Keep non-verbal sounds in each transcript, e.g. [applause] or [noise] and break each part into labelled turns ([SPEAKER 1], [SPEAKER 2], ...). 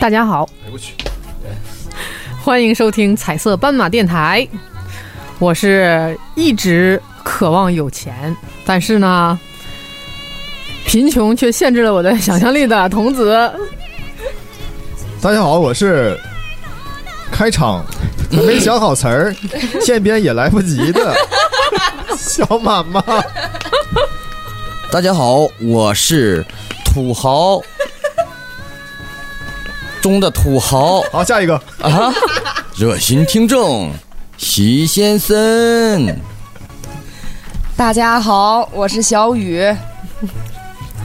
[SPEAKER 1] 大家好，
[SPEAKER 2] 哎我去，
[SPEAKER 1] 欢迎收听彩色斑马电台。我是一直渴望有钱，但是呢，贫穷却限制了我的想象力的童子。
[SPEAKER 3] 大家好，我是开场没想好词儿，现编也来不及的小满妈。
[SPEAKER 4] 大家好，我是土豪中的土豪
[SPEAKER 3] 好，下一个
[SPEAKER 4] 啊，热心听众席先生。
[SPEAKER 5] 大家好，我是小雨。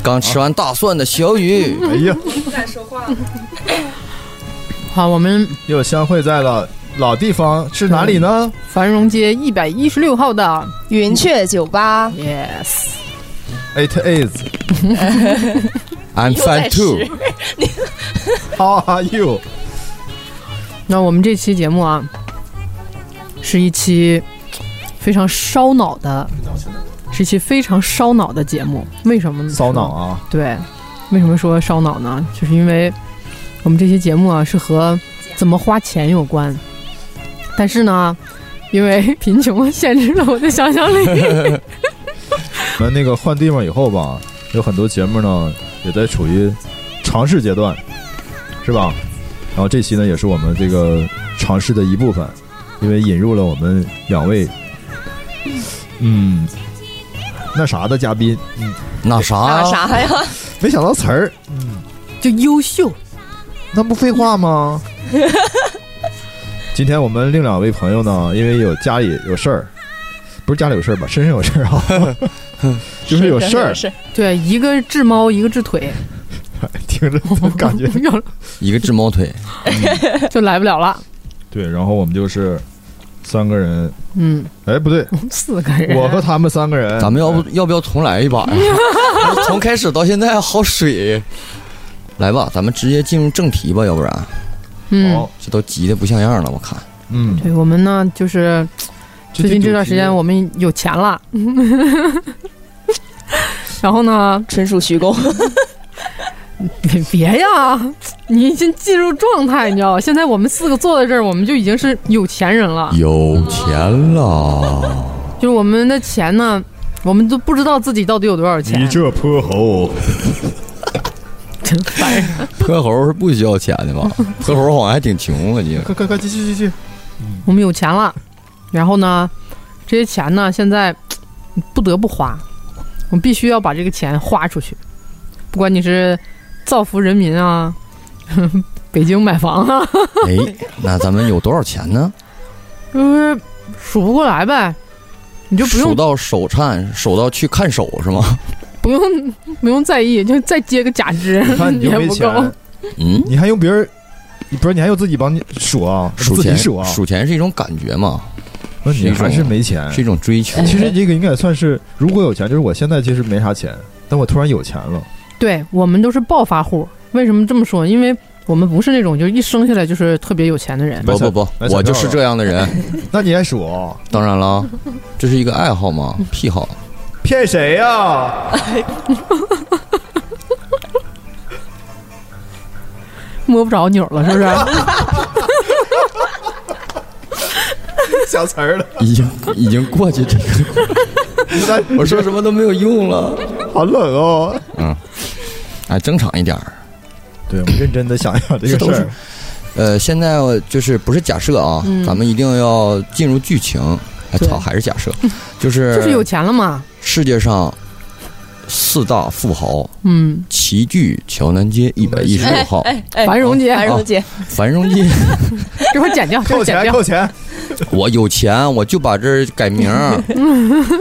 [SPEAKER 4] 刚吃完大蒜的小雨，
[SPEAKER 5] 嗯
[SPEAKER 3] 哎呀，
[SPEAKER 1] 好，我们
[SPEAKER 3] 又相会在了老地方，是哪里呢？
[SPEAKER 1] 繁荣街一百一十六号的
[SPEAKER 5] 云雀酒吧，
[SPEAKER 1] yes，
[SPEAKER 3] It is.
[SPEAKER 4] I'm fine too。
[SPEAKER 3] How are you？
[SPEAKER 1] 那我们这期节目啊，是一期非常烧脑的，是一期非常烧脑的节目。为什么呢？
[SPEAKER 3] 骚脑啊！
[SPEAKER 1] 对，为什么说烧脑呢？就是因为我们这期节目啊是和怎么花钱有关，但是呢，因为 [laughs] 贫穷限制了我的想象力。
[SPEAKER 3] 我们那个换地方以后吧，有很多节目呢也在处于尝试阶段，是吧？然后这期呢也是我们这个尝试的一部分，因为引入了我们两位，嗯，那啥的嘉宾，嗯。
[SPEAKER 4] 那啥
[SPEAKER 5] [laughs] 那
[SPEAKER 4] 呀？
[SPEAKER 5] 啊啥呀？
[SPEAKER 3] 没想到词儿，
[SPEAKER 1] [laughs] 就优秀，
[SPEAKER 3] 那不废话 [laughs] 吗？今天我们另两位朋友呢，因为有家里有事儿，不是家里有事儿吧，身上有事儿 [laughs] 啊，就是有事儿，
[SPEAKER 5] 是
[SPEAKER 1] 对，一个治猫，一个治腿，
[SPEAKER 3] 听着就
[SPEAKER 1] [laughs]
[SPEAKER 3] 感觉
[SPEAKER 4] 一个治猫腿，
[SPEAKER 1] 就来不了了。
[SPEAKER 3] 对。然后我们就是三个人，
[SPEAKER 1] 嗯，
[SPEAKER 3] 哎，不对，
[SPEAKER 1] 四个人，
[SPEAKER 3] 我和他们三个人，
[SPEAKER 4] 咱们要不要不要重来一把
[SPEAKER 5] [laughs]
[SPEAKER 4] 呀？从开始到现在好水。来吧，咱们直接进入正题吧，要不然
[SPEAKER 1] 嗯，
[SPEAKER 3] 好，
[SPEAKER 4] 这都急得不像样了。我看
[SPEAKER 3] 嗯，
[SPEAKER 1] 对，我们呢就是最近这段时间我们有钱了， [laughs] 然后呢，
[SPEAKER 5] 纯属虚构。
[SPEAKER 1] 别 [laughs] 别呀！你已经进入状态，你知道吗？现在我们四个坐在这儿，我们就已经是有钱人
[SPEAKER 5] 啊
[SPEAKER 3] 嗯
[SPEAKER 1] 了。
[SPEAKER 4] 有钱了，
[SPEAKER 1] 就是我们的钱呢，我们都不知道自己到底有多少钱。
[SPEAKER 3] 这泼猴，
[SPEAKER 1] 真烦人！
[SPEAKER 4] 泼猴是不需要钱 [laughs] 的吧？泼猴好像还挺穷啊，你。
[SPEAKER 3] 快快快，继续继续，
[SPEAKER 1] 我们有钱了，然后呢，这些钱呢，现在不得不花，我们必须要把这个钱花出去，不管你是造福人民啊， [laughs] 北京买房啊，
[SPEAKER 4] 哎，那咱们有多少钱呢？
[SPEAKER 1] 就是数不过来呗，你就不用
[SPEAKER 4] 数到手颤，手到去看手是吗？
[SPEAKER 1] 不用不用在意，就再接个假肢 [laughs]
[SPEAKER 3] 你看你就
[SPEAKER 1] 也
[SPEAKER 3] 没
[SPEAKER 1] 不够
[SPEAKER 3] 钱。，
[SPEAKER 4] 嗯，
[SPEAKER 3] 你还用别人，你不是你还用自己帮你数啊，
[SPEAKER 4] 数
[SPEAKER 3] 自己
[SPEAKER 4] 钱
[SPEAKER 3] 数啊，
[SPEAKER 4] 数钱是一种感觉嘛，
[SPEAKER 3] 那你还是没钱，
[SPEAKER 4] 是一种追求。
[SPEAKER 3] 嗯哎其实这个应该也算是，如果有钱，就是我现在其实没啥钱，但我突然有钱了，
[SPEAKER 1] 对我们都是暴发户。为什么这么说？因为我们不是那种就是一生下来就是特别有钱的人。
[SPEAKER 4] 不不不
[SPEAKER 3] 买彩，票
[SPEAKER 4] 我就是这样的人。
[SPEAKER 3] 那你还数啊？
[SPEAKER 4] 当然了，这是一个爱好嘛，癖好。
[SPEAKER 3] 骗谁呀、
[SPEAKER 1] 摸不着钮了，是不是？
[SPEAKER 3] 想词儿了，
[SPEAKER 4] 已经已经过去这个， [laughs] 我说什么都没有用了。
[SPEAKER 3] 好冷哦。
[SPEAKER 4] 哎，正常一点儿。
[SPEAKER 3] 对，我们认真的想一想这个事儿。
[SPEAKER 4] 呃，现在我就是不是假设啊，咱们一定要进入剧情。哎
[SPEAKER 1] 嗯对
[SPEAKER 4] 操，还是假
[SPEAKER 1] [laughs]
[SPEAKER 4] 设，
[SPEAKER 1] 就
[SPEAKER 4] 就
[SPEAKER 1] 是有
[SPEAKER 4] 是
[SPEAKER 1] 钱了嘛。
[SPEAKER 4] 世界上四大富豪
[SPEAKER 1] 嗯，
[SPEAKER 4] 齐聚桥南街一百一十六号
[SPEAKER 5] 哎哎，
[SPEAKER 1] 繁荣节 [laughs]
[SPEAKER 5] 繁荣节，
[SPEAKER 4] 繁荣街。
[SPEAKER 1] 这块儿剪掉，这块
[SPEAKER 3] 扣
[SPEAKER 1] 儿剪
[SPEAKER 3] 钱
[SPEAKER 1] 掉。
[SPEAKER 3] 扣钱，
[SPEAKER 4] 我有钱，我就把这儿改名
[SPEAKER 1] [laughs]
[SPEAKER 4] 儿，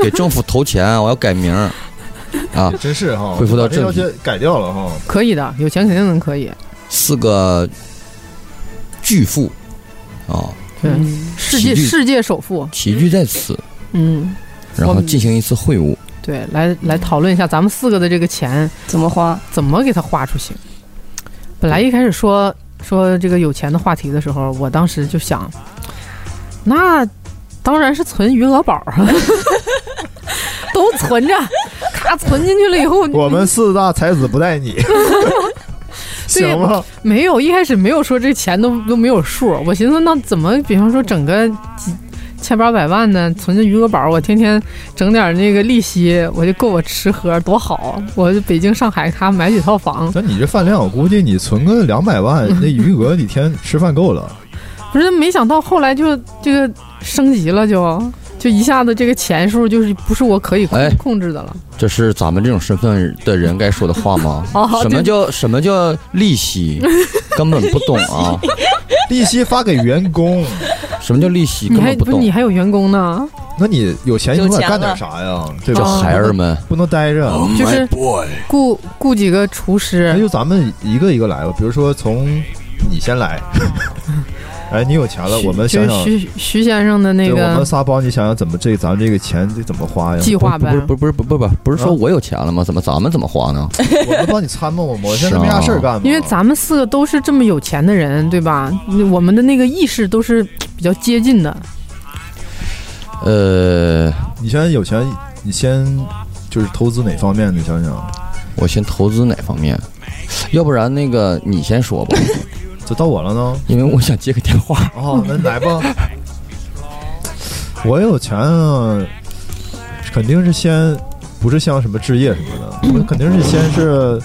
[SPEAKER 4] 给政府投钱，我要改名儿啊！
[SPEAKER 3] 真是哈，
[SPEAKER 4] 恢复到
[SPEAKER 3] 把这条
[SPEAKER 4] 正题
[SPEAKER 3] 街改掉了哈。
[SPEAKER 1] 可以的，有钱肯定能可以。
[SPEAKER 4] 四个巨富啊，
[SPEAKER 1] 对，世界
[SPEAKER 4] 喜剧
[SPEAKER 1] 世界首富。
[SPEAKER 4] 齐聚在此，
[SPEAKER 1] 嗯，
[SPEAKER 4] 然后进行一次会晤。
[SPEAKER 1] 对，来来讨论一下咱们四个的这个钱
[SPEAKER 5] 怎么花？
[SPEAKER 1] 怎么给它花出去。本来一开始说说这个有钱的话题的时候，我当时就想，那当然是存余额宝啊， [laughs] 都 [laughs] 存着，咔存进去了以后， [laughs]
[SPEAKER 3] 我们四大才子不带你，行吗？
[SPEAKER 1] 没有，一开始没有说这钱都都没有数，我寻思那怎么，比方说整个几千八百万的存进余额宝，我天天整点那个利息，我就够我吃喝，多好！我北京、上海，咔买几套房，
[SPEAKER 3] 那你这饭量，我估计你存个两百
[SPEAKER 1] [laughs]
[SPEAKER 3] 万，那余额你天吃饭够了。
[SPEAKER 1] 不是没想到后来就这个升级了就，就一下子这个钱数就是不是我可以控
[SPEAKER 4] 哎
[SPEAKER 1] 控制的了。？
[SPEAKER 4] 这是咱们这种身份的人该说的话吗
[SPEAKER 1] [laughs] 哦
[SPEAKER 4] 什么叫什么叫利息？
[SPEAKER 1] [laughs]
[SPEAKER 4] 根本不懂啊！
[SPEAKER 3] 利息发给员工，
[SPEAKER 4] 什么叫利息？
[SPEAKER 1] 你
[SPEAKER 4] 根
[SPEAKER 1] 还
[SPEAKER 4] 本
[SPEAKER 1] 不是
[SPEAKER 4] 懂
[SPEAKER 1] 你。还有员工呢，
[SPEAKER 3] 那你有钱你
[SPEAKER 5] 有
[SPEAKER 3] 总得
[SPEAKER 5] 钱
[SPEAKER 3] 干点
[SPEAKER 5] 了
[SPEAKER 3] 啥呀？对
[SPEAKER 4] 这
[SPEAKER 3] 吧？
[SPEAKER 4] 孩儿们，
[SPEAKER 3] 不能待着。
[SPEAKER 1] 哦就是
[SPEAKER 4] boy，
[SPEAKER 1] 雇雇几个厨
[SPEAKER 3] 那
[SPEAKER 1] 师，
[SPEAKER 3] 就咱们一个一个来吧，比如说从你
[SPEAKER 1] [laughs]
[SPEAKER 3] 先来。哎，你有钱了，
[SPEAKER 1] 徐
[SPEAKER 3] 我们
[SPEAKER 1] 就
[SPEAKER 3] 想
[SPEAKER 1] 是
[SPEAKER 3] 想，
[SPEAKER 1] 徐徐先生的那
[SPEAKER 3] 对，我
[SPEAKER 1] 个
[SPEAKER 3] 们仨帮你想想怎么这咱这个钱得怎么花呀？
[SPEAKER 1] 计划呗。哦
[SPEAKER 4] 不是不是不是不不不是说我有钱了吗？怎么咱们怎么
[SPEAKER 1] [laughs]
[SPEAKER 4] 花呢？
[SPEAKER 3] 我能帮你参谋吗？我现在没啥事儿干嘛。
[SPEAKER 1] 因为咱们四个都是这么有钱的人，对吧？我们的那个意识都是比较接近的。
[SPEAKER 4] 呃，
[SPEAKER 3] 你现在有钱，你先就是投资哪方面？你想想，
[SPEAKER 4] 我先投资哪方面？要不然那个你先说
[SPEAKER 1] [laughs]
[SPEAKER 4] 吧，
[SPEAKER 3] 这到我了呢。
[SPEAKER 4] 因为我想接个电话。
[SPEAKER 3] 哦，那来吧。我有钱啊，肯定是先不是像什么置业什么的，我肯定是先是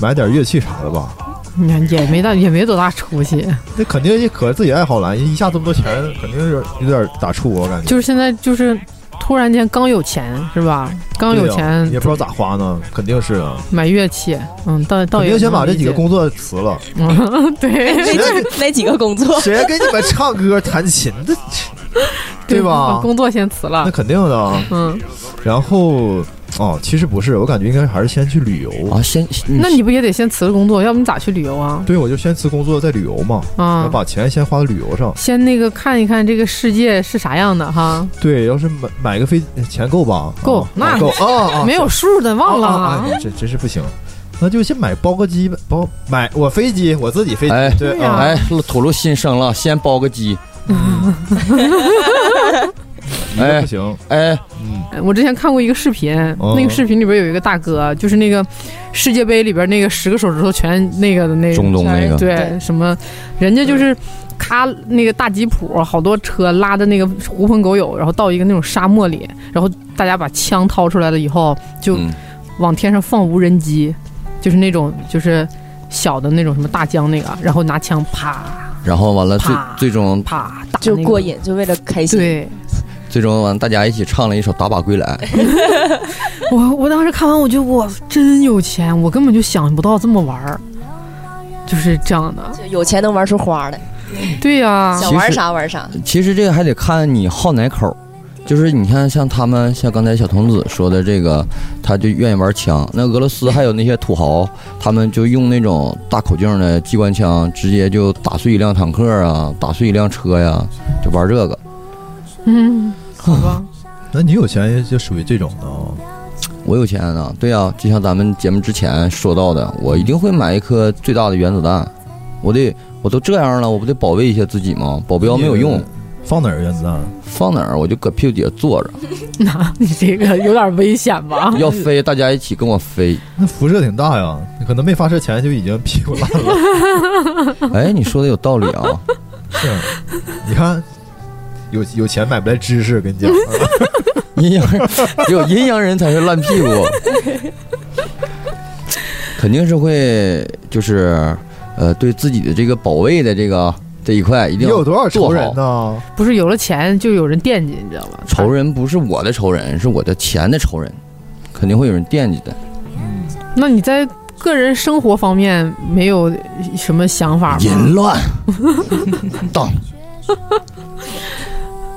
[SPEAKER 3] 买点乐器啥的吧。
[SPEAKER 1] 你看，也没大，也没多大出息，
[SPEAKER 3] 那肯定也可自己爱好来，一下这么多钱，肯定是有点打怵，啊我感觉。
[SPEAKER 1] 就是现在就是突然间刚有钱是吧？刚有
[SPEAKER 3] 对呀啊
[SPEAKER 1] 钱
[SPEAKER 3] 也不知道咋花呢，肯定是啊，
[SPEAKER 1] 买乐器，嗯，倒倒
[SPEAKER 3] 肯
[SPEAKER 1] 也
[SPEAKER 3] 定先
[SPEAKER 1] 能
[SPEAKER 3] 把这
[SPEAKER 1] 理
[SPEAKER 3] 几个
[SPEAKER 1] 解，
[SPEAKER 3] 工作辞了。
[SPEAKER 1] 嗯， [laughs] 对，
[SPEAKER 5] 那几那几个工作，
[SPEAKER 3] 谁给你们唱歌、弹琴
[SPEAKER 1] [laughs]
[SPEAKER 3] 的，对
[SPEAKER 1] 把
[SPEAKER 3] 吧？
[SPEAKER 1] [laughs] 工作先辞
[SPEAKER 3] 那
[SPEAKER 1] 了，
[SPEAKER 3] 肯定的啊。
[SPEAKER 1] 嗯，
[SPEAKER 3] 然后哦，其实不是，我感觉应该还是先去旅游。
[SPEAKER 4] 啊，先
[SPEAKER 1] 那你不也得先辞了工作，要不你咋去旅游啊？
[SPEAKER 3] 对，我就先辞工作再旅游嘛，然后
[SPEAKER 4] 哦
[SPEAKER 1] 啊，
[SPEAKER 3] 把钱先花到旅游上。
[SPEAKER 1] 先那个看一看这个世界是啥样的哈，
[SPEAKER 3] 对，要是买买个飞钱够吧？
[SPEAKER 1] 够
[SPEAKER 3] 啊
[SPEAKER 1] 那
[SPEAKER 3] 够啊啊！
[SPEAKER 1] 没有数的忘了
[SPEAKER 3] 啊啊啊这真是不行。那就先买包个机呗，包买我飞机，我自己飞机。
[SPEAKER 4] 哎
[SPEAKER 3] 对
[SPEAKER 1] 对呀
[SPEAKER 3] 啊，
[SPEAKER 4] 哎，吐露心声了，先包个鸡。
[SPEAKER 3] 一个不行，
[SPEAKER 4] 哎，
[SPEAKER 3] 嗯，
[SPEAKER 1] 我之前看过一个视频，
[SPEAKER 3] 哦
[SPEAKER 1] 那个视频里边有一个大哥，就是那个世界杯里边那个十个手指头全那个的那个
[SPEAKER 4] 中东那个
[SPEAKER 1] 哎对
[SPEAKER 5] 对嗯
[SPEAKER 1] 什么，人家就是咔那个大吉普，好多车拉的那个狐朋狗友，然后到一个那种沙漠里，然后大家把枪掏出来了以后，就
[SPEAKER 4] 嗯
[SPEAKER 1] 往天上放无人机，就是那种就是小的那种什么大疆那个，啊然后拿枪啪
[SPEAKER 4] 然后完了，最
[SPEAKER 1] 啪
[SPEAKER 4] 最终
[SPEAKER 1] 啪打、
[SPEAKER 5] 就过。瘾，就为了开心。
[SPEAKER 1] 对
[SPEAKER 4] 最终完，大家一起唱了一首《打靶归来》。
[SPEAKER 1] 我，我当时看完我就哇，真有钱，我根本就想不到这么玩儿，就是这样
[SPEAKER 5] [laughs]
[SPEAKER 1] 的。
[SPEAKER 5] 就有钱能玩出花来，
[SPEAKER 1] 对呀、
[SPEAKER 5] 想玩啥玩啥。
[SPEAKER 4] 其实这个还得看你好哪口儿，就是你看像他们，像刚才小童子说的这个，他就愿意玩枪。那俄罗斯还有那些土豪，他们就用那种大口径的机关枪，直接就打碎一辆坦克啊，打碎一辆车呀、就玩这个。
[SPEAKER 1] 嗯， [laughs] 好吧，
[SPEAKER 3] 那你有钱就属于这种的啊。
[SPEAKER 4] 我有钱啊，对啊，就像咱们节目之前说到的，我一定会买一颗最大的原子弹。我得，我都这样了，我不得保卫一下自己吗？保镖没有用
[SPEAKER 3] 你，放哪儿原子啊弹？
[SPEAKER 4] 放哪儿我就搁屁股底下坐着，
[SPEAKER 1] 那你这个有点危险吧？
[SPEAKER 4] 要飞大家一起跟我飞。
[SPEAKER 3] 那辐射挺大呀，你可能没发射前就已经 [laughs] 屁股烂了。
[SPEAKER 4] 哎，你说的有道理
[SPEAKER 3] [laughs]
[SPEAKER 4] 啊。
[SPEAKER 3] 是，你看，有有钱买不来知识，跟你讲。
[SPEAKER 4] 阴阳人，只有阴阳人才是烂屁股，肯定是会就是呃对自己的这个保卫的这个这一块一
[SPEAKER 3] 你
[SPEAKER 4] 定
[SPEAKER 3] 有
[SPEAKER 4] 要
[SPEAKER 3] 多少仇人
[SPEAKER 4] 做
[SPEAKER 3] 呢？
[SPEAKER 1] 不是有了钱就有人惦记，你知道吧？
[SPEAKER 4] 仇人不是我的仇人，是我的钱的仇人，肯定会有人惦记的。
[SPEAKER 1] 那你在个人生活方面没有什么想法吗？
[SPEAKER 3] 啊 [laughs]
[SPEAKER 4] 淫乱，当。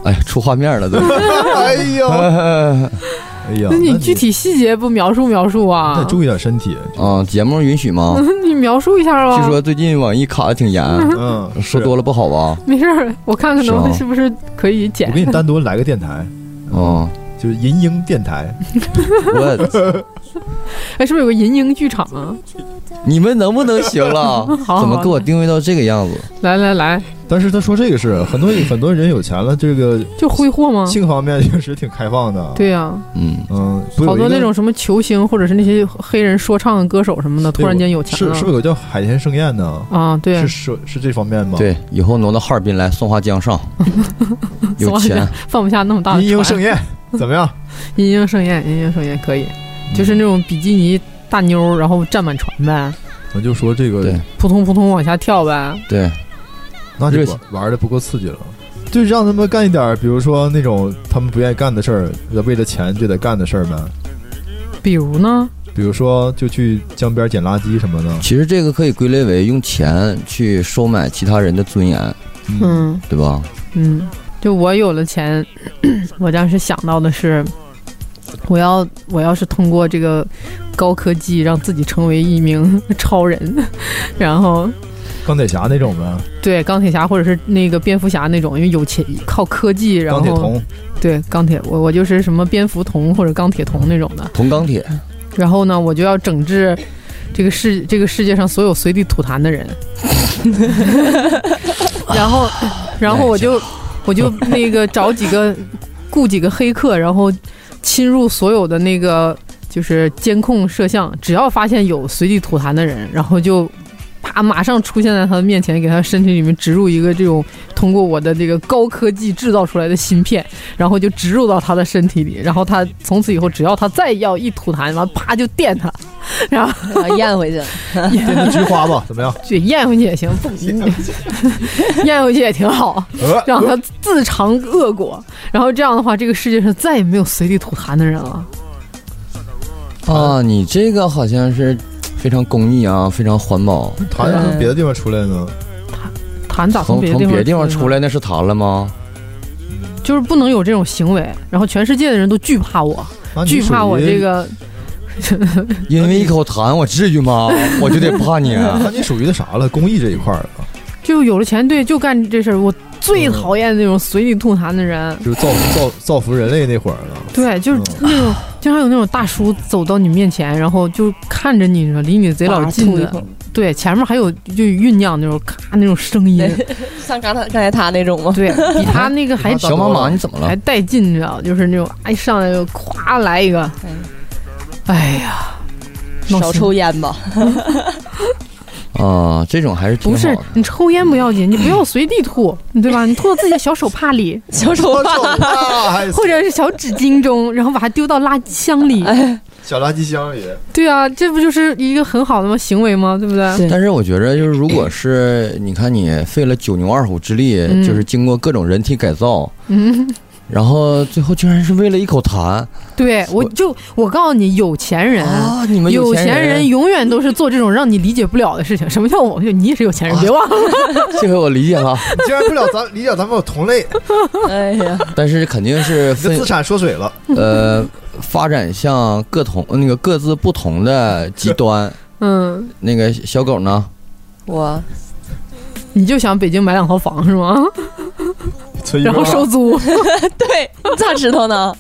[SPEAKER 4] 哎呀，出画
[SPEAKER 3] [laughs]
[SPEAKER 4] 面了都。
[SPEAKER 3] 哎呦，哎呀，
[SPEAKER 1] 那你
[SPEAKER 3] 你
[SPEAKER 1] 具体细节不描述描述
[SPEAKER 3] 那
[SPEAKER 1] 啊
[SPEAKER 3] 你？注意点身体。
[SPEAKER 4] 啊，节目允许吗？
[SPEAKER 1] 你描述一下吧。
[SPEAKER 4] 据说最近网易卡的挺严，
[SPEAKER 3] 嗯，
[SPEAKER 4] 说多
[SPEAKER 3] 了。
[SPEAKER 4] 了不好吧？
[SPEAKER 1] 没事儿，我看看
[SPEAKER 4] 是
[SPEAKER 1] 能
[SPEAKER 4] 吗
[SPEAKER 1] 是不是可以
[SPEAKER 3] 我
[SPEAKER 1] 剪。
[SPEAKER 3] 给你单独来 [laughs] 个电台，
[SPEAKER 4] 嗯，
[SPEAKER 3] 就是银鹰电台。
[SPEAKER 4] 我
[SPEAKER 1] 哎，是不是有个银鹰剧场啊？
[SPEAKER 4] 你们能不能行了？
[SPEAKER 1] [laughs] 好
[SPEAKER 4] 怎么给我定位到这个样子？
[SPEAKER 1] 来来来，
[SPEAKER 3] 但是他说这个是很多很多人有钱了，这个
[SPEAKER 1] 就挥霍吗？
[SPEAKER 3] 性方面确实挺开放的。，
[SPEAKER 1] 对呀、
[SPEAKER 4] 嗯，
[SPEAKER 3] 嗯，不是有
[SPEAKER 1] 好多
[SPEAKER 3] 一个
[SPEAKER 1] 那种什么球星或者是那些黑人说唱歌手什么的，突然间有钱
[SPEAKER 3] 是
[SPEAKER 1] 了
[SPEAKER 3] 是不是有个叫海天盛宴呢？
[SPEAKER 1] 啊！嗯对
[SPEAKER 3] 是，是是这方面吗？，
[SPEAKER 4] 对，以后挪到哈尔滨来，松花江
[SPEAKER 1] [laughs]
[SPEAKER 4] 上，有钱，
[SPEAKER 1] 放不下那么大的
[SPEAKER 3] 银鹰盛
[SPEAKER 1] 船。 [laughs]
[SPEAKER 3] 宴怎么样？
[SPEAKER 1] 银鹰盛宴，银鹰盛宴可以，
[SPEAKER 3] 嗯
[SPEAKER 1] 就是那种比基尼大妞，然后站满船呗，
[SPEAKER 3] 我就说这个
[SPEAKER 4] 对，
[SPEAKER 1] 扑通扑通往下跳呗。
[SPEAKER 4] 对，
[SPEAKER 3] 那就
[SPEAKER 4] 热情
[SPEAKER 3] 玩的不够刺激了。就让他们干一点儿，比如说那种他们不愿意干的事儿，为了钱就得干的事儿呗。
[SPEAKER 1] 比如呢，
[SPEAKER 3] 比如说，就去江边捡垃圾什么的。
[SPEAKER 4] 其实这个可以归类为用钱去收买其他人的尊严，
[SPEAKER 3] 嗯，
[SPEAKER 1] 嗯
[SPEAKER 4] 对吧？
[SPEAKER 1] 嗯，就我有了钱， [clears throat] 我当时想到的是，我要我要是通过这个高科技让自己成为一名超人， [laughs] 然后
[SPEAKER 3] 钢铁侠那种呗，
[SPEAKER 1] 对钢铁侠或者是那个蝙蝠侠那种，因为有钱靠科技，然
[SPEAKER 3] 钢铁
[SPEAKER 1] 后 [laughs]
[SPEAKER 3] 童，
[SPEAKER 1] 对钢铁，我我就是什么蝙蝠童或者钢铁童那种的。
[SPEAKER 4] 铜钢铁，
[SPEAKER 1] 然后呢，我就要整治这个世这个世界上所有随地吐痰的人。然后，然后我就我就那个找几个雇几个黑客，然后侵入所有的那个就是监控摄像，只要发现有随地吐痰的人，然后就。啪！马上出现在他的面前，给他身体里面植入一个这种通过我的这个高科技制造出来的芯片，然后就植入到他的身体里，然后他从此以后，只要他再要一吐痰，完啪就电他，然后
[SPEAKER 5] 咽回去。
[SPEAKER 3] 电个菊
[SPEAKER 1] [laughs]
[SPEAKER 3] 花吧，怎么样？
[SPEAKER 1] 就咽回去也行，不
[SPEAKER 4] [laughs]
[SPEAKER 1] 咽回去也挺好，
[SPEAKER 3] 呃，
[SPEAKER 1] 让
[SPEAKER 3] [laughs]
[SPEAKER 1] 他自尝恶果。然后这样的话，这个世界上再也没有随地吐痰的人了。嗯
[SPEAKER 4] 啊，你这个好像是非常公益啊，非常环保。
[SPEAKER 3] 痰从啊别的地方出来呢。
[SPEAKER 1] 痰咋
[SPEAKER 4] 从
[SPEAKER 1] 别
[SPEAKER 4] 从别地
[SPEAKER 1] 地
[SPEAKER 4] 方
[SPEAKER 1] 方
[SPEAKER 4] 出
[SPEAKER 1] 来
[SPEAKER 4] 来那是痰了吗？
[SPEAKER 1] 呢？就是不能有这种行为。然后全世界的人都惧怕我，
[SPEAKER 3] 那你
[SPEAKER 1] 惧怕
[SPEAKER 3] 属于
[SPEAKER 1] 我这，个
[SPEAKER 4] 因为一口痰，我至于吗？ [laughs] 我就得怕你。
[SPEAKER 3] [laughs]
[SPEAKER 4] 啊
[SPEAKER 3] 那你属于那啥了？公益这一块儿了，
[SPEAKER 1] 就有了钱，对，就干这事儿。我最
[SPEAKER 4] 嗯
[SPEAKER 1] 讨厌那种随地吐痰的人。
[SPEAKER 3] 就是造造造福人类那会儿
[SPEAKER 1] [laughs]
[SPEAKER 3] 了。
[SPEAKER 1] 对，就是
[SPEAKER 3] 嗯
[SPEAKER 1] 那种经常有那种大叔走到你面前，然后就看着你，离你贼老近啊
[SPEAKER 5] 吐一
[SPEAKER 1] 的
[SPEAKER 5] 口，，
[SPEAKER 1] 对，前面还有就酝酿那种咔那种
[SPEAKER 5] [laughs]
[SPEAKER 1] 声音，
[SPEAKER 5] 像刚才刚才他那种吗？
[SPEAKER 1] 对比
[SPEAKER 5] [laughs]
[SPEAKER 1] 他那个 [laughs] 还
[SPEAKER 3] 比他
[SPEAKER 4] 小马马，你怎么
[SPEAKER 1] 还
[SPEAKER 4] 了？
[SPEAKER 1] 带劲，你知道，就是那种哎上来就咵来一个，哎呀，闹
[SPEAKER 5] 嗯少
[SPEAKER 1] 心
[SPEAKER 5] 抽烟吧。
[SPEAKER 4] 啊，这种还是挺
[SPEAKER 1] 不
[SPEAKER 4] 好
[SPEAKER 1] 是
[SPEAKER 4] 的。
[SPEAKER 1] 你抽烟不要紧，你不要随
[SPEAKER 5] [laughs]
[SPEAKER 1] 地吐，对吧？你吐到自己的小手帕里，
[SPEAKER 5] 小丑
[SPEAKER 3] 我
[SPEAKER 5] 吧，
[SPEAKER 3] 操那还
[SPEAKER 1] 或者是小纸巾中，然后把它丢到垃圾箱里。
[SPEAKER 5] 哎
[SPEAKER 3] 小垃圾箱里，
[SPEAKER 1] 对啊，这不就是一个很好的吗行为吗？对不对？
[SPEAKER 5] 是
[SPEAKER 4] 但是我觉着，就是如
[SPEAKER 1] [clears throat]
[SPEAKER 4] 果是你看你费了九牛二虎之力，
[SPEAKER 1] 嗯
[SPEAKER 4] 就是经过各种人体改造，
[SPEAKER 1] 嗯。啊
[SPEAKER 4] 然后最后居然是为了一口痰
[SPEAKER 1] 对，我
[SPEAKER 4] 我
[SPEAKER 1] 就我告诉你，有钱人。
[SPEAKER 4] 啊！你们
[SPEAKER 1] 有
[SPEAKER 4] 钱
[SPEAKER 1] 人，永远都是做这种让你理解不了的事情。什么叫我？就你也是有钱
[SPEAKER 4] 啊
[SPEAKER 1] 人，别忘了。
[SPEAKER 4] [laughs] 这回我理解了，
[SPEAKER 3] 你竟然不了咱理解咱们有
[SPEAKER 1] [laughs]
[SPEAKER 3] 同类，
[SPEAKER 5] 哎呀，
[SPEAKER 4] 但是肯定是
[SPEAKER 3] 你的
[SPEAKER 4] 分
[SPEAKER 3] 资产缩水了。
[SPEAKER 4] 呃发展向各同那个各自不同的极端。
[SPEAKER 1] 嗯，
[SPEAKER 4] 那个小狗呢？
[SPEAKER 5] 我
[SPEAKER 1] 你就想北京买两套房是吗？
[SPEAKER 3] 存一
[SPEAKER 1] 然后
[SPEAKER 3] 个吧
[SPEAKER 1] 收租。
[SPEAKER 5] 对，你咋知道呢？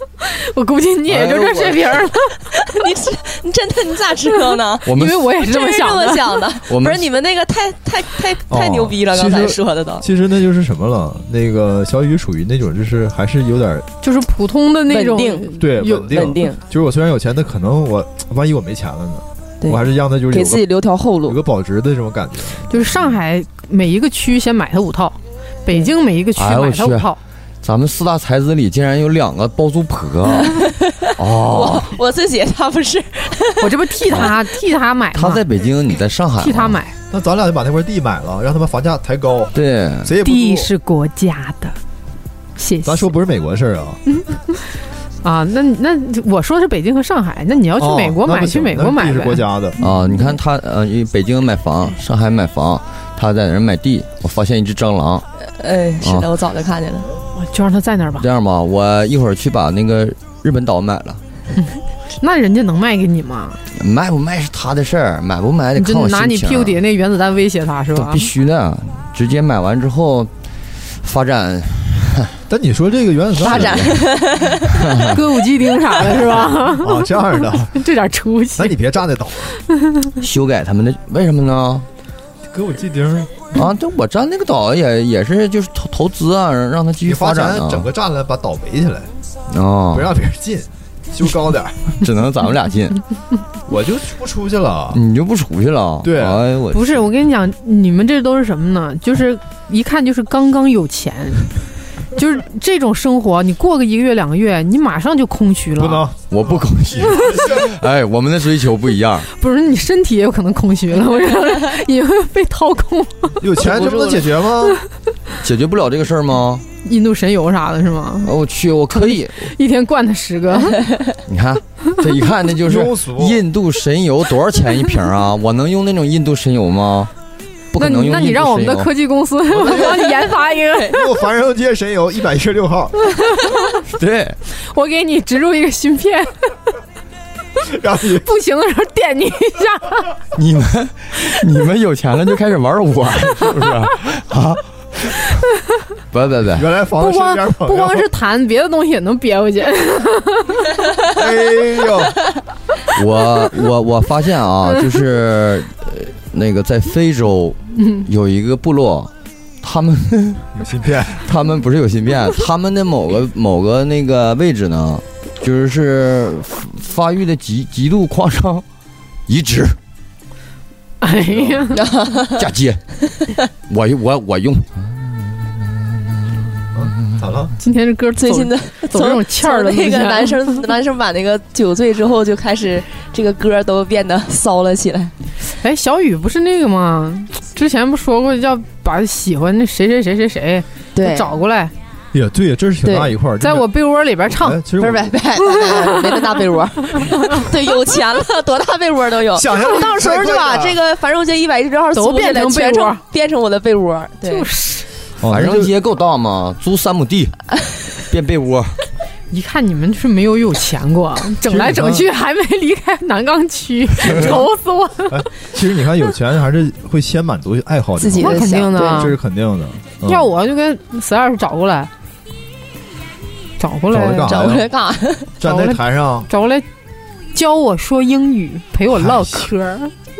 [SPEAKER 1] 我估计你也就这水平了，
[SPEAKER 5] 你是你真的你咋知道呢？
[SPEAKER 4] 我
[SPEAKER 1] 因
[SPEAKER 4] 们
[SPEAKER 1] 为我也是这么
[SPEAKER 5] 真
[SPEAKER 1] 想
[SPEAKER 5] 是这
[SPEAKER 1] 的
[SPEAKER 5] 么。想的，
[SPEAKER 4] 我
[SPEAKER 5] 不
[SPEAKER 4] 们
[SPEAKER 5] 是你们那个太太太太
[SPEAKER 3] 哦
[SPEAKER 5] 牛逼了，
[SPEAKER 3] 其实
[SPEAKER 5] 刚才说的都
[SPEAKER 3] [laughs] 其实那就是什么了？那个小雨属于那种，就是还是有点儿
[SPEAKER 1] 就是普通的那种
[SPEAKER 5] 稳，定
[SPEAKER 3] 对
[SPEAKER 1] 有
[SPEAKER 3] 稳定。
[SPEAKER 5] 稳定，
[SPEAKER 3] 就是我虽然有钱，但可能我万一我没钱了呢？
[SPEAKER 5] 对
[SPEAKER 3] 我还是让他就是
[SPEAKER 5] 给
[SPEAKER 3] 有
[SPEAKER 5] 自
[SPEAKER 3] 个
[SPEAKER 5] 己留条后
[SPEAKER 3] 有
[SPEAKER 5] 路。
[SPEAKER 3] 个保值的这种感觉。
[SPEAKER 1] 就是上海每一个区先买它五套，北京每一个区
[SPEAKER 4] 哎呦
[SPEAKER 1] 买它
[SPEAKER 4] 我
[SPEAKER 1] 五
[SPEAKER 4] 去
[SPEAKER 1] 套。
[SPEAKER 4] 咱们四大才子里竟然有两个
[SPEAKER 1] [laughs]
[SPEAKER 4] 包租婆哦，
[SPEAKER 5] 我自己他不是
[SPEAKER 1] 我这不替他替他买
[SPEAKER 4] 他
[SPEAKER 1] 吗
[SPEAKER 4] 在？北京，你在上海，
[SPEAKER 1] 替他。买，
[SPEAKER 3] 那咱俩就把那块地买了，让他们房价抬高，
[SPEAKER 4] 对，
[SPEAKER 3] 谁也不
[SPEAKER 1] 地
[SPEAKER 3] 住。
[SPEAKER 1] 是国家的。谢谢。
[SPEAKER 3] 咱说不是美国事儿啊，
[SPEAKER 1] 啊，那那我说的是北京和上海，那你要去
[SPEAKER 3] 哦
[SPEAKER 1] 美国
[SPEAKER 3] 那
[SPEAKER 1] 买，
[SPEAKER 3] 不
[SPEAKER 1] 去
[SPEAKER 3] 行
[SPEAKER 1] 美
[SPEAKER 3] 那
[SPEAKER 1] 国买
[SPEAKER 3] 地是
[SPEAKER 1] 呗
[SPEAKER 3] 国。家的，
[SPEAKER 4] 啊，你看他呃，因为北京买房，上海买房，他在那儿买地。我发现一只蟑螂，
[SPEAKER 5] 哎，是
[SPEAKER 4] 啊
[SPEAKER 5] 的，我早就看见了。
[SPEAKER 1] 我就让他在那儿吧。
[SPEAKER 4] 这样吧，我一会儿去把那个日本岛买了，
[SPEAKER 1] 那人家能卖给你吗？
[SPEAKER 4] 卖不卖是他的事儿，买不买得
[SPEAKER 1] 你就
[SPEAKER 4] 看我心情。啊
[SPEAKER 1] 拿
[SPEAKER 3] 啊
[SPEAKER 1] 你屁股底下那原子弹威胁他是
[SPEAKER 4] 对
[SPEAKER 1] 吧
[SPEAKER 4] 必？须的，直接买完之后发展
[SPEAKER 3] 但你说这个原子
[SPEAKER 5] 发
[SPEAKER 3] 弹
[SPEAKER 5] 展
[SPEAKER 1] 歌舞伎町啥的，是
[SPEAKER 3] [laughs]
[SPEAKER 1] 吧？
[SPEAKER 3] 啊，这样的，
[SPEAKER 1] 这点出息
[SPEAKER 3] 那，你别站那岛，
[SPEAKER 4] 修改他们的，为什么呢？
[SPEAKER 3] 歌舞伎町，
[SPEAKER 4] 啊，这我占那个岛也也是就是投投资啊，让它继
[SPEAKER 3] 你
[SPEAKER 4] 续
[SPEAKER 3] 发
[SPEAKER 4] 发
[SPEAKER 3] 展
[SPEAKER 4] 展啊，
[SPEAKER 3] 整个站了，把岛围起来，
[SPEAKER 4] 啊
[SPEAKER 3] 不，让别人进，修高点儿，
[SPEAKER 4] 只能咱们俩进，
[SPEAKER 3] [laughs] 我就不出去嗯了。
[SPEAKER 4] 你就不出去了？
[SPEAKER 3] 对啊
[SPEAKER 4] 哎呦我
[SPEAKER 1] 不是，我跟你讲，你们这都是什么呢？就是一看就是刚刚有钱，就是这种生活，你过个一个月两个月，你马上就空虚了。
[SPEAKER 3] 不 [laughs] 能，
[SPEAKER 4] 我不恭喜， [laughs] 哎，我们的追求不一样，
[SPEAKER 1] 不是你身体也有可能空虚了，我说 [laughs] 也会被掏空。
[SPEAKER 3] 有钱这不能解决吗？
[SPEAKER 4] 解决不了这个事儿吗？
[SPEAKER 1] 印度神油啥的是吗？
[SPEAKER 4] 哦，我去，我可 [laughs] 以，
[SPEAKER 1] 一天灌他十个，
[SPEAKER 4] 你看这一看那就是
[SPEAKER 3] 庸俗
[SPEAKER 4] 印度神油多少钱一瓶啊？我能用那种印度神油吗？不可
[SPEAKER 1] 那
[SPEAKER 4] 能
[SPEAKER 1] 你
[SPEAKER 4] 用
[SPEAKER 1] 那你
[SPEAKER 4] 印度
[SPEAKER 1] 让我们的
[SPEAKER 4] 神
[SPEAKER 2] 哦
[SPEAKER 4] 油
[SPEAKER 1] 科技公司 [laughs] 帮你研发一个，
[SPEAKER 3] 用繁荣街神游一百一十六号，
[SPEAKER 4] 对，
[SPEAKER 1] 我给你植入一个芯片，
[SPEAKER 3] 让你
[SPEAKER 1] 不行的时候点你一下。
[SPEAKER 3] [laughs]
[SPEAKER 4] 你们你们有钱了就开始玩我，是不是啊？ [laughs] 不不不，
[SPEAKER 3] 原来房
[SPEAKER 1] 不
[SPEAKER 3] 子身
[SPEAKER 1] 光
[SPEAKER 3] 边朋
[SPEAKER 1] 不
[SPEAKER 3] 友
[SPEAKER 1] 光，是痰，别的东西也能憋回去。
[SPEAKER 3] 哎呦，
[SPEAKER 4] 我我我发
[SPEAKER 1] [laughs]
[SPEAKER 4] 现啊，就是呃那个在非洲
[SPEAKER 1] 嗯
[SPEAKER 4] 有一个部落，他们
[SPEAKER 3] 有芯片，
[SPEAKER 4] 他们不是有芯片，
[SPEAKER 3] [laughs]
[SPEAKER 4] 他们的某个某个那个位置呢，就是是发育的极极度夸张，
[SPEAKER 3] [laughs]
[SPEAKER 4] 移植
[SPEAKER 1] 哎呀，
[SPEAKER 4] 嫁
[SPEAKER 3] [laughs]
[SPEAKER 4] 接，我我我用
[SPEAKER 3] 咋了？
[SPEAKER 1] 今天这歌
[SPEAKER 2] 最近
[SPEAKER 1] 的
[SPEAKER 2] 的
[SPEAKER 1] 走这种欠儿的
[SPEAKER 2] 从那
[SPEAKER 1] 路
[SPEAKER 2] 个
[SPEAKER 1] 线
[SPEAKER 2] 男生 [laughs] 男生把那个酒醉之后就开始这个歌都变得骚了起来。
[SPEAKER 1] 哎，小雨不是那个吗？之前不说过要把喜欢那谁谁谁谁谁
[SPEAKER 2] 对，
[SPEAKER 1] 找过来，
[SPEAKER 3] 也对，这是挺大一块儿。
[SPEAKER 1] 在我被窝里边唱。
[SPEAKER 3] 哎，其实
[SPEAKER 2] 不
[SPEAKER 3] 我
[SPEAKER 2] 是不是不是，没那大被窝。对，有钱了，多大被窝都
[SPEAKER 3] [laughs]
[SPEAKER 2] 有。
[SPEAKER 3] 想象力
[SPEAKER 2] 到时候就
[SPEAKER 3] 太
[SPEAKER 2] 把
[SPEAKER 3] 快
[SPEAKER 2] 这
[SPEAKER 3] 了
[SPEAKER 2] 个繁荣街一百一十六号
[SPEAKER 1] 都
[SPEAKER 2] 租
[SPEAKER 1] 变
[SPEAKER 2] 下来
[SPEAKER 1] 成被
[SPEAKER 2] 全
[SPEAKER 1] 窝
[SPEAKER 2] 成变成我的被窝。对
[SPEAKER 1] 就，是，
[SPEAKER 3] 哦
[SPEAKER 4] 繁
[SPEAKER 3] 那
[SPEAKER 4] 荣
[SPEAKER 3] 就
[SPEAKER 4] 街够大吗？租三
[SPEAKER 3] [laughs]
[SPEAKER 4] 亩地，变被窝，
[SPEAKER 1] 一看你们就是没有有钱
[SPEAKER 3] [laughs]
[SPEAKER 1] 过，啊整来整去还没离开南岗区，
[SPEAKER 3] 啊
[SPEAKER 1] 愁死我！
[SPEAKER 3] 其实你看，有钱还是会先满足爱好这
[SPEAKER 2] 自己
[SPEAKER 3] 方
[SPEAKER 2] 的
[SPEAKER 1] 那肯定的
[SPEAKER 2] 想
[SPEAKER 1] 啊
[SPEAKER 3] 面，这是肯定的。嗯
[SPEAKER 1] 要我就跟十二找过来，找过
[SPEAKER 3] 找
[SPEAKER 1] 来
[SPEAKER 3] 来，干
[SPEAKER 2] 找过来干啥？
[SPEAKER 3] 站在台上，
[SPEAKER 1] 找过来教我说英语，陪我唠嗑儿，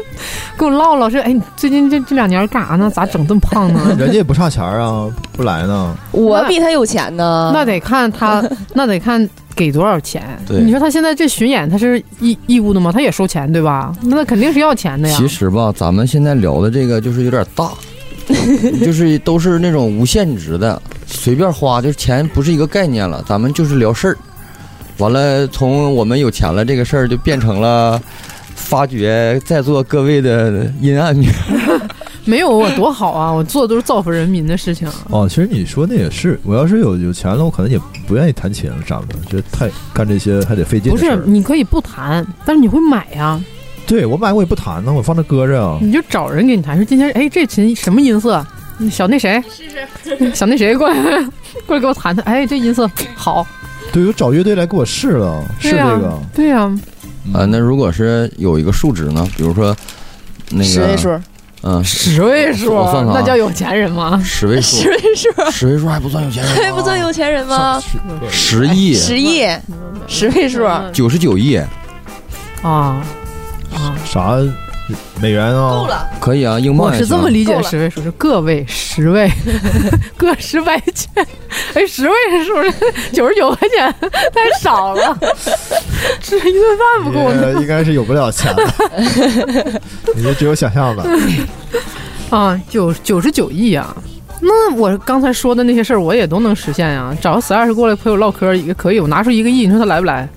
[SPEAKER 1] [laughs] 跟我唠唠说，哎，你最近这这两年干啥呢？咋整这么胖
[SPEAKER 3] [laughs]
[SPEAKER 1] 呢？
[SPEAKER 3] 人家也不差钱儿啊，不来呢。
[SPEAKER 2] 我比他有钱呢。
[SPEAKER 1] 那得看他，那得看给多少钱。
[SPEAKER 4] 对
[SPEAKER 1] 你说他现在这巡演，他是义义务的吗？他也收钱对吧？那肯定是要钱的呀。
[SPEAKER 4] 其实吧，咱们现在聊的这个就是有点大， [laughs] 就是都是那种无限值的，随便花，就是钱不是一个概念了。咱们就是聊事儿，完了从我们有钱了这个事儿就变成了发掘在座各位的阴暗面。
[SPEAKER 1] 没有我多好啊，我做的都是造福人民的事情啊。
[SPEAKER 3] 哦，其实你说那也是，我要是有有钱了，我可能也不愿意弹琴了啥的，这太干这些还得费劲
[SPEAKER 1] 不
[SPEAKER 3] 的事
[SPEAKER 1] 是
[SPEAKER 3] 儿。，
[SPEAKER 1] 你可以不谈，但是你会买啊呀、
[SPEAKER 3] 对我买我也不弹呢，我放那搁着啊。
[SPEAKER 1] 你就找人给你谈。说今天哎，这琴什么音色？小那谁，小那谁过来， [laughs] 过来给我弹弹。哎，这音色好。
[SPEAKER 3] 对，我找乐队来给我试了，试
[SPEAKER 1] 对
[SPEAKER 3] 这
[SPEAKER 1] 呀、
[SPEAKER 3] 个。
[SPEAKER 1] 对呀、
[SPEAKER 4] [laughs] 啊，那如果是有一个数值呢，比如说那个
[SPEAKER 2] 十位，数，
[SPEAKER 4] 嗯，
[SPEAKER 1] 十位数
[SPEAKER 4] 我算算啊
[SPEAKER 1] 那叫有钱人吗？
[SPEAKER 4] 十位数
[SPEAKER 2] [laughs] 十，位数，
[SPEAKER 4] 十位数还不算有钱人吗，
[SPEAKER 2] [laughs] 还不算有钱人吗？
[SPEAKER 4] 十亿、
[SPEAKER 2] 十亿，十位数，
[SPEAKER 4] 九十九亿，
[SPEAKER 1] 啊啊！
[SPEAKER 3] 啥美元啊？
[SPEAKER 2] 了。
[SPEAKER 4] 可以啊，英镑
[SPEAKER 1] 我
[SPEAKER 4] 也
[SPEAKER 1] 是这
[SPEAKER 4] 行
[SPEAKER 1] 么理解
[SPEAKER 2] 够了
[SPEAKER 1] 十位数，是个位、十位、 [laughs] 个十百千。哎，十位数是九十九块钱，太少了， [laughs] 吃一顿饭不够呢
[SPEAKER 3] 也应该是有不了钱了，
[SPEAKER 2] [laughs]
[SPEAKER 3] 你就只有想象了。
[SPEAKER 1] 啊！九九十九亿啊！那我刚才说的那些事儿，我也都能实现呀、找个死二十过来陪我唠嗑也可以，我拿出一个亿，你说他来不来？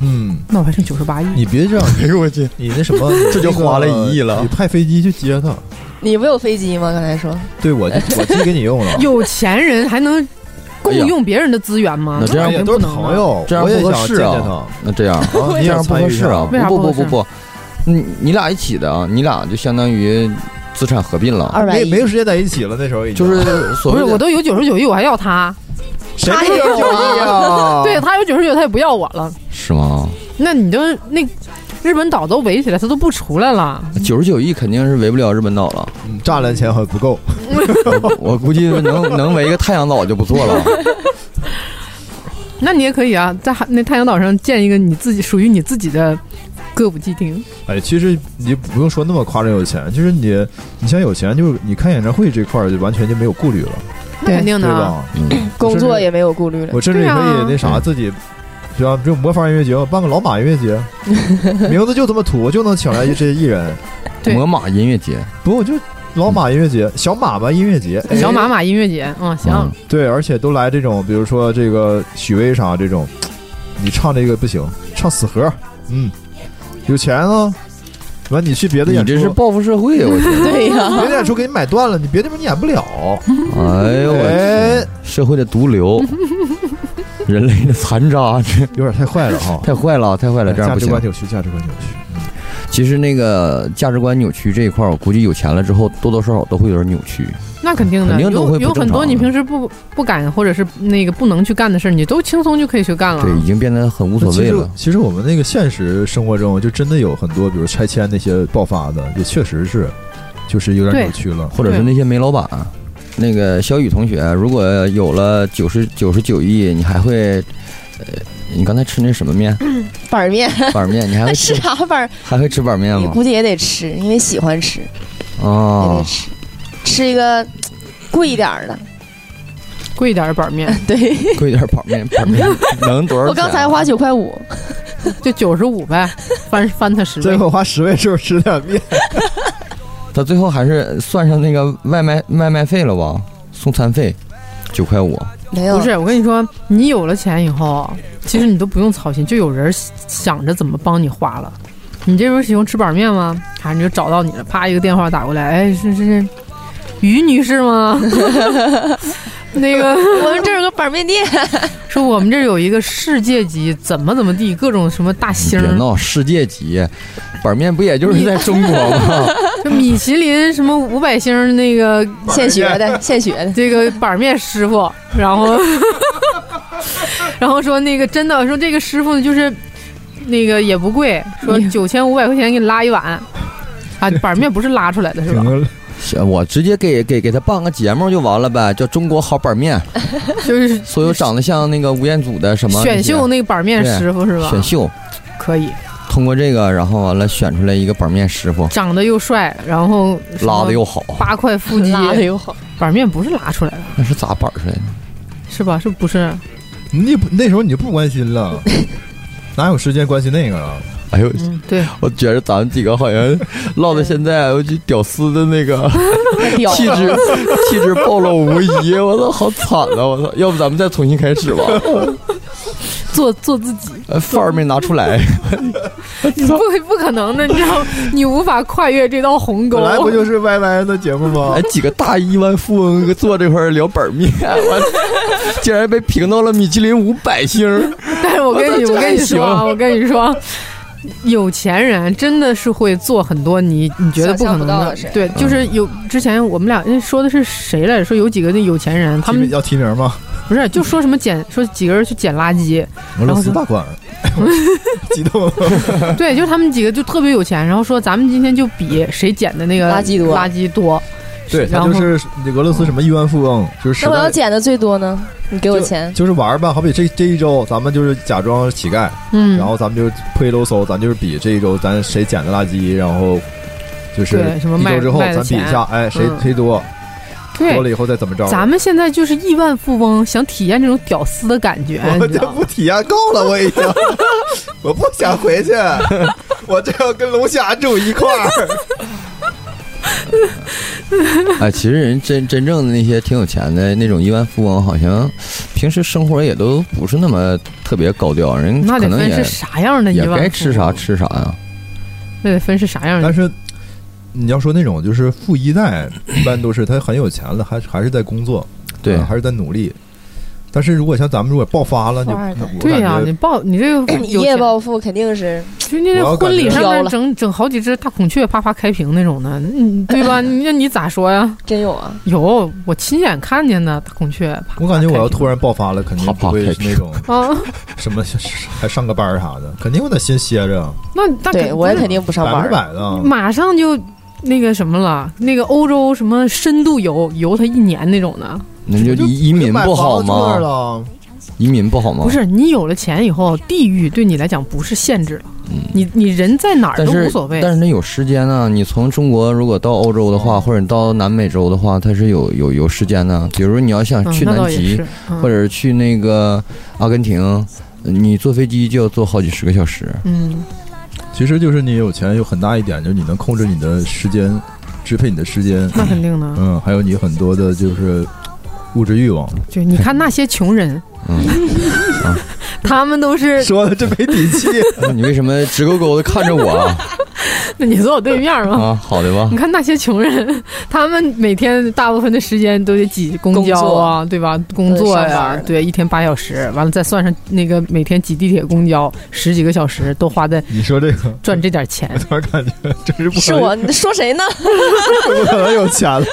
[SPEAKER 3] 嗯，
[SPEAKER 1] 那我还剩九十八亿。。
[SPEAKER 3] 你别这 [laughs] 样，
[SPEAKER 4] 哎呦我去！
[SPEAKER 3] 你那什 [laughs] 么，
[SPEAKER 4] 这就花了一亿了
[SPEAKER 3] 你派飞机去接他，
[SPEAKER 2] 你不有飞机吗？刚才说
[SPEAKER 3] [laughs] 对我 [laughs] 我寄给你用了
[SPEAKER 1] 有钱人还能共
[SPEAKER 4] 哎呀
[SPEAKER 1] 用别人的资源吗？
[SPEAKER 4] 那这
[SPEAKER 3] 哎
[SPEAKER 4] 样
[SPEAKER 1] 肯
[SPEAKER 3] 呀
[SPEAKER 1] 定
[SPEAKER 3] 都是
[SPEAKER 1] 不能啊
[SPEAKER 3] 朋。友，
[SPEAKER 4] 这样
[SPEAKER 3] 我也
[SPEAKER 4] 不合
[SPEAKER 3] 想
[SPEAKER 4] 适
[SPEAKER 3] 见见
[SPEAKER 4] 啊
[SPEAKER 3] 他。
[SPEAKER 4] 那
[SPEAKER 1] [laughs]
[SPEAKER 4] 这样，
[SPEAKER 3] 啊，
[SPEAKER 4] 这
[SPEAKER 3] 你也想
[SPEAKER 4] 样不
[SPEAKER 3] 参
[SPEAKER 4] 合
[SPEAKER 3] 与一
[SPEAKER 4] 适
[SPEAKER 3] 下
[SPEAKER 4] 啊！
[SPEAKER 1] 为啥
[SPEAKER 4] 不
[SPEAKER 1] 不合
[SPEAKER 4] 不不
[SPEAKER 1] 适
[SPEAKER 4] 不，你你俩一起的啊，你俩就相当于资产合并了，
[SPEAKER 2] 二百
[SPEAKER 3] 没
[SPEAKER 2] 亿
[SPEAKER 3] 没有时间在一起了，那时候已经啊
[SPEAKER 4] 就是所
[SPEAKER 1] 不
[SPEAKER 4] 谓
[SPEAKER 1] 是，
[SPEAKER 4] 的啊
[SPEAKER 1] 我都有九十九亿，我还要他？
[SPEAKER 3] 谁没有
[SPEAKER 2] 他也有
[SPEAKER 3] 啊？
[SPEAKER 4] [laughs]
[SPEAKER 1] 对他有九十九，他也不要我了。
[SPEAKER 4] 是吗？
[SPEAKER 1] 那你就那日本岛都围起来，他都不出来了。
[SPEAKER 4] 九十九亿肯定是围不了日本岛
[SPEAKER 1] [laughs]
[SPEAKER 4] 了，
[SPEAKER 3] 嗯栅栏钱还不够，
[SPEAKER 4] 我估计能能围个太阳岛就不错了。
[SPEAKER 1] [laughs] 那你也可以啊，在海那太阳岛上建一个你自己属于你自己的歌舞伎町。
[SPEAKER 3] [laughs] 哎，其实你不用说那么夸张有钱，就是你，你像有钱，就是你看演唱会这块儿就完全就没有顾虑了，
[SPEAKER 1] 那肯定
[SPEAKER 3] 对
[SPEAKER 1] 的啊。
[SPEAKER 3] 吧？
[SPEAKER 4] 嗯，
[SPEAKER 2] 工作也没有顾虑了。
[SPEAKER 3] 我甚至可
[SPEAKER 1] 对啊
[SPEAKER 3] 以那啥自己，比方这种魔方音乐节，我办个老马音乐节，名字就这么土，就能请来这些艺人，
[SPEAKER 1] [laughs] 对
[SPEAKER 4] [laughs] 魔马音乐节，
[SPEAKER 3] 不我就老马音乐节、小马马音乐节，
[SPEAKER 1] 小马马音乐节，嗯，行，
[SPEAKER 4] 哎嗯
[SPEAKER 3] 对，而且都来这种，比如说这个许巍啥这种，你唱这个不行，唱死核，嗯，有钱啊，完你去别的
[SPEAKER 4] 你
[SPEAKER 3] 演出，
[SPEAKER 4] 这是报复社会，啊我觉得。
[SPEAKER 2] 对哎呀、
[SPEAKER 3] 别的演出给你买断了，你别的地方你演不了，
[SPEAKER 4] 哎呦我天，
[SPEAKER 3] 哎，
[SPEAKER 4] 社会的
[SPEAKER 1] [laughs]
[SPEAKER 4] 毒瘤，人类的残渣，这
[SPEAKER 3] 有点太坏了哈。
[SPEAKER 4] 太坏了，太坏了，这样
[SPEAKER 3] 价
[SPEAKER 4] 不
[SPEAKER 3] 值
[SPEAKER 4] 行
[SPEAKER 3] 观。扭曲，价值观扭曲。
[SPEAKER 4] 其实那个价值观扭曲这一块儿，我估计有钱了之后，多多少少都会有点扭曲。
[SPEAKER 1] 那肯定的，
[SPEAKER 4] 肯定都会
[SPEAKER 1] 有
[SPEAKER 4] 不
[SPEAKER 1] 有很
[SPEAKER 4] 正
[SPEAKER 1] 多
[SPEAKER 4] 常
[SPEAKER 1] 你
[SPEAKER 4] 的
[SPEAKER 1] 平时不不敢或者是那个不能去干的事儿，你都轻松就可以去
[SPEAKER 2] 嗯
[SPEAKER 1] 干了。
[SPEAKER 4] 对，已经变得很无所
[SPEAKER 3] 其
[SPEAKER 4] 谓
[SPEAKER 3] 实
[SPEAKER 4] 了。
[SPEAKER 3] 其实我们那个现实生活中，就真的有很多，比如拆迁那些爆发的，也确实是，就是有点扭曲了。
[SPEAKER 4] 或者是那些煤老板。啊那个小雨同学，如果有了九十九十九亿，你还会，呃，你刚才吃那什么
[SPEAKER 2] [laughs]
[SPEAKER 4] 面？
[SPEAKER 2] 板儿面，
[SPEAKER 4] 板面？你还
[SPEAKER 2] [laughs]
[SPEAKER 4] 会
[SPEAKER 2] 那
[SPEAKER 4] 吃
[SPEAKER 2] 吃啥板儿？
[SPEAKER 4] 还会吃板面
[SPEAKER 2] 你
[SPEAKER 4] 吗？
[SPEAKER 2] 估计也得吃，因为喜欢吃，也得
[SPEAKER 4] 嗯哦，
[SPEAKER 2] 吃，吃一个贵一点儿的。
[SPEAKER 1] 贵一点的板
[SPEAKER 4] [laughs]
[SPEAKER 1] 面
[SPEAKER 2] 对
[SPEAKER 4] 贵一点板面，板
[SPEAKER 2] [laughs]
[SPEAKER 4] 面能多少钱？啊
[SPEAKER 2] 我刚才花九块五，
[SPEAKER 1] 就九十五呗，翻翻它十
[SPEAKER 3] 最
[SPEAKER 1] 倍。
[SPEAKER 3] 后花十位是不是吃点面？
[SPEAKER 4] [laughs] 他最后还是算上那个外卖外卖费了吧？送餐费九块五，
[SPEAKER 2] 没有
[SPEAKER 1] 不是，我跟你说，你有了钱以后，其实你都不用操心，就有人想着怎么帮你花了。你这不是喜欢吃板面吗？啊，你就找到你了，啪一个电话打过来，哎，是是是，于女士吗？ [laughs] 那个。
[SPEAKER 2] 我们这儿有个板儿面
[SPEAKER 1] [laughs]
[SPEAKER 2] 店，
[SPEAKER 1] 说我们这儿有一个世界级怎么怎么地，各种什么大
[SPEAKER 4] 你
[SPEAKER 1] 星
[SPEAKER 4] 别
[SPEAKER 1] 儿，
[SPEAKER 4] 闹，世界级板面不也就是在中国
[SPEAKER 1] [laughs]
[SPEAKER 4] 吗？
[SPEAKER 1] 就米其林什么五百星儿那个
[SPEAKER 2] 现学
[SPEAKER 1] [laughs]
[SPEAKER 2] 的，现学的。
[SPEAKER 1] 这个板面师傅，然后 [laughs] 然后说那个真的说这个师傅呢就是那个也不贵，说九千五百块钱给你拉一碗。啊，板面不是拉出来的是吧？
[SPEAKER 4] 是我直接给给给他办个节目就完了呗，叫《中国好板面》，
[SPEAKER 1] 哎就是
[SPEAKER 4] 所有长得像那个吴彦祖的什嗯么
[SPEAKER 1] 选秀
[SPEAKER 4] 那
[SPEAKER 1] 那个板面
[SPEAKER 4] 对
[SPEAKER 1] 师傅是
[SPEAKER 4] 些
[SPEAKER 1] 吧？
[SPEAKER 4] 选秀，
[SPEAKER 1] 可以，
[SPEAKER 4] 通过这个，然后完了选出来一个板面师傅，
[SPEAKER 1] 长得又帅，然后什么
[SPEAKER 4] 拉的又好，
[SPEAKER 1] 八块腹肌，
[SPEAKER 2] 拉的又好，
[SPEAKER 1] 板面不是拉出来的，
[SPEAKER 4] 那是咋板出来的？
[SPEAKER 1] 是吧？是不是？
[SPEAKER 3] 你不那时候你就不关心
[SPEAKER 4] [laughs]
[SPEAKER 3] 了，哪有时间关心那个啊？
[SPEAKER 4] 哎呦，
[SPEAKER 1] 嗯，对。
[SPEAKER 4] 我觉得咱们几个好像唠到现在，我就屌丝的那个
[SPEAKER 2] 屌
[SPEAKER 4] 气质
[SPEAKER 1] [laughs]
[SPEAKER 4] 气质暴露无遗，我操，好惨呐！我操，要不咱们再重新开
[SPEAKER 1] [laughs]
[SPEAKER 4] 始吧？
[SPEAKER 1] 做做自己，
[SPEAKER 4] 呃范儿没拿出来，
[SPEAKER 1] 你 [laughs] 不不可能的，你知道吗，你无法跨越这道鸿沟
[SPEAKER 3] 本。来不就是 Y Y 的节目吗
[SPEAKER 4] 哎，？几个大亿万富翁坐这块儿聊板面，我竟然被评到了米其林五百星儿。
[SPEAKER 1] 但 [laughs] 是我跟你，我跟你
[SPEAKER 4] 我操这还行
[SPEAKER 1] 说啊，我跟你说，有钱人真的是会做很多你你觉得不可能
[SPEAKER 2] 想象不到
[SPEAKER 1] 的
[SPEAKER 2] 的事，
[SPEAKER 1] 对，就是
[SPEAKER 4] 嗯
[SPEAKER 1] 有之前我们俩哎说的是谁来着？说有几个那有钱人，他
[SPEAKER 3] 提名
[SPEAKER 1] 们
[SPEAKER 3] 要提名吗？
[SPEAKER 1] 不是就说什么捡，说几个人去捡垃
[SPEAKER 4] [laughs]
[SPEAKER 1] 圾，
[SPEAKER 3] 俄
[SPEAKER 1] 然
[SPEAKER 3] 罗斯
[SPEAKER 1] 后就
[SPEAKER 3] 大馆，激
[SPEAKER 1] [laughs]
[SPEAKER 3] 动了。
[SPEAKER 1] 对，就他们几个就特别有钱，然后说咱们今天就比谁捡的那个
[SPEAKER 2] 垃圾多
[SPEAKER 1] 垃圾多，
[SPEAKER 3] 对他
[SPEAKER 1] 然后
[SPEAKER 3] 就是俄罗斯什么亿万富翁，就是时
[SPEAKER 2] 那我要
[SPEAKER 3] 代，
[SPEAKER 2] 捡的最多呢？你给我钱，
[SPEAKER 3] 就是玩儿吧。好比这这一周咱们就是假装乞丐，
[SPEAKER 1] 嗯，
[SPEAKER 3] 然后咱们就破一搜搜，咱就是比这一周咱谁捡的垃圾，然后就是
[SPEAKER 1] 对
[SPEAKER 3] 一
[SPEAKER 1] 什么卖
[SPEAKER 3] 周之后
[SPEAKER 1] 卖的
[SPEAKER 3] 咱比一下，哎，谁
[SPEAKER 1] 嗯
[SPEAKER 3] 谁多
[SPEAKER 1] 对
[SPEAKER 3] 多，了以后再怎么着。
[SPEAKER 1] 咱们现在就是亿万富翁，想体验这种屌丝的感觉，
[SPEAKER 3] 我
[SPEAKER 1] 哎你知
[SPEAKER 3] 这
[SPEAKER 1] 道吗？
[SPEAKER 3] 不体验够了，我已经，我不想回去，我这要跟龙虾住一块儿。
[SPEAKER 4] 哎，其实人真真正的那些挺有钱的那种亿万富翁，好像平时生活也都不是那么特别高调，人
[SPEAKER 1] 那
[SPEAKER 4] 可
[SPEAKER 1] 得
[SPEAKER 4] 能
[SPEAKER 1] 分是
[SPEAKER 4] 也
[SPEAKER 1] 啥样的亿
[SPEAKER 4] 也
[SPEAKER 1] 万富翁，
[SPEAKER 4] 该吃啥吃啥呀。
[SPEAKER 1] 那得分是啥样的
[SPEAKER 3] 但。是你要说那种就是富一代，一般都是他很有钱了，还还是在工作，
[SPEAKER 4] 对
[SPEAKER 3] 啊，还是在努力。但是如果像咱们如果爆发了，你
[SPEAKER 2] 富二代
[SPEAKER 3] 我
[SPEAKER 1] 对啊
[SPEAKER 3] 感
[SPEAKER 1] 呀、你
[SPEAKER 3] 觉
[SPEAKER 4] [clears throat]
[SPEAKER 1] 报你这个
[SPEAKER 2] 一
[SPEAKER 1] 有
[SPEAKER 2] 夜
[SPEAKER 1] 钱
[SPEAKER 2] 暴富肯定是
[SPEAKER 1] 就那
[SPEAKER 3] 我
[SPEAKER 1] 个
[SPEAKER 3] 要
[SPEAKER 1] 婚礼
[SPEAKER 3] 感觉
[SPEAKER 1] 上
[SPEAKER 2] 飘
[SPEAKER 1] 面
[SPEAKER 2] 了
[SPEAKER 1] 整整好几只大孔雀啪啪开屏那种的，嗯，对
[SPEAKER 2] [laughs]
[SPEAKER 1] 吧？你那你咋说呀？
[SPEAKER 2] 真有啊，
[SPEAKER 1] 有，我亲眼看见的大孔雀啪啪
[SPEAKER 3] 我感觉我要
[SPEAKER 1] 开屏
[SPEAKER 3] 突然爆发了，肯定不会
[SPEAKER 4] 啪啪
[SPEAKER 3] 是那种
[SPEAKER 1] 啊，
[SPEAKER 3] 什么还上个班儿 [laughs] 啥的，肯定我得先歇着，
[SPEAKER 1] 那那
[SPEAKER 2] 对我也肯定不上
[SPEAKER 3] 百分
[SPEAKER 2] 班
[SPEAKER 3] 之
[SPEAKER 2] 儿，
[SPEAKER 3] 百的。
[SPEAKER 4] 嗯
[SPEAKER 1] 马上就那个什么了，那个欧洲什么深度游游它一年那种的，
[SPEAKER 4] 那就移移民不好
[SPEAKER 3] 买房子
[SPEAKER 4] 吗？
[SPEAKER 3] 了
[SPEAKER 4] 移民不好吗？
[SPEAKER 1] 不，是你有了钱以后，地域对你来讲不是限制了，
[SPEAKER 4] 嗯
[SPEAKER 1] 你你人在哪儿
[SPEAKER 4] 但
[SPEAKER 1] 都
[SPEAKER 4] 是
[SPEAKER 1] 无所谓
[SPEAKER 4] 但。是那有时间啊。你从中国如果到欧洲的
[SPEAKER 1] 嗯
[SPEAKER 4] 话，或者到南美洲的话，它是有有有时间的。比如你要想
[SPEAKER 1] 嗯
[SPEAKER 4] 去
[SPEAKER 1] 那
[SPEAKER 4] 南
[SPEAKER 1] 倒也
[SPEAKER 4] 极，
[SPEAKER 1] 是，嗯
[SPEAKER 4] 或者是去那个阿根廷，你坐飞机就要坐好几十个小时。
[SPEAKER 1] 嗯，
[SPEAKER 3] 其实就是你有钱有很大一点，就是你能控制你的时间，支配你的时间，
[SPEAKER 1] 那肯定的。
[SPEAKER 3] 嗯，还有你很多的就是物质欲望。
[SPEAKER 1] 就你看那些穷人，
[SPEAKER 4] 嗯，
[SPEAKER 1] 他们都是
[SPEAKER 3] 说的真没底气，
[SPEAKER 4] 那你为什么直勾勾的看着我啊？
[SPEAKER 1] 那 [laughs] 你坐我对面吗？
[SPEAKER 4] 啊，好的吧
[SPEAKER 1] 你。看那些穷人，他们每天大部分的时间都得挤公交啊，对吧？工作
[SPEAKER 2] 上
[SPEAKER 1] 呀、
[SPEAKER 2] 班
[SPEAKER 1] 对，一天八小时，完了再算上那个每天挤地铁、公交十几个小时，都花在
[SPEAKER 3] [laughs] 你说这个，
[SPEAKER 1] 赚这点钱
[SPEAKER 3] 我。突然感觉真是不
[SPEAKER 2] 是
[SPEAKER 3] 可能
[SPEAKER 2] 我你说谁呢？
[SPEAKER 3] 不可能有钱 [laughs] 了。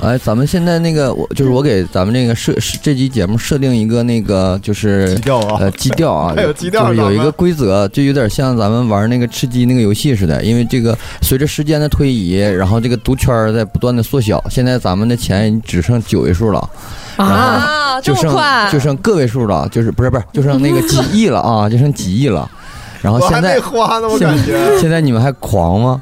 [SPEAKER 4] 哎，咱们现在那个，我就是我给咱们这个设是这期节目设定一个那个就是
[SPEAKER 3] 低调啊
[SPEAKER 4] 呃，基调啊，
[SPEAKER 3] [laughs] 还有基调
[SPEAKER 4] 就是有一
[SPEAKER 3] 咱
[SPEAKER 4] 个
[SPEAKER 3] 们
[SPEAKER 4] 规则，就有点像咱们玩那个吃鸡那个游戏似的。因为这个随着时间的推移，然后这个毒圈儿在不断的缩小，现在咱们的钱只剩九位数了，
[SPEAKER 1] 啊，
[SPEAKER 2] 啊，这
[SPEAKER 4] 就
[SPEAKER 2] 么
[SPEAKER 4] 剩
[SPEAKER 2] 快，嗯
[SPEAKER 4] 就剩个位数了，就是不是不是，就剩那个几亿了啊， [laughs] 就剩几亿了。然后
[SPEAKER 3] 我还
[SPEAKER 4] 现
[SPEAKER 3] 没
[SPEAKER 4] 在
[SPEAKER 3] 花呢，我
[SPEAKER 4] 现
[SPEAKER 3] 感
[SPEAKER 4] 在
[SPEAKER 3] 觉。
[SPEAKER 4] 现在你们还狂吗？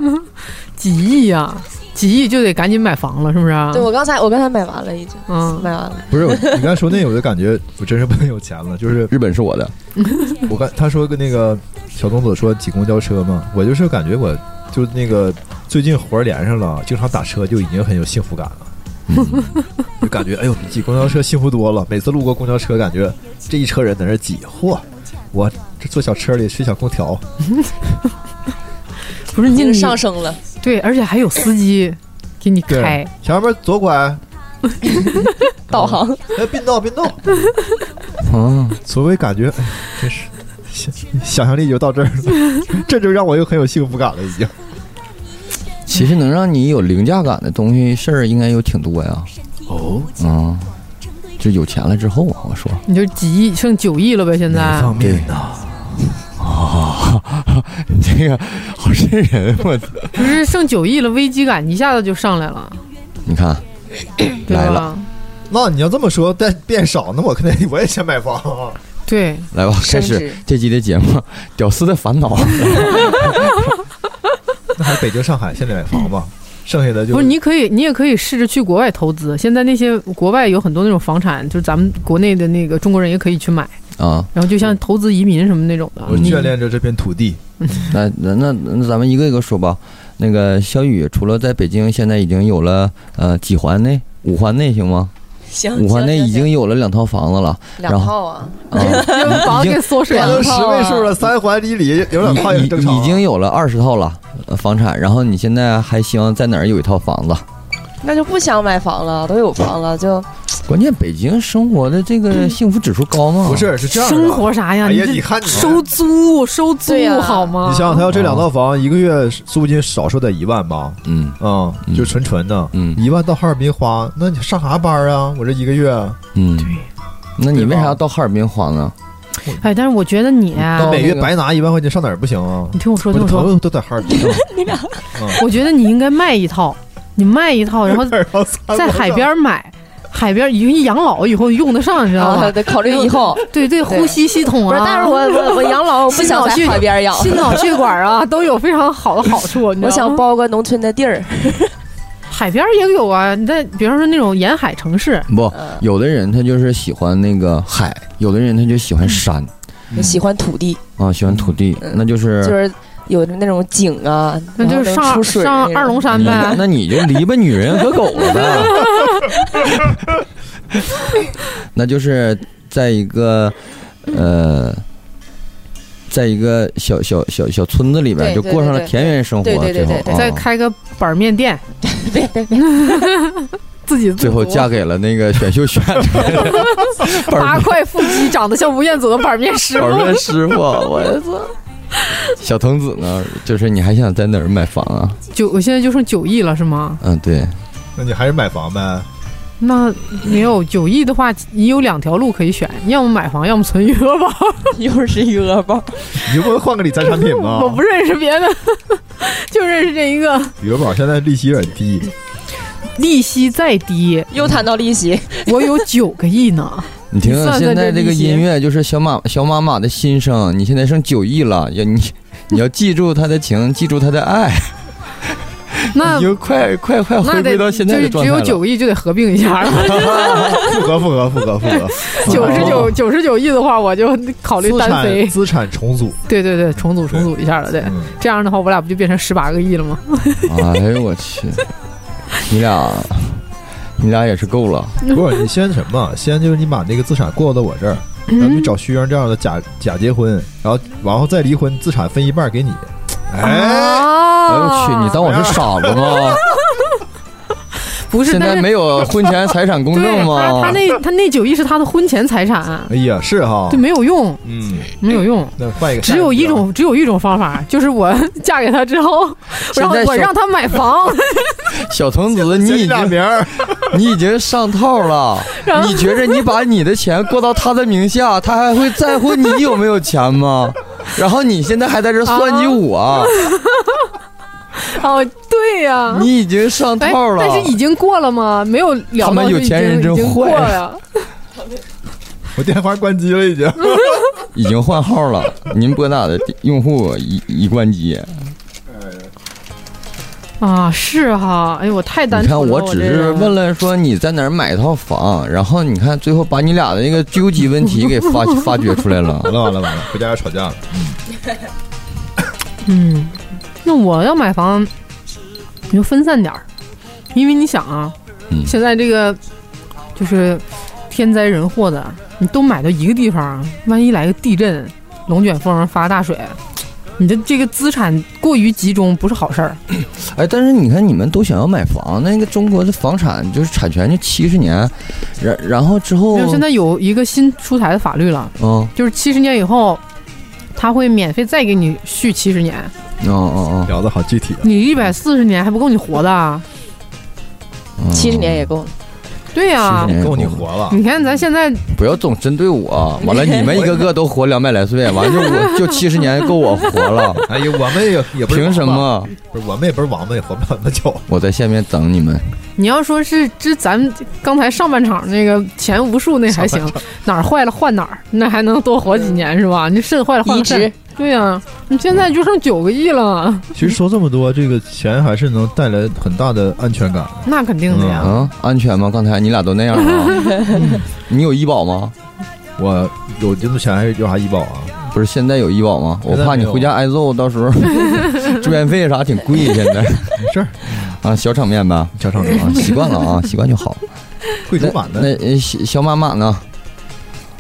[SPEAKER 1] 几亿呀、几亿就得赶紧买房了，是不是啊？
[SPEAKER 2] 对我刚才我刚才买完了已经
[SPEAKER 1] 嗯，
[SPEAKER 2] 买完了，
[SPEAKER 3] 不是，我你刚才说那，我就感觉我真是不能有钱了。就是
[SPEAKER 4] 日本是我的，
[SPEAKER 3] 我刚他说跟那个小东子说挤公交车嘛，我就是感觉我就那个最近活儿连上了，经常打车就已经很有幸福感了。
[SPEAKER 4] 嗯，
[SPEAKER 3] 就感觉哎呦，比挤公交车幸福多了。每次路过公交车，感觉这一车人在那挤，嚯！我这坐小车里吹小空调，
[SPEAKER 1] 不是
[SPEAKER 2] 已
[SPEAKER 1] 你
[SPEAKER 2] 经
[SPEAKER 1] 你
[SPEAKER 2] 上升了，
[SPEAKER 1] 对，而且还有司机给你
[SPEAKER 3] 对
[SPEAKER 1] 开，
[SPEAKER 3] 前面左拐，
[SPEAKER 2] 导航
[SPEAKER 3] 哎，并道并道，
[SPEAKER 4] 啊，
[SPEAKER 3] 所以感觉哎，真是想想象力就到这儿了，
[SPEAKER 1] [laughs]
[SPEAKER 3] 这就让我又很有幸福感了，已经。
[SPEAKER 4] 其实能让你有凌驾感的东西事儿应该有挺多呀，
[SPEAKER 3] 哦，
[SPEAKER 4] 嗯，就有钱了之后啊，我说。
[SPEAKER 1] 你就几亿剩九亿了呗？现在
[SPEAKER 3] 哪方面呢？
[SPEAKER 4] 啊你这个好瘆人，我操！
[SPEAKER 1] 不是剩九亿了，危机感一下子就上来了，
[SPEAKER 4] 你看，
[SPEAKER 1] 对
[SPEAKER 4] 来
[SPEAKER 1] 吧
[SPEAKER 4] 了？
[SPEAKER 3] 那你要这么说，但变少，那我肯定我也想买房啊。
[SPEAKER 1] 对，
[SPEAKER 4] 来吧，开
[SPEAKER 2] 升
[SPEAKER 4] 始
[SPEAKER 2] 职
[SPEAKER 4] 这期的节目《屌丝的烦恼》啊
[SPEAKER 2] [laughs]
[SPEAKER 3] 那还是北京、上海先得买房吧，剩下的就
[SPEAKER 1] 不是，你可以，你也可以试着去国外投资。现在那些国外有很多那种房产，就是咱们国内的那个中国人也可以去买，
[SPEAKER 4] 啊。
[SPEAKER 1] 然后就像投资移民什么那种的。
[SPEAKER 3] 我
[SPEAKER 1] 你
[SPEAKER 3] 眷恋着这片土地。
[SPEAKER 4] 那那那那咱们一个一个说吧。那个小雨，除了在北京，现在已经有了呃几环内？五环内行吗？
[SPEAKER 2] 行，
[SPEAKER 4] 嗯五环内
[SPEAKER 2] 嗯行
[SPEAKER 4] 已
[SPEAKER 2] 行
[SPEAKER 4] 经有了两套房子了，
[SPEAKER 2] 两
[SPEAKER 4] 然后
[SPEAKER 2] 套啊，
[SPEAKER 3] 嗯
[SPEAKER 4] 啊，
[SPEAKER 1] [laughs] 房给缩水
[SPEAKER 3] 那
[SPEAKER 1] 了
[SPEAKER 3] 都，十位数了，三环以里有两套也
[SPEAKER 4] 已
[SPEAKER 3] 是正常啊。
[SPEAKER 4] 已经有了二十套了呃房产。然后你现在还希望在哪儿有一套房子？
[SPEAKER 2] 那就不想买房了，都有房了，就
[SPEAKER 4] 关键北京生活的这
[SPEAKER 2] 嗯
[SPEAKER 4] 个幸福指数高吗？
[SPEAKER 3] 不，是是这样的
[SPEAKER 1] 生活啥呀？
[SPEAKER 3] 哎呀，
[SPEAKER 1] 这
[SPEAKER 3] 你看你
[SPEAKER 1] 收租收租
[SPEAKER 2] 对呀
[SPEAKER 1] 好吗？
[SPEAKER 3] 你想想，他要这两套房，一个月租金少说得一万吧，
[SPEAKER 4] 嗯
[SPEAKER 3] 嗯，
[SPEAKER 4] 嗯
[SPEAKER 3] 就纯纯的，
[SPEAKER 4] 嗯
[SPEAKER 3] 一万到哈尔滨花，那你上啥班啊？我这一个月，
[SPEAKER 1] 哦
[SPEAKER 4] 嗯。那你
[SPEAKER 3] 对吧
[SPEAKER 4] 为啥要到哈尔滨花呢？
[SPEAKER 1] 哎，但是我觉得你啊，
[SPEAKER 3] 那每月白拿一万块钱上哪儿不行啊？
[SPEAKER 1] 你听我说，
[SPEAKER 3] 我
[SPEAKER 1] 听
[SPEAKER 3] 的
[SPEAKER 1] 我
[SPEAKER 3] 朋
[SPEAKER 1] 说，
[SPEAKER 3] 友都在哈尔
[SPEAKER 1] [laughs]
[SPEAKER 3] 滨，
[SPEAKER 1] 我觉得你应该卖一套，你卖一套，然
[SPEAKER 3] [laughs]
[SPEAKER 1] 后
[SPEAKER 3] 然后三
[SPEAKER 1] 在
[SPEAKER 3] 环
[SPEAKER 1] 海边买。海边一养老以后用得上，你知道
[SPEAKER 2] 啊，
[SPEAKER 1] 吗？
[SPEAKER 2] 得考虑
[SPEAKER 1] [laughs]
[SPEAKER 2] 以后。
[SPEAKER 1] 对对，呼吸系统
[SPEAKER 2] 不是，
[SPEAKER 1] 啊。
[SPEAKER 2] 但是我我我养老，我不
[SPEAKER 1] 心
[SPEAKER 2] 想
[SPEAKER 1] 脑
[SPEAKER 2] 在
[SPEAKER 1] 血
[SPEAKER 2] 海边养，
[SPEAKER 1] 心脑血管
[SPEAKER 2] [laughs]
[SPEAKER 1] 啊都有非常好的好处。你知道
[SPEAKER 2] 我想
[SPEAKER 1] 吗
[SPEAKER 2] 包个农村的地儿，
[SPEAKER 1] 海边儿也有啊，你在比方说那种沿海城市，
[SPEAKER 4] 不，
[SPEAKER 2] 嗯
[SPEAKER 4] 有的人他就是喜欢那个海，有的人他就喜欢山
[SPEAKER 2] 我嗯喜欢土地，
[SPEAKER 4] 啊，喜欢土地，
[SPEAKER 2] 嗯
[SPEAKER 4] 那就是。
[SPEAKER 2] 就是有那种井啊，
[SPEAKER 1] 那
[SPEAKER 2] 然
[SPEAKER 1] 就是
[SPEAKER 2] 后能
[SPEAKER 1] 上
[SPEAKER 2] 出水
[SPEAKER 1] 上
[SPEAKER 2] 那
[SPEAKER 1] 二
[SPEAKER 2] 种
[SPEAKER 1] 龙山
[SPEAKER 4] 那嗯
[SPEAKER 1] 呗。
[SPEAKER 4] 那你就离吧女人和狗了呗，
[SPEAKER 2] [laughs]
[SPEAKER 4] 那就是在一个呃，在一个小小小小村子里边，
[SPEAKER 2] 对
[SPEAKER 4] 就
[SPEAKER 2] 对
[SPEAKER 4] 过上了
[SPEAKER 2] 对对
[SPEAKER 1] 嗯
[SPEAKER 4] 田园生活，啊
[SPEAKER 2] 对对对
[SPEAKER 4] 最后
[SPEAKER 2] [laughs] 对对
[SPEAKER 4] 啊
[SPEAKER 1] 再开个板儿面店，
[SPEAKER 2] 别别别，
[SPEAKER 1] 自给自足。
[SPEAKER 4] 最后嫁给了那个选秀选
[SPEAKER 2] [laughs]
[SPEAKER 4] 的
[SPEAKER 1] 八
[SPEAKER 4] 板
[SPEAKER 1] 块腹肌，长得像吴彦祖的板面师傅。
[SPEAKER 4] 板面师傅，我
[SPEAKER 2] [laughs]
[SPEAKER 4] 操！小童子呢？就是你还想在哪儿买房啊？
[SPEAKER 1] 九，我现在就剩九亿了，是吗？
[SPEAKER 4] 嗯，对，
[SPEAKER 3] 那你还是买房呗？
[SPEAKER 1] 那没有九亿的话，你有两条路可以选，要么买房，要么存余额宝。
[SPEAKER 2] [laughs] 又是一个包，
[SPEAKER 1] 嗯
[SPEAKER 3] 你就不能换个理财产品吗？
[SPEAKER 1] [laughs]
[SPEAKER 4] 哦
[SPEAKER 1] 我不认识别的，就认识这一个。
[SPEAKER 3] 余额宝现在利息有点低，
[SPEAKER 1] 利息再低，
[SPEAKER 2] 又谈到利息，
[SPEAKER 1] 我有九个亿呢。
[SPEAKER 4] 你听
[SPEAKER 1] 你算
[SPEAKER 4] 听
[SPEAKER 1] 算
[SPEAKER 4] 现在
[SPEAKER 1] 这
[SPEAKER 4] 这个
[SPEAKER 1] 利息
[SPEAKER 4] 音乐，就是小马小马马的心声。你现在剩九亿了，要你 [laughs] 你要记住他的情，记住他的爱，
[SPEAKER 1] 那
[SPEAKER 4] [laughs] 你就快快快
[SPEAKER 1] 那
[SPEAKER 4] [laughs] 回
[SPEAKER 1] 得
[SPEAKER 4] 归到现在的
[SPEAKER 1] 就
[SPEAKER 4] 状
[SPEAKER 1] 是只
[SPEAKER 4] 态
[SPEAKER 1] 有
[SPEAKER 4] 了。哦
[SPEAKER 1] 九亿就得合并一
[SPEAKER 4] [laughs]
[SPEAKER 1] 下了。
[SPEAKER 3] 复合复合复合复合，
[SPEAKER 1] [laughs] 九十九九十九亿的话，我就考虑
[SPEAKER 3] 资
[SPEAKER 1] 单
[SPEAKER 3] 产
[SPEAKER 4] [laughs]
[SPEAKER 1] 飞。
[SPEAKER 3] 资产重组，
[SPEAKER 1] 对对对，重组重组一下了，对。
[SPEAKER 3] 嗯，
[SPEAKER 1] 这样的话，我俩不就变成十八个亿了吗？
[SPEAKER 4] 哎呦我去，你俩你俩也是够了。
[SPEAKER 3] 不是你先什么？先就是你把那个资产过到我这儿，
[SPEAKER 1] 嗯
[SPEAKER 3] 然后你找徐峥这样的假假结婚，然后然后再离婚，资产分一半给你。哎，
[SPEAKER 4] 哎
[SPEAKER 1] 啊
[SPEAKER 4] 呦我去，你当我是傻子吗？
[SPEAKER 1] [laughs] 不是？
[SPEAKER 4] 现
[SPEAKER 1] 但
[SPEAKER 4] 在
[SPEAKER 1] 是
[SPEAKER 4] 没有婚前财产公
[SPEAKER 1] 对
[SPEAKER 4] 证
[SPEAKER 1] 他
[SPEAKER 4] 吗
[SPEAKER 1] 他？那他那九亿是他的婚前财产，啊
[SPEAKER 3] 哎呀，是哈
[SPEAKER 4] 哦
[SPEAKER 1] 对，，没有用，
[SPEAKER 3] 嗯，
[SPEAKER 1] 没有
[SPEAKER 4] 哎
[SPEAKER 1] 用。
[SPEAKER 3] 那换一个，
[SPEAKER 1] 只有一，种，只有一种方法，就是我 [laughs] 嫁给他之后，
[SPEAKER 4] 现
[SPEAKER 1] 然后
[SPEAKER 4] 在
[SPEAKER 1] 我
[SPEAKER 4] 小
[SPEAKER 1] 让他买
[SPEAKER 4] [laughs]
[SPEAKER 1] 房，
[SPEAKER 4] 小童子，你
[SPEAKER 3] 你
[SPEAKER 4] 已
[SPEAKER 3] 俩
[SPEAKER 4] 经
[SPEAKER 3] 名儿，
[SPEAKER 1] [laughs]
[SPEAKER 4] 你已经上套了。你觉着你把你的钱过到他的名下，他还会在乎你有没有钱
[SPEAKER 1] [laughs]
[SPEAKER 4] 吗？然后你现在还在这算计
[SPEAKER 1] 啊
[SPEAKER 4] 我，
[SPEAKER 1] 哦，对呀、
[SPEAKER 4] 你已经上
[SPEAKER 1] 哎
[SPEAKER 4] 套，了
[SPEAKER 1] 但。是已经过了吗？没有聊
[SPEAKER 4] 他
[SPEAKER 1] 到
[SPEAKER 4] 们
[SPEAKER 1] 就
[SPEAKER 4] 有
[SPEAKER 1] 已
[SPEAKER 4] 钱
[SPEAKER 1] 经
[SPEAKER 4] 人真
[SPEAKER 1] 已经过
[SPEAKER 4] 坏
[SPEAKER 1] 了。
[SPEAKER 3] 我电话关机了已经。 [laughs]
[SPEAKER 4] 已经换号了，您拨打的用户已已关机。
[SPEAKER 1] 啊，是哈，哎呦，我太单
[SPEAKER 4] 你
[SPEAKER 1] 纯
[SPEAKER 4] 看，
[SPEAKER 1] 了。
[SPEAKER 4] 我
[SPEAKER 1] 我
[SPEAKER 4] 只是问
[SPEAKER 1] 了，
[SPEAKER 4] 了说你在哪儿买一套房，然后你看最后把你俩的那个究极问题给发 [laughs] 发掘出来了。
[SPEAKER 3] 完了完了完了，回家要吵架了。
[SPEAKER 1] 嗯，那我要买房，你就分散点儿，因为你想啊，
[SPEAKER 4] 嗯
[SPEAKER 1] 现在这个就是天灾人祸的，你都买到一个地方，万一来个地震、龙卷风、发大水，你的这个资产过于集中不是好事儿。
[SPEAKER 4] 哎，但是你看你们都想要买房，那个中国的房产就是产权就七十年，然然后之后
[SPEAKER 1] 就，现在有一个新出台的法律了，
[SPEAKER 4] 嗯
[SPEAKER 1] 就是七十年以后，他会免费再给你续七十年，
[SPEAKER 4] 嗯嗯
[SPEAKER 3] 聊的好具体啊，
[SPEAKER 1] 你一百四十年还不够你活的啊。
[SPEAKER 4] 嗯，
[SPEAKER 2] 七十年也够了。
[SPEAKER 1] 对呀、
[SPEAKER 4] 70年
[SPEAKER 3] 够你活了。
[SPEAKER 1] 你看咱现在
[SPEAKER 4] 不要总针对
[SPEAKER 2] [laughs]
[SPEAKER 4] 我。完了，你们一个个都活两百来岁，完了就我就七十年够我活了，
[SPEAKER 3] 哎呀，我们也也不是
[SPEAKER 4] 凭什
[SPEAKER 3] 王八？
[SPEAKER 4] 么？
[SPEAKER 3] 不是我们也不是王八，也活不了那么久。
[SPEAKER 4] 我在下面等你们。
[SPEAKER 1] 你要说是之咱们刚才上半场那个前无数那还行，哪儿坏了换哪儿，那还能多活几年是
[SPEAKER 3] 嗯
[SPEAKER 1] 吧？你肾坏了换
[SPEAKER 2] 移
[SPEAKER 1] 个肾
[SPEAKER 2] 植，
[SPEAKER 1] 对呀、你现在就剩九个亿了，
[SPEAKER 3] [laughs] 其实说这么多，这个钱还是能带来很大的安全感。
[SPEAKER 1] 那肯定的呀。
[SPEAKER 3] 嗯
[SPEAKER 4] 啊，安全吗？刚才你俩都那样了
[SPEAKER 2] [laughs]
[SPEAKER 4] 啊，你有医保吗？
[SPEAKER 3] 我有这么钱还是有啥医保啊？
[SPEAKER 4] 不是现在有医保吗？我
[SPEAKER 3] 现在
[SPEAKER 4] 怕
[SPEAKER 3] 没
[SPEAKER 4] 你
[SPEAKER 3] 有
[SPEAKER 4] 回家挨揍，到时
[SPEAKER 2] [laughs]
[SPEAKER 4] 候住院费啥挺贵，现在
[SPEAKER 3] 没事儿，
[SPEAKER 4] 啊，小场面吧，
[SPEAKER 3] 小厂
[SPEAKER 4] 啊
[SPEAKER 3] 长，，
[SPEAKER 4] 习惯了啊， [laughs] 习惯就好。
[SPEAKER 3] 贵
[SPEAKER 4] 那
[SPEAKER 3] 州版的
[SPEAKER 4] 那呃小小马马呢？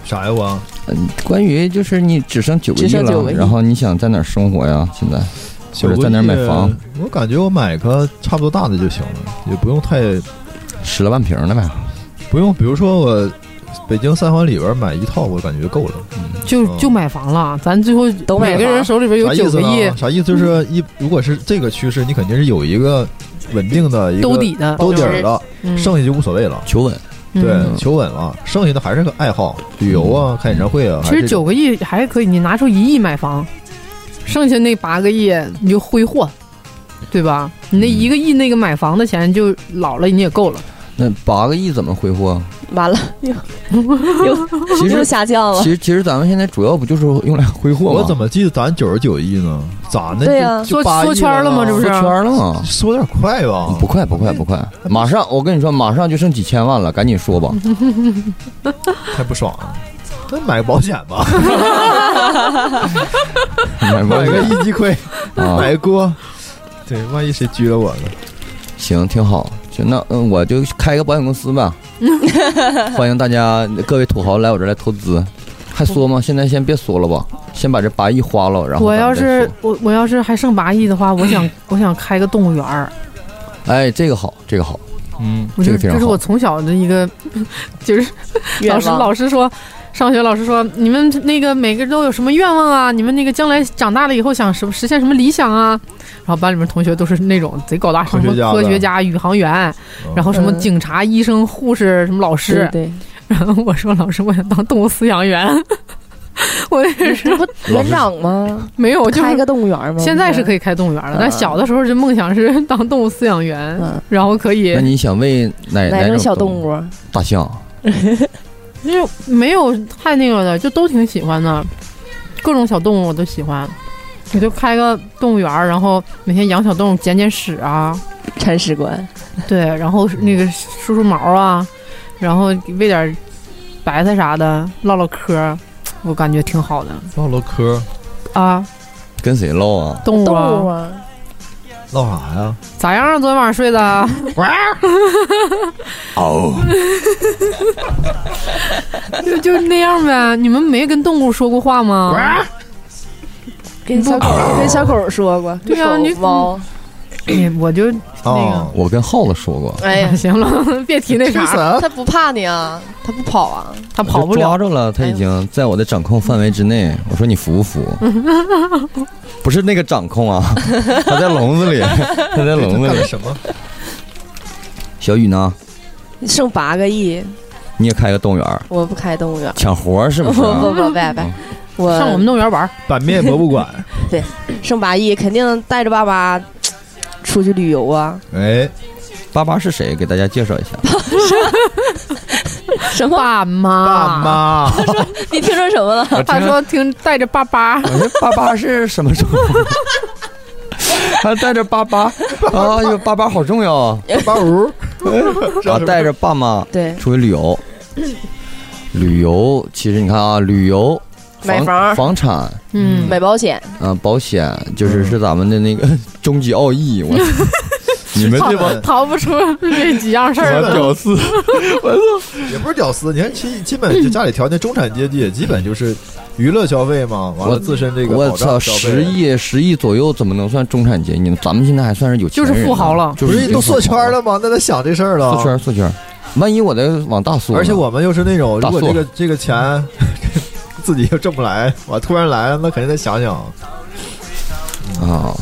[SPEAKER 3] 啥呀我？
[SPEAKER 4] 嗯，关于就是你只剩九个亿
[SPEAKER 2] 只剩九个
[SPEAKER 4] 了，
[SPEAKER 2] 亿
[SPEAKER 4] 然后你想在哪儿生活呀？现在或者在哪儿买房？？
[SPEAKER 3] 我感觉我买个差不多大的就行了，也不用太
[SPEAKER 4] 十来万平的呗。
[SPEAKER 3] 不用，比如说我北京三环里边买一套，我感觉够了。
[SPEAKER 1] 就
[SPEAKER 3] 嗯
[SPEAKER 1] 就买房了，咱最后
[SPEAKER 2] 都买
[SPEAKER 1] 每个
[SPEAKER 2] 房
[SPEAKER 1] 人手里边有
[SPEAKER 3] 啥意
[SPEAKER 1] 九
[SPEAKER 3] 思
[SPEAKER 1] 个亿
[SPEAKER 3] 呢？啥意思？就是一如果是这个趋势，你肯定是有一个稳定的一个
[SPEAKER 1] 兜底的，
[SPEAKER 3] 兜底儿了，
[SPEAKER 1] 嗯
[SPEAKER 3] 剩下就无所谓了。
[SPEAKER 4] 求稳，
[SPEAKER 1] 嗯
[SPEAKER 3] 对，求稳了，剩下的还是个爱好，旅游啊，看演唱会啊。
[SPEAKER 1] 其
[SPEAKER 3] 还是
[SPEAKER 1] 实
[SPEAKER 3] 这种
[SPEAKER 1] 九个亿还可以，你拿出一亿买房，剩下那八个亿你就挥霍，对吧？你那一个亿那个买房的钱就老了，你也够了。
[SPEAKER 4] 那八个亿怎么
[SPEAKER 1] [laughs]
[SPEAKER 4] 挥霍？
[SPEAKER 2] 完了，又
[SPEAKER 4] 其
[SPEAKER 2] 又
[SPEAKER 4] 实
[SPEAKER 2] 下降了
[SPEAKER 4] 其。实其实咱们现在主要不就是用来挥霍吗？
[SPEAKER 3] 我怎么记得咱九十九亿呢？咋的？
[SPEAKER 2] 对呀
[SPEAKER 3] 就啊
[SPEAKER 1] 缩缩圈了吗这不
[SPEAKER 4] 出
[SPEAKER 1] 是
[SPEAKER 4] 圈了吗？
[SPEAKER 3] 说点快吧，
[SPEAKER 4] [laughs] 不快不快不快，马上我跟你说，马上就剩几千万了，赶紧
[SPEAKER 1] [laughs]
[SPEAKER 4] 说吧。
[SPEAKER 3] 太不爽啊了。那买个保险吧，
[SPEAKER 4] 买
[SPEAKER 3] 买个
[SPEAKER 4] 个
[SPEAKER 3] 一级亏，
[SPEAKER 4] 啊，
[SPEAKER 3] 买个锅。对，万一谁拘了我呢？
[SPEAKER 4] 行，挺好。就那嗯，我就开个保险公
[SPEAKER 1] [laughs]
[SPEAKER 4] 司吧。欢迎大家各位土豪来我这儿来投资，还缩吗？现在先别缩了吧，先把这八亿花了，然后
[SPEAKER 1] 我
[SPEAKER 4] 咱们
[SPEAKER 1] 要
[SPEAKER 4] 再
[SPEAKER 1] 是
[SPEAKER 4] 缩
[SPEAKER 1] 我我要
[SPEAKER 4] [clears throat]
[SPEAKER 1] 是还剩八亿的话，我想我想开个动物园儿，
[SPEAKER 4] 哎，这个好，这个好，
[SPEAKER 3] 嗯，
[SPEAKER 1] 我觉得
[SPEAKER 4] 这个非常
[SPEAKER 1] 这是我
[SPEAKER 4] 好
[SPEAKER 1] 从小的一个，就是
[SPEAKER 2] 愿
[SPEAKER 1] 老师
[SPEAKER 2] 望
[SPEAKER 1] 老师说，上学老师说，你们那个每个都有什么愿望啊？你们那个将来长大了以后想什么实现什么理想啊？然后班里面同学都是那种贼高大上，
[SPEAKER 3] 科
[SPEAKER 1] 什
[SPEAKER 3] 学
[SPEAKER 1] 么
[SPEAKER 3] 家
[SPEAKER 1] 科
[SPEAKER 3] 的
[SPEAKER 1] 学家、宇航员，然后什么
[SPEAKER 2] 嗯
[SPEAKER 1] 警察、医生、护士，什么老师
[SPEAKER 2] 对。对，
[SPEAKER 1] 然后我说老师，我想当动物饲养员。 [laughs] 我也是
[SPEAKER 2] 这不
[SPEAKER 3] 老
[SPEAKER 2] 园
[SPEAKER 3] 师
[SPEAKER 2] 长吗？
[SPEAKER 1] 没有，就
[SPEAKER 2] 开
[SPEAKER 1] 是
[SPEAKER 2] 个动物园吗？
[SPEAKER 1] 现在是可
[SPEAKER 2] 以。
[SPEAKER 1] 以开动物园了，
[SPEAKER 2] 嗯
[SPEAKER 1] 但小的时候这梦想是 [laughs] 当动物饲养员，
[SPEAKER 2] 嗯，
[SPEAKER 1] 然后可以
[SPEAKER 4] 那你想喂哪
[SPEAKER 2] 哪
[SPEAKER 4] 种
[SPEAKER 2] 种小动？物？啊
[SPEAKER 4] 大象。
[SPEAKER 1] 就是没有太那个的，就都挺喜欢的，各种小动物我都喜欢。我就开个动物园儿，然后每天养小动物，捡捡屎
[SPEAKER 2] [laughs]
[SPEAKER 1] 啊，
[SPEAKER 2] 铲屎官，
[SPEAKER 1] 对，然后那个梳梳毛啊，然后喂点白菜啥的，唠唠嗑儿，我感觉挺好的
[SPEAKER 3] 唠唠嗑，
[SPEAKER 1] 啊。
[SPEAKER 4] 跟谁唠啊？
[SPEAKER 1] 动物啊，
[SPEAKER 2] 动物啊，
[SPEAKER 3] 唠啥呀？
[SPEAKER 1] 咋样啊？昨天晚上睡的？
[SPEAKER 4] 哦，
[SPEAKER 1] [laughs] 就就那样呗。你们没跟动物说过话吗？
[SPEAKER 2] 跟小狗跟小狗说过，
[SPEAKER 1] 对啊
[SPEAKER 2] 手
[SPEAKER 1] 你
[SPEAKER 2] 猫，
[SPEAKER 1] 哎我就，
[SPEAKER 3] 啊，
[SPEAKER 4] 我跟耗子说过，
[SPEAKER 2] 哎
[SPEAKER 1] [laughs]
[SPEAKER 2] 呀 [laughs]
[SPEAKER 1] 行了，别提那啥了，
[SPEAKER 2] 它不怕你啊，它不跑啊，
[SPEAKER 1] 他跑不
[SPEAKER 4] 我就抓
[SPEAKER 1] 了。哎
[SPEAKER 4] 着了，他已经在我的掌控范围之内。我说你服
[SPEAKER 1] [laughs]
[SPEAKER 4] 不服？不是那个掌控啊，他在
[SPEAKER 3] [laughs]
[SPEAKER 4] 笼子里，他在笼子
[SPEAKER 3] 干
[SPEAKER 4] 里
[SPEAKER 3] 了。什么？
[SPEAKER 4] 小雨呢？
[SPEAKER 2] 剩八个亿，
[SPEAKER 4] 你也开个动物园儿，
[SPEAKER 2] 我不开动物园儿，
[SPEAKER 4] 抢活儿是
[SPEAKER 2] [laughs] 不
[SPEAKER 4] 不是啊、
[SPEAKER 1] 哦
[SPEAKER 2] 不不，拜拜，我
[SPEAKER 1] 上我们动物园玩儿，
[SPEAKER 3] 板面博物馆，
[SPEAKER 2] 剩八亿，肯定带着爸爸出去旅游啊，
[SPEAKER 3] 哎，
[SPEAKER 4] 爸爸是谁？给大家介绍一下。
[SPEAKER 2] 什么？
[SPEAKER 1] [laughs] 爸妈，
[SPEAKER 3] 爸
[SPEAKER 1] [laughs]
[SPEAKER 3] 妈，
[SPEAKER 2] 你听说什么了？
[SPEAKER 4] 我
[SPEAKER 1] 他
[SPEAKER 4] 听
[SPEAKER 1] 说听带着爸爸，
[SPEAKER 4] 我说爸爸是什么时候？ [laughs] 还带着
[SPEAKER 1] [laughs]
[SPEAKER 4] 爸爸，啊哟，爸爸好重要啊！
[SPEAKER 1] 哎
[SPEAKER 3] 八五，
[SPEAKER 4] 啊，带着爸妈
[SPEAKER 2] [laughs] 对，
[SPEAKER 4] 出去旅
[SPEAKER 1] [laughs]
[SPEAKER 4] 游，旅游其实你看啊，旅游、
[SPEAKER 2] 买
[SPEAKER 4] 房、
[SPEAKER 2] 房
[SPEAKER 4] 房产、
[SPEAKER 1] 嗯，
[SPEAKER 2] 买保险，
[SPEAKER 4] 啊，保险，
[SPEAKER 3] 嗯
[SPEAKER 4] 就是是咱们的那个 [laughs] 终极奥义。
[SPEAKER 3] [laughs]
[SPEAKER 4] 我操
[SPEAKER 3] 你们
[SPEAKER 1] 逃
[SPEAKER 3] 这帮
[SPEAKER 1] 逃不出这几
[SPEAKER 4] [laughs]
[SPEAKER 1] 样事
[SPEAKER 3] 这
[SPEAKER 1] 儿
[SPEAKER 3] 帮
[SPEAKER 1] 了。
[SPEAKER 3] 屌 [laughs]
[SPEAKER 4] 丝，
[SPEAKER 3] 也不是屌丝，你看基基本就家里条件中产阶级，也基本就是娱乐消费嘛，完了
[SPEAKER 4] 我
[SPEAKER 3] 自身这个
[SPEAKER 4] 我
[SPEAKER 3] 保障
[SPEAKER 4] 操，
[SPEAKER 3] 消费
[SPEAKER 4] 十，亿十亿左右怎么能算中产阶级呢？咱们现在还算是有钱人呢，
[SPEAKER 1] 就是富豪了
[SPEAKER 4] 就
[SPEAKER 3] 不
[SPEAKER 4] 是
[SPEAKER 3] 是
[SPEAKER 4] 已经
[SPEAKER 3] 都
[SPEAKER 4] 富
[SPEAKER 3] 缩
[SPEAKER 4] 豪
[SPEAKER 3] 圈了，吗？那他想这事儿了，
[SPEAKER 4] 缩圈儿缩圈儿。万一我再往大缩呢，
[SPEAKER 3] 而且我们又是那种，如果
[SPEAKER 4] 大
[SPEAKER 3] 这
[SPEAKER 4] 蒜
[SPEAKER 3] 个这个钱 [laughs] 自己又挣不来，我突然来了，那肯定得想想。
[SPEAKER 4] 啊，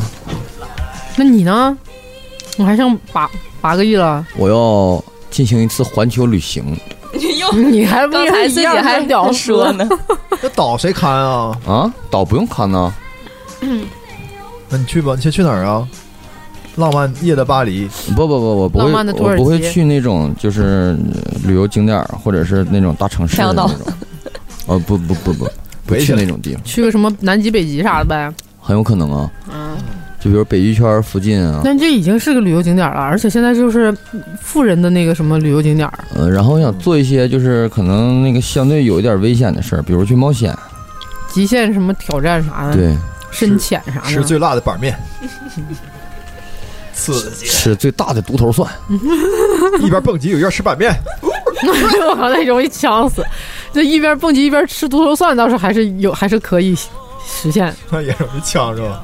[SPEAKER 1] 那你呢？我还剩八八个亿了，
[SPEAKER 4] 我要进行一次环球旅行
[SPEAKER 1] [laughs] 你还不
[SPEAKER 2] 刚
[SPEAKER 1] 跟
[SPEAKER 2] 才
[SPEAKER 1] 一
[SPEAKER 2] 自己
[SPEAKER 1] 样
[SPEAKER 2] 还
[SPEAKER 1] 屌丝
[SPEAKER 2] 说呢，
[SPEAKER 3] 那岛谁看啊？
[SPEAKER 4] 啊，岛不用看呢，
[SPEAKER 3] 那你去吧，你先去哪儿啊？浪漫夜的巴黎，
[SPEAKER 4] 不不不，我不
[SPEAKER 1] 浪
[SPEAKER 4] 会，
[SPEAKER 1] 漫的土
[SPEAKER 4] 我
[SPEAKER 1] 耳其
[SPEAKER 4] 不会去那种就是呃旅游景点儿或者是那种大城市
[SPEAKER 2] 太
[SPEAKER 4] 的
[SPEAKER 2] 阳
[SPEAKER 4] 那
[SPEAKER 2] 岛
[SPEAKER 4] 种，哦不不不不不
[SPEAKER 3] 围起
[SPEAKER 4] 去
[SPEAKER 3] 来
[SPEAKER 4] 那种地方，
[SPEAKER 1] 去个什么南极、北极啥的呗。
[SPEAKER 4] 很有可能啊，
[SPEAKER 1] 嗯，
[SPEAKER 4] 就比如北极圈儿附近啊，
[SPEAKER 1] 但这已经是个旅游景点了，而且现在就是富人的那个什么旅游景点儿，
[SPEAKER 4] 呃，然后我想做一些就是可能那个相对有一点危险的事儿，比如去冒险，
[SPEAKER 1] 极限什么挑战啥的，
[SPEAKER 4] 对，
[SPEAKER 1] 深潜啥
[SPEAKER 3] 吃
[SPEAKER 1] 的。
[SPEAKER 3] 最辣的板
[SPEAKER 4] [laughs]
[SPEAKER 3] 面，刺激，
[SPEAKER 4] 吃最大的独头蒜，
[SPEAKER 3] 一边蹦极有一边吃板面， [laughs]
[SPEAKER 1] 我靠，那容易呛死。这一边蹦极一边吃独头蒜，倒是还是有，还是可以实现。
[SPEAKER 3] 那也容易呛是吧？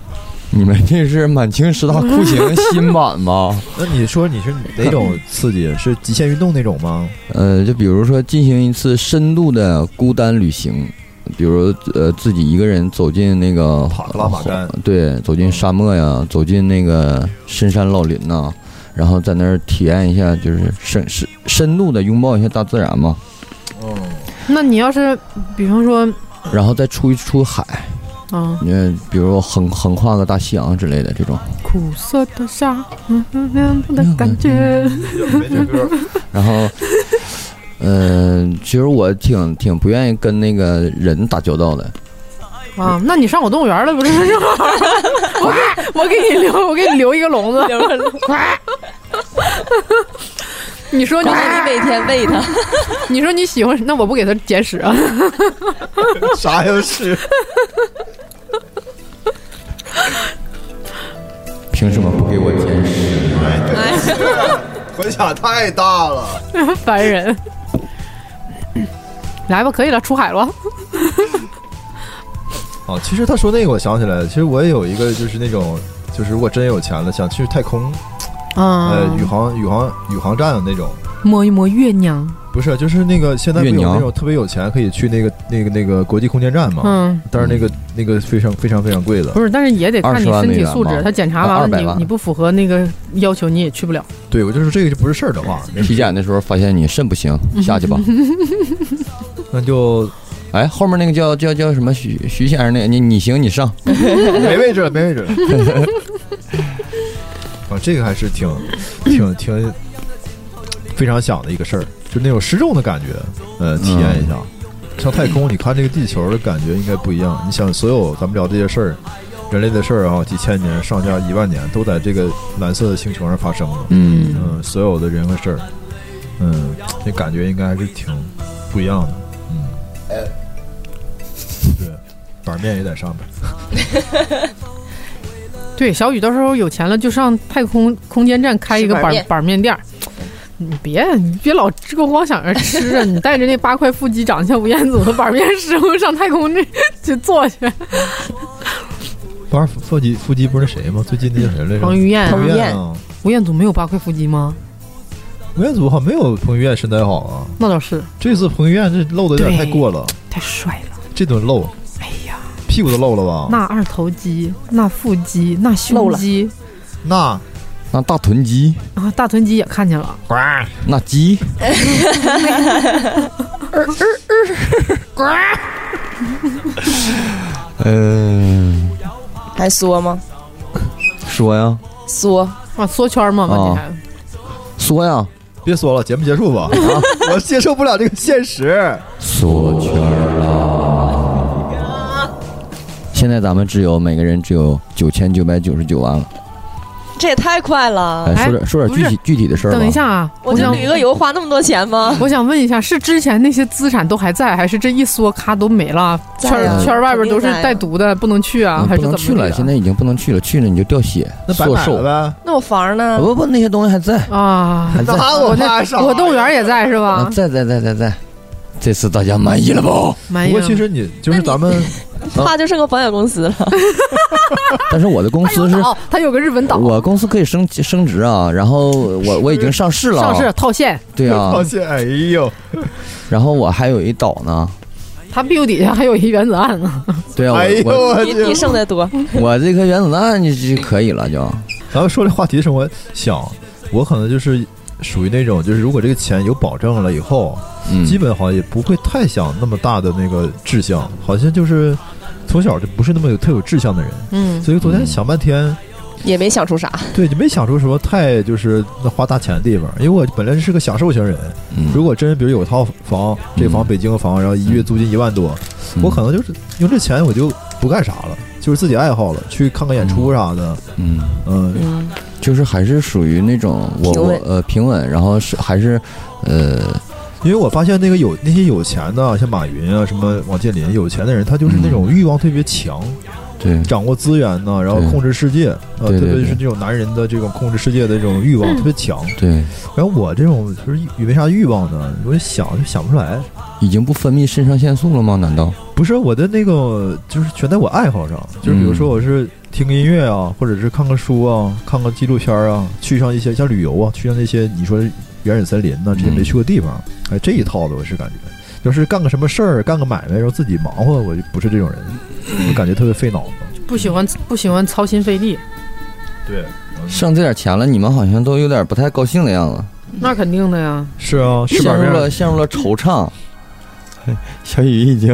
[SPEAKER 4] 你们这是满清十大啊酷刑新版吧？
[SPEAKER 3] 那你说你是哪种刺激？是极限运动那种吗？
[SPEAKER 4] 呃，就比如说进行一次深度的孤单旅行，比如呃自己一个人走进那个
[SPEAKER 3] 塔克拉玛干，
[SPEAKER 4] 对，走进沙漠呀，走进那个深山老林呐、然后在那儿体验一下，就是深深深度的拥抱一下大自然嘛，
[SPEAKER 3] 嗯，
[SPEAKER 1] 那你要是比方说，
[SPEAKER 4] 然后再出一出海，
[SPEAKER 1] 啊，
[SPEAKER 4] 嗯，比如横横跨个大西洋之类的这种，
[SPEAKER 1] 苦涩的沙，嗯嗯嗯的感觉，
[SPEAKER 3] 没这歌，
[SPEAKER 4] 然后， [laughs] 嗯、其实我挺挺不愿意跟那个人打交道的，
[SPEAKER 1] 啊，那你上我动物园了不是？我给我给你留，我给你留一个笼子。你说你
[SPEAKER 2] [laughs] 然后你每天喂它，
[SPEAKER 1] 你说你喜欢，那我不给它捡屎啊？
[SPEAKER 3] 啥又是？
[SPEAKER 4] 凭什么不给我捡屎？
[SPEAKER 2] 哎
[SPEAKER 3] 混响太大了，
[SPEAKER 1] 烦人。来吧，可以了，出海了。
[SPEAKER 3] 哦，其实他说那个，我想起来了，其实我也有一个，就是那种，就是如果真有钱了，想去太空
[SPEAKER 1] 啊，
[SPEAKER 3] 呃，宇航宇航宇航站的那种，
[SPEAKER 1] 摸一摸月亮，
[SPEAKER 3] 不是，就是那个现在不
[SPEAKER 4] 月
[SPEAKER 3] 有
[SPEAKER 4] 娘
[SPEAKER 3] 那种特别有钱可以去那个那个那个国际空间站嘛？
[SPEAKER 1] 嗯，
[SPEAKER 3] 但是那个那个非常非常非常贵的。
[SPEAKER 1] 不是，但是也得看你
[SPEAKER 4] 20万
[SPEAKER 1] 身
[SPEAKER 4] 美
[SPEAKER 1] 体
[SPEAKER 4] 元
[SPEAKER 1] 素质
[SPEAKER 4] 吧，
[SPEAKER 1] 他检查完
[SPEAKER 4] 啊
[SPEAKER 1] 了
[SPEAKER 4] 200
[SPEAKER 1] 你
[SPEAKER 4] 万
[SPEAKER 1] 你不符合那个要求，你也去不了。
[SPEAKER 3] 对，我就是这个就不是事儿的话，那
[SPEAKER 4] 体检的时候发现你肾不行，下去吧。
[SPEAKER 3] 那就
[SPEAKER 4] 哎，后面那个叫叫叫什么徐徐先生那个，你你行你上，
[SPEAKER 3] 没位置了，没位置了。啊，这个还是挺挺挺非常想的一个事儿，就那种失重的感觉，呃，体验一下。上太空，你看这个地球的感觉应该不一样。你想，所有咱们聊这些事儿，人类的事儿啊，几千年、上下一万年，都在这个蓝色的星球上发生的。
[SPEAKER 4] 嗯
[SPEAKER 3] 嗯，所有的人和事儿，嗯，那感觉应该还是挺不一样的，嗯，对，板面也在上面，
[SPEAKER 1] 对，小雨到时候有钱了就上太空空间站开一个
[SPEAKER 2] 吃板
[SPEAKER 1] 板
[SPEAKER 2] 面
[SPEAKER 1] 板面店儿。你别你别老这个光想着吃
[SPEAKER 2] [laughs]
[SPEAKER 1] 啊！你带着那八块腹肌长相吴彦祖和板面师傅上太空那去 [laughs] 坐去。
[SPEAKER 3] 不是腹肌腹肌不是那谁吗？最近那叫谁来着？
[SPEAKER 1] 彭于晏啊，
[SPEAKER 3] 彭于
[SPEAKER 2] 彭于
[SPEAKER 3] 晏
[SPEAKER 2] 晏
[SPEAKER 3] 啊，
[SPEAKER 1] 吴彦祖没有八块腹肌吗？
[SPEAKER 3] 吴彦祖好像没有彭于晏身材好啊，
[SPEAKER 1] 那倒是，
[SPEAKER 3] 这次彭于晏这露的有点
[SPEAKER 1] 对
[SPEAKER 3] 太过了，
[SPEAKER 1] 太帅了！
[SPEAKER 3] 这顿露
[SPEAKER 1] 哎呀，
[SPEAKER 3] 屁股都露了吧？
[SPEAKER 1] 那二头肌，那腹肌，那
[SPEAKER 2] 漏
[SPEAKER 1] 胸
[SPEAKER 2] 了
[SPEAKER 1] 肌
[SPEAKER 3] 那
[SPEAKER 4] 那大臀肌，
[SPEAKER 1] 啊，大臀肌也看见了。
[SPEAKER 4] 那鸡，嗯、
[SPEAKER 2] 还缩吗？
[SPEAKER 4] 说呀
[SPEAKER 2] 缩，
[SPEAKER 1] 啊，缩圈嘛，
[SPEAKER 4] 哦
[SPEAKER 1] 问题还、
[SPEAKER 4] 说呀，
[SPEAKER 3] 别说了，节目结束
[SPEAKER 1] [laughs]
[SPEAKER 3] 吧，啊我接受不了这个现实。
[SPEAKER 4] 缩圈儿啦。现在咱们只有每个人只有九千九百九十九万了。
[SPEAKER 2] 这也太快
[SPEAKER 1] 啊
[SPEAKER 2] 了！
[SPEAKER 4] 哎，说点说点具体具体的事儿吧。
[SPEAKER 1] 等一，下啊，
[SPEAKER 2] 我
[SPEAKER 1] 我
[SPEAKER 2] 这
[SPEAKER 1] 想
[SPEAKER 2] 旅个游花那么多钱 [laughs] 吗？
[SPEAKER 1] 我想问一下，是之前那些资产都还在，还是这一缩咔都没了？
[SPEAKER 2] 在
[SPEAKER 1] 圈
[SPEAKER 2] 啊
[SPEAKER 1] 儿圈儿外边都是
[SPEAKER 2] 肯定在啊
[SPEAKER 1] 带毒的，不能去啊，
[SPEAKER 4] 嗯
[SPEAKER 1] 还
[SPEAKER 4] 不
[SPEAKER 1] 是怎
[SPEAKER 4] 能
[SPEAKER 1] 么
[SPEAKER 4] 去了，
[SPEAKER 1] 的
[SPEAKER 4] 现在已经不能去了，去了你就掉血，
[SPEAKER 3] 那白
[SPEAKER 4] 缩
[SPEAKER 3] 买
[SPEAKER 4] 瘦。
[SPEAKER 3] 了
[SPEAKER 2] 那我房呢？
[SPEAKER 4] 不不，那些东西还在，
[SPEAKER 1] 嗯 [laughs] 啊，
[SPEAKER 3] 呗，那
[SPEAKER 1] 我
[SPEAKER 3] 怕啥
[SPEAKER 1] 那
[SPEAKER 3] 呀
[SPEAKER 1] 我动物园也在是吧
[SPEAKER 4] 啊，？在在在在在。这次大家满意
[SPEAKER 1] [laughs]
[SPEAKER 4] 了吧？
[SPEAKER 1] 满
[SPEAKER 3] 不
[SPEAKER 1] 意
[SPEAKER 3] 过
[SPEAKER 1] 了。
[SPEAKER 3] 其实你就是咱们
[SPEAKER 2] 怕就剩个保险公司了。
[SPEAKER 4] 但是我的公
[SPEAKER 1] 他有
[SPEAKER 4] 司是，
[SPEAKER 1] 岛，他哦有个日本岛，
[SPEAKER 4] 我公司可以升升职啊，然后我我已经上市了，
[SPEAKER 1] 上市，套现，
[SPEAKER 4] 对
[SPEAKER 1] [laughs]
[SPEAKER 4] [laughs] 啊
[SPEAKER 3] 抱，歉，哎呦，
[SPEAKER 4] 然后我还有一岛呢，
[SPEAKER 1] 他屁股底下还有一原子案呢。
[SPEAKER 4] 对啊，
[SPEAKER 3] 哎呦
[SPEAKER 4] 我我
[SPEAKER 3] 我
[SPEAKER 2] 你
[SPEAKER 3] 去
[SPEAKER 2] 你剩的多，
[SPEAKER 4] 我这颗原子弹就就可以了，就
[SPEAKER 3] 咱们说这话题的时候，我想，我可能就是属于那种，就是如果这个钱有保证了以后，
[SPEAKER 4] 嗯，
[SPEAKER 3] 基本好像也不会太想那么大的那个志向，好像就是从小就不是那么有特有志向的人，
[SPEAKER 1] 嗯，
[SPEAKER 3] 所以昨天想半天，
[SPEAKER 2] 也没想出啥。
[SPEAKER 3] 对，就没想出什么太就是那花大钱的地方，因为我本来是个享受型人，
[SPEAKER 4] 嗯
[SPEAKER 3] 如果真比如有套房，这房
[SPEAKER 4] 嗯
[SPEAKER 3] 北京的房，然后一月租金一万多，我可能就是用这钱我就不干啥了，就是自己爱好了，去看看演出啥的，
[SPEAKER 4] 嗯，
[SPEAKER 3] 嗯，
[SPEAKER 2] 嗯，
[SPEAKER 4] 就是还是属于那种我
[SPEAKER 2] 平
[SPEAKER 4] 我
[SPEAKER 2] 稳
[SPEAKER 4] 呃平稳，然后是还是呃
[SPEAKER 3] 因为我发现那个有那些有钱的，像马云啊、什么王健林，有钱的人，他就是那种欲望特别强，
[SPEAKER 4] 对
[SPEAKER 3] 掌握资源呢，然后控制世界，呃，
[SPEAKER 4] 对对
[SPEAKER 3] 特别
[SPEAKER 4] 对嗯
[SPEAKER 3] 是这种男人的这种控制世界的这种欲望特别强。
[SPEAKER 4] 对，
[SPEAKER 3] 然后我这种就是有没啥欲望呢，我就想就想不出来，
[SPEAKER 4] 已经不分泌肾上腺素了吗？难道？
[SPEAKER 3] 不是我的那个，就是全在我爱好上，
[SPEAKER 4] 嗯
[SPEAKER 3] 就是比如说我是听个音乐啊，或者是看个书啊，看个纪录片啊，去上一些像旅游啊，去上那些你说原始森林呐、这
[SPEAKER 4] 嗯
[SPEAKER 3] 些没去过地方，哎，这一套的我是感觉，要是干个什么事儿，干个买卖，然后自己忙活，我就不是这种人，
[SPEAKER 4] 嗯
[SPEAKER 3] 我感觉特别费脑子。
[SPEAKER 1] 不喜欢不喜欢操心费力，
[SPEAKER 3] 对，
[SPEAKER 4] 剩这点钱了，你们好像都有点不太高兴的样子，
[SPEAKER 1] 那肯定的
[SPEAKER 4] 嗯
[SPEAKER 1] 呀。
[SPEAKER 3] 是啊，是
[SPEAKER 4] 陷
[SPEAKER 3] 板
[SPEAKER 4] 入
[SPEAKER 3] 面
[SPEAKER 4] 了陷入了惆怅。 [laughs] 小雨已经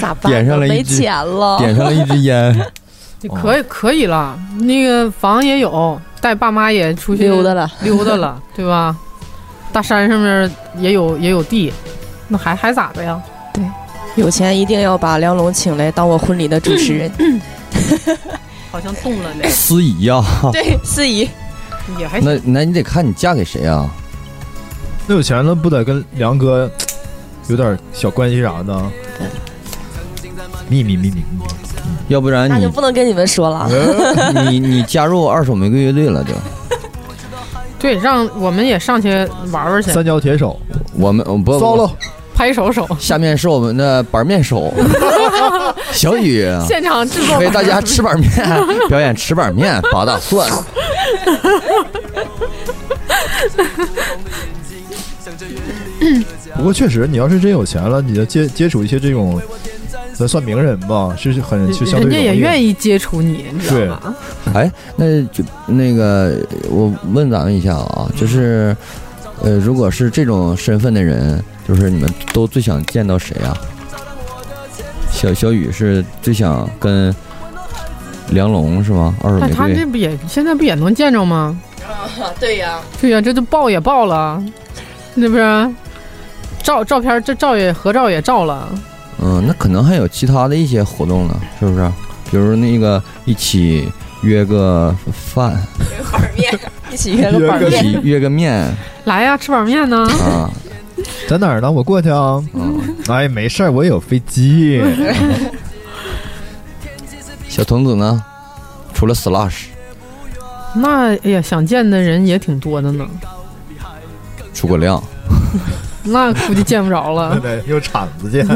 [SPEAKER 2] 咋办？
[SPEAKER 4] 点上了一
[SPEAKER 2] 没
[SPEAKER 4] 只
[SPEAKER 2] 钱了。
[SPEAKER 4] [laughs] 点上了一支烟， [laughs]
[SPEAKER 1] 你可以可以了，那个房也有，带爸妈也出去
[SPEAKER 2] 溜达了，
[SPEAKER 1] 溜达
[SPEAKER 4] [laughs]
[SPEAKER 1] 了，对吧？大山上面也有也有地，那还还咋的呀？
[SPEAKER 2] 有钱一定要把梁龙请来当我婚礼的主持人。
[SPEAKER 4] 嗯
[SPEAKER 1] 好像动了 [coughs] 嘞，
[SPEAKER 4] 司仪呀、
[SPEAKER 2] 对，司仪，
[SPEAKER 1] 也
[SPEAKER 2] 哎
[SPEAKER 1] 还行
[SPEAKER 4] 那那你得看你嫁给谁啊？
[SPEAKER 3] 那有钱了不得跟梁哥有点小关系啥的，啊秘密秘密秘密。
[SPEAKER 4] 要不然
[SPEAKER 2] 那
[SPEAKER 4] 你
[SPEAKER 2] 就不能跟你们说了。
[SPEAKER 4] 嗯你你加入二手玫瑰乐队了就。
[SPEAKER 1] 对，让我们也上去玩玩去，
[SPEAKER 3] 三角铁手
[SPEAKER 4] 我们我不
[SPEAKER 3] 糟了，
[SPEAKER 1] 拍手手，
[SPEAKER 4] 下面是我们的板面
[SPEAKER 2] [laughs]
[SPEAKER 4] 手小雨，啊
[SPEAKER 1] 现场
[SPEAKER 4] [laughs]
[SPEAKER 1] 制作
[SPEAKER 4] 为大家吃板面表演吃板面拔大蒜。
[SPEAKER 3] 不过确实，你要是真有钱了，你要接接触一些这种，咱算名人吧，是很就相
[SPEAKER 1] 人
[SPEAKER 3] 对
[SPEAKER 1] 家也
[SPEAKER 3] 意。
[SPEAKER 1] 愿意接触你，你知道吗？
[SPEAKER 4] 哎，那就那个，我问咱们一下啊，就是，呃，如果是这种身份的人，就是你们都最想见到谁啊？小小雨是最想跟梁龙是吗？二手
[SPEAKER 1] 但
[SPEAKER 4] 玫
[SPEAKER 1] 啊他这
[SPEAKER 4] 瑰，
[SPEAKER 1] 不也现在不也能见着吗？
[SPEAKER 2] [laughs] 对呀，
[SPEAKER 1] 对呀、这都爆也爆了，是不是？照照片这照也合照也照了，
[SPEAKER 4] 嗯，那可能还有其他的一些活动呢，是不是？比如那个一起约个饭，
[SPEAKER 2] 板面一起约
[SPEAKER 3] 约
[SPEAKER 2] 个板
[SPEAKER 3] 个
[SPEAKER 4] 一
[SPEAKER 2] 面，
[SPEAKER 4] 起约个面
[SPEAKER 1] 来呀、吃碗面呢。
[SPEAKER 4] 啊，
[SPEAKER 3] 在哪儿呢？我过去啊。
[SPEAKER 4] 嗯，
[SPEAKER 3] 哎，没事儿，我有飞
[SPEAKER 1] [laughs]
[SPEAKER 3] 机。
[SPEAKER 4] 小童子呢？除了 Slash，
[SPEAKER 1] 那哎呀，想见的人也挺多的呢，
[SPEAKER 4] 诸葛亮。
[SPEAKER 1] 那估计见不着
[SPEAKER 3] [laughs]
[SPEAKER 1] 了。
[SPEAKER 3] 对，用铲子见。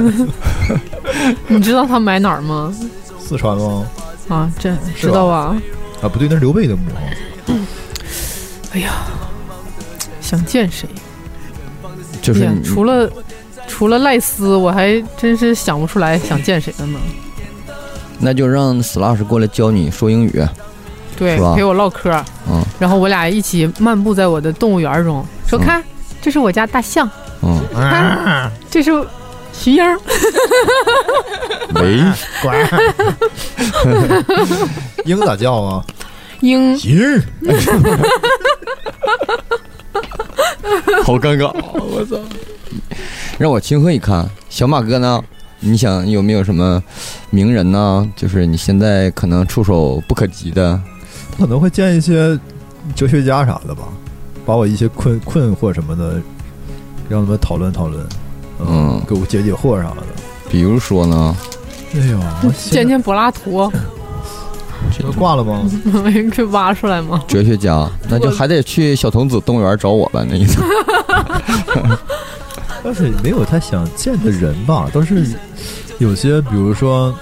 [SPEAKER 1] 你知道他埋哪儿吗？
[SPEAKER 3] 四川吗？
[SPEAKER 1] 啊，这
[SPEAKER 3] 是吧
[SPEAKER 1] 知道吧？
[SPEAKER 3] 啊，不对，那是刘备的墓。
[SPEAKER 1] 想见谁？
[SPEAKER 4] 就是
[SPEAKER 1] 哎呀
[SPEAKER 4] 你
[SPEAKER 1] 除了除了赖斯，我还真是想不出来想见谁了呢。
[SPEAKER 4] 那就让 Slash 过来教你说英语。
[SPEAKER 1] 对
[SPEAKER 4] 是吧，
[SPEAKER 1] 陪我唠嗑。
[SPEAKER 4] 嗯，
[SPEAKER 1] 然后我俩一起漫步在我的动物园中，说
[SPEAKER 4] 嗯
[SPEAKER 1] 看，这是我家大象，
[SPEAKER 4] 嗯，
[SPEAKER 1] 看，这是徐英儿，
[SPEAKER 4] [laughs] 喂，
[SPEAKER 3] 滚！鹰咋叫啊？
[SPEAKER 1] 鹰
[SPEAKER 3] 鹰儿。
[SPEAKER 1] [laughs]
[SPEAKER 4] 好尴尬， [laughs] 我操！让我情何以堪？小马哥呢？你想有没有什么名人呢？就是你现在可能触手不可及的，
[SPEAKER 3] 可能会见一些哲学家啥的吧，把我一些困困惑什么的，让他们讨论讨论，
[SPEAKER 4] 嗯
[SPEAKER 3] 给我解解惑啥的。
[SPEAKER 4] 比如说呢，
[SPEAKER 3] 哎呦，我
[SPEAKER 1] 见
[SPEAKER 3] [laughs] 现在
[SPEAKER 1] 见柏拉图， [laughs]
[SPEAKER 4] 这种
[SPEAKER 3] 挂了吗？
[SPEAKER 1] 给挖出来吗？
[SPEAKER 4] 哲学家，那就还得去小童子动物园找我吧，那意思。
[SPEAKER 3] 但是没有太想见的人吧，都是有些，比如说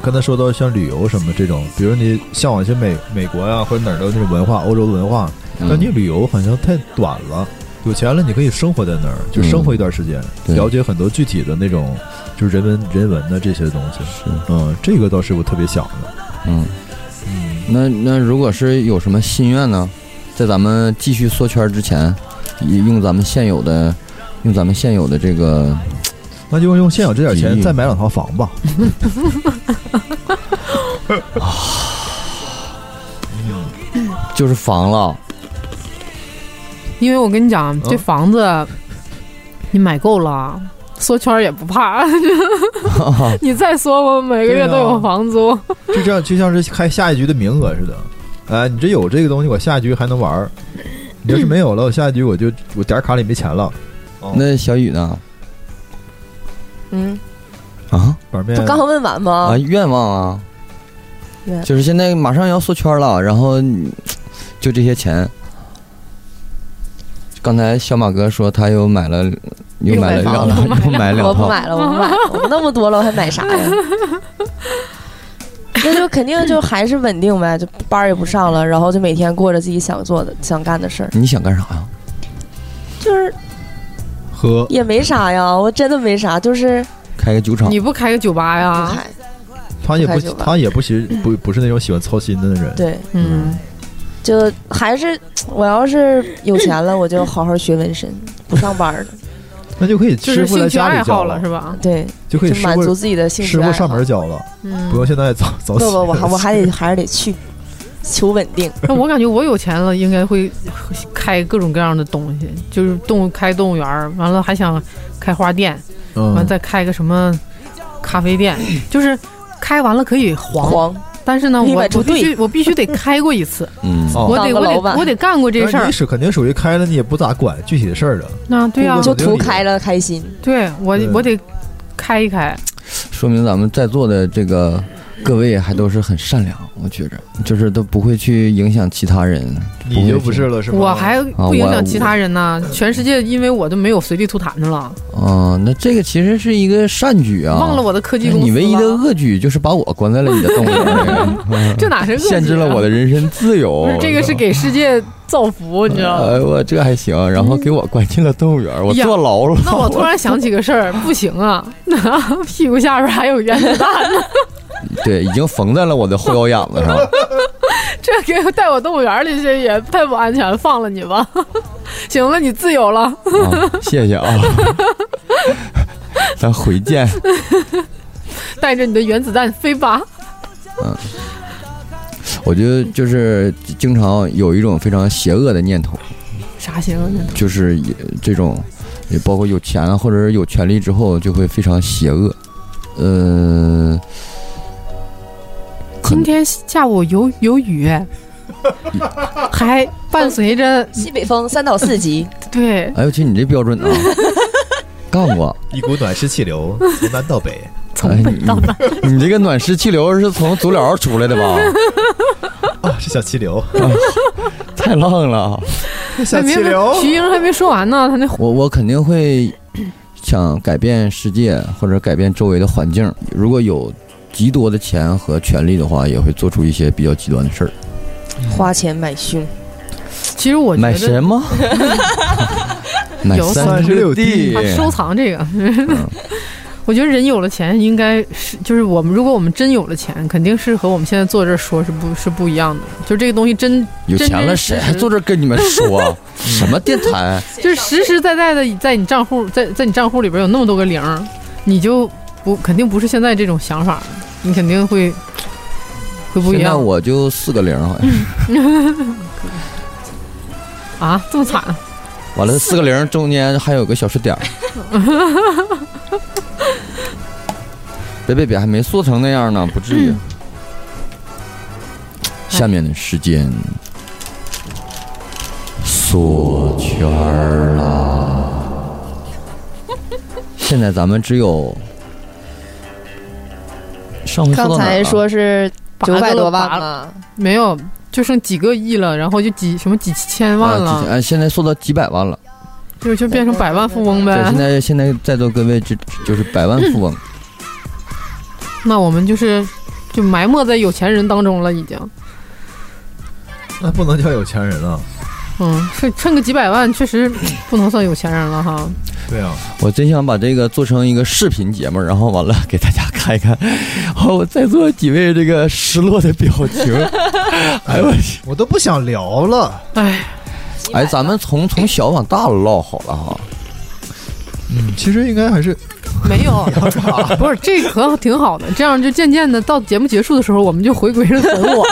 [SPEAKER 3] 刚才说到像旅游什么这种，比如你向往一些美美国呀、或者哪儿的那种文化，欧洲的文化，但你
[SPEAKER 4] 嗯，
[SPEAKER 3] 旅游好像太短了。有钱了，你可以生活在那儿，就生活一段时间，
[SPEAKER 4] 嗯对
[SPEAKER 3] 了解很多具体的那种，就是人文人文的这些东西。
[SPEAKER 4] 是，
[SPEAKER 3] 嗯，这个倒是我特别想的。
[SPEAKER 4] 嗯，
[SPEAKER 3] 嗯，
[SPEAKER 4] 那那如果是有什么心愿呢？在咱们继续缩圈之前，以用咱们现有的，用咱们现有的这个
[SPEAKER 3] 那就用现有这点
[SPEAKER 4] 提
[SPEAKER 3] 钱
[SPEAKER 4] 议
[SPEAKER 3] 再买两套房吧。
[SPEAKER 4] 就是房了，
[SPEAKER 1] 因为我跟你讲，这
[SPEAKER 3] 嗯
[SPEAKER 1] 房子你买够了。缩圈儿也不怕，你再缩，我每个月都
[SPEAKER 3] 对
[SPEAKER 1] 有
[SPEAKER 3] 啊
[SPEAKER 1] 房租。
[SPEAKER 3] 就这样，就像是开下一局的名额似的。哎，你这有这个东西，我下一局还能玩儿。你要是没有了，我下一局我就我点儿卡里没钱了。
[SPEAKER 4] 那小雨呢？
[SPEAKER 2] 嗯，
[SPEAKER 4] 啊
[SPEAKER 3] 板
[SPEAKER 2] 不
[SPEAKER 3] 面
[SPEAKER 2] 刚问完吗
[SPEAKER 4] 啊，？愿望啊
[SPEAKER 2] 愿，
[SPEAKER 4] 就是现在马上要缩圈了，然后嗯就这些钱。刚才小马哥说他又买了，又买了
[SPEAKER 2] 又买
[SPEAKER 4] 两
[SPEAKER 2] 房
[SPEAKER 4] 套，又买了
[SPEAKER 2] 我
[SPEAKER 4] 啊两套，
[SPEAKER 2] 不买了，我不买了，我那么多了，我还买啥
[SPEAKER 4] [laughs]
[SPEAKER 2] 呀？那就肯定就还是稳定呗，就班儿也不上了，然后就每天过着自己想做的、想干的事儿，
[SPEAKER 4] 你想干啥呀？
[SPEAKER 2] 就是
[SPEAKER 3] 喝
[SPEAKER 2] 也没啥呀，我真的没啥，就是
[SPEAKER 4] 开个酒厂
[SPEAKER 1] 你，不开个酒吧
[SPEAKER 2] 不
[SPEAKER 1] 呀？嗯
[SPEAKER 2] 开，
[SPEAKER 3] 他也
[SPEAKER 2] 不
[SPEAKER 3] 不
[SPEAKER 2] 太久吧
[SPEAKER 3] 他也不喜不不是那种喜欢操心的人。
[SPEAKER 2] 对，
[SPEAKER 1] 嗯，
[SPEAKER 2] 就还是我要是有钱了，我就好好学纹身，不上班了，
[SPEAKER 3] 那就可以
[SPEAKER 1] 就
[SPEAKER 3] 吃
[SPEAKER 1] 是
[SPEAKER 3] 货
[SPEAKER 1] 兴
[SPEAKER 3] 在
[SPEAKER 1] 趣
[SPEAKER 3] 家
[SPEAKER 1] 爱
[SPEAKER 3] 里
[SPEAKER 1] 好
[SPEAKER 3] 交
[SPEAKER 1] 了是，吧？
[SPEAKER 2] 对，
[SPEAKER 3] 就可以
[SPEAKER 2] 就
[SPEAKER 3] 吃
[SPEAKER 2] 满足
[SPEAKER 3] 货
[SPEAKER 2] 自己的兴趣
[SPEAKER 3] 吃
[SPEAKER 2] 爱
[SPEAKER 3] 货
[SPEAKER 2] 好。
[SPEAKER 3] 上门交了，
[SPEAKER 1] 嗯，
[SPEAKER 3] 不用现在早早
[SPEAKER 2] 不
[SPEAKER 3] 起。
[SPEAKER 2] 不，我还我还得还是得去，求稳定。
[SPEAKER 1] 那我感觉我有钱了，应该会开各种各样的东西，就是动物开动物园儿，完了还想开花店，完
[SPEAKER 3] [laughs] 嗯，
[SPEAKER 1] 再开个什么咖啡店，就是开完了可以黄，
[SPEAKER 2] 黄，
[SPEAKER 1] 但是呢，
[SPEAKER 2] 可以
[SPEAKER 1] 我
[SPEAKER 2] 买
[SPEAKER 1] 我
[SPEAKER 2] 出
[SPEAKER 1] 必
[SPEAKER 2] 队
[SPEAKER 1] 须我必须得开过一次，
[SPEAKER 4] 嗯，
[SPEAKER 3] 哦
[SPEAKER 1] 我
[SPEAKER 2] 当
[SPEAKER 1] 得
[SPEAKER 2] 个
[SPEAKER 1] 我
[SPEAKER 2] 老板
[SPEAKER 1] 得我得干过这事
[SPEAKER 3] 但是
[SPEAKER 1] 儿
[SPEAKER 3] 你。是肯定属于开了，你也不咋管具体的事儿了。
[SPEAKER 1] 那对啊
[SPEAKER 3] 我，
[SPEAKER 2] 就
[SPEAKER 3] 肯定
[SPEAKER 2] 图
[SPEAKER 3] 有
[SPEAKER 2] 开了开心。
[SPEAKER 1] 对我
[SPEAKER 3] 对
[SPEAKER 1] 我得开一开，
[SPEAKER 4] 说明咱们在座的这个各位还都是很善良，我觉着就是都不会去影响其他人。
[SPEAKER 3] 你就不是了，是吗？
[SPEAKER 1] 我还不影响其他人呢，全世界因为我都没有随地吐痰的了，
[SPEAKER 4] 嗯、那这个其实是一个善举啊。
[SPEAKER 1] 忘了我的科技公司
[SPEAKER 4] 你唯一的
[SPEAKER 1] 了，
[SPEAKER 4] 恶举就是把我关在了你的洞里
[SPEAKER 1] [laughs]
[SPEAKER 4] 面
[SPEAKER 1] 这哪是恶
[SPEAKER 4] 限制了我
[SPEAKER 1] 的，
[SPEAKER 4] 的人身自由
[SPEAKER 1] 啊不是。这个是给世界造福，你知道吗？
[SPEAKER 4] 哎，我这还行，然后给我关进了动物园，我
[SPEAKER 1] 呀
[SPEAKER 4] 坐牢了。
[SPEAKER 1] 那我突然想起个事 [laughs] 儿，不行啊，屁股下边还有原子弹呢，
[SPEAKER 4] 对，已经缝在了我的后腰眼子 [laughs] 上。
[SPEAKER 1] 这给我带我动物园里去也太不安全了，放了你吧。行了，你自由了。
[SPEAKER 4] 啊，谢谢啊，咱回见。
[SPEAKER 1] 带着你的原子弹飞吧。
[SPEAKER 4] 我觉得就是经常有一种非常邪恶的念头，
[SPEAKER 1] 啥邪恶念头？
[SPEAKER 4] 就是也这种，也包括有钱啊，或者是有权利之后，就会非常邪恶。呃，可
[SPEAKER 1] 今
[SPEAKER 4] 能
[SPEAKER 1] 天下午有有 [laughs] 雨，还伴随着
[SPEAKER 2] 西北风三到四级，
[SPEAKER 1] 对
[SPEAKER 4] 哎呦，去你这标 [laughs] 准啊，干过。
[SPEAKER 3] 一股暖湿气流从南到北，
[SPEAKER 1] 从北到南，
[SPEAKER 4] 哎你，你 [laughs] 这个暖湿气流是从足疗出来的 [laughs] 吧？
[SPEAKER 3] 啊，是小气流，
[SPEAKER 4] 太浪了，
[SPEAKER 3] 小
[SPEAKER 1] 没有
[SPEAKER 3] 气流。
[SPEAKER 1] 徐英还没说完呢，他那
[SPEAKER 4] 我我肯定会想改变世界或者改变周围的环境。如果有极多的钱和权力的话，也会做出一些比较极端的事儿。
[SPEAKER 2] 花钱买凶，
[SPEAKER 1] 其实我觉
[SPEAKER 4] 买
[SPEAKER 1] 得 [laughs]
[SPEAKER 4] 什么？买
[SPEAKER 1] 有
[SPEAKER 4] 三地
[SPEAKER 1] 啊，收藏这个。
[SPEAKER 4] 嗯
[SPEAKER 1] [laughs] 我觉得人有了钱，应该是就是我们，如果我们真有了钱，肯定是和我们现在坐这儿说是不是不一样的。就这个东西真
[SPEAKER 4] 有钱了，谁还坐这儿跟你们说啊什么电台？
[SPEAKER 1] 就是实实在在的在你账户在在你账户里边有那么多个零儿，你就不肯定不是现在这种想法了，你肯定会会不一
[SPEAKER 4] 现在
[SPEAKER 1] 样
[SPEAKER 4] 我就四个零，好像
[SPEAKER 1] 啊！这么惨啊，
[SPEAKER 4] 完了四个零中间还有个小数点儿。 [laughs] 别别别，还没做成那样呢，不至于。下面的时间缩圈儿啦。 [laughs] 现在咱们只有上回
[SPEAKER 5] 刚
[SPEAKER 4] 说到哪儿啊
[SPEAKER 5] 才
[SPEAKER 4] 了
[SPEAKER 5] 说是九百多万吗？
[SPEAKER 1] 没有，就剩几个亿了，然后就几什么几千万
[SPEAKER 4] 啊几
[SPEAKER 1] 了，
[SPEAKER 4] 千哎，现在缩到几百万了。
[SPEAKER 1] 就就变成百万富翁
[SPEAKER 4] 对，
[SPEAKER 1] 呗
[SPEAKER 4] 现。在现在在座各位就就是百万富翁。
[SPEAKER 1] 那我们就是就埋没在有钱人当中了，已经。
[SPEAKER 3] 那不能叫有钱人啊。
[SPEAKER 1] 嗯，趁趁个几百万，确实不能算有钱人了哈。
[SPEAKER 3] 对啊，
[SPEAKER 4] 我真想把这个做成一个视频节目，然后完了给大家看一看。 [laughs] 好，我在座几位这个失落的表情。 [laughs] 哎
[SPEAKER 1] [laughs]
[SPEAKER 4] 呦我去！
[SPEAKER 3] 我都不想聊了。
[SPEAKER 1] 哎，
[SPEAKER 4] 哎，咱们从从小往大了唠好了哈。
[SPEAKER 3] 嗯，其实应该还是
[SPEAKER 1] 没
[SPEAKER 4] [laughs]
[SPEAKER 1] 有，不是这可挺好的，这样就渐渐的到节目结束的时候，我们就回归了本
[SPEAKER 4] [laughs] 啊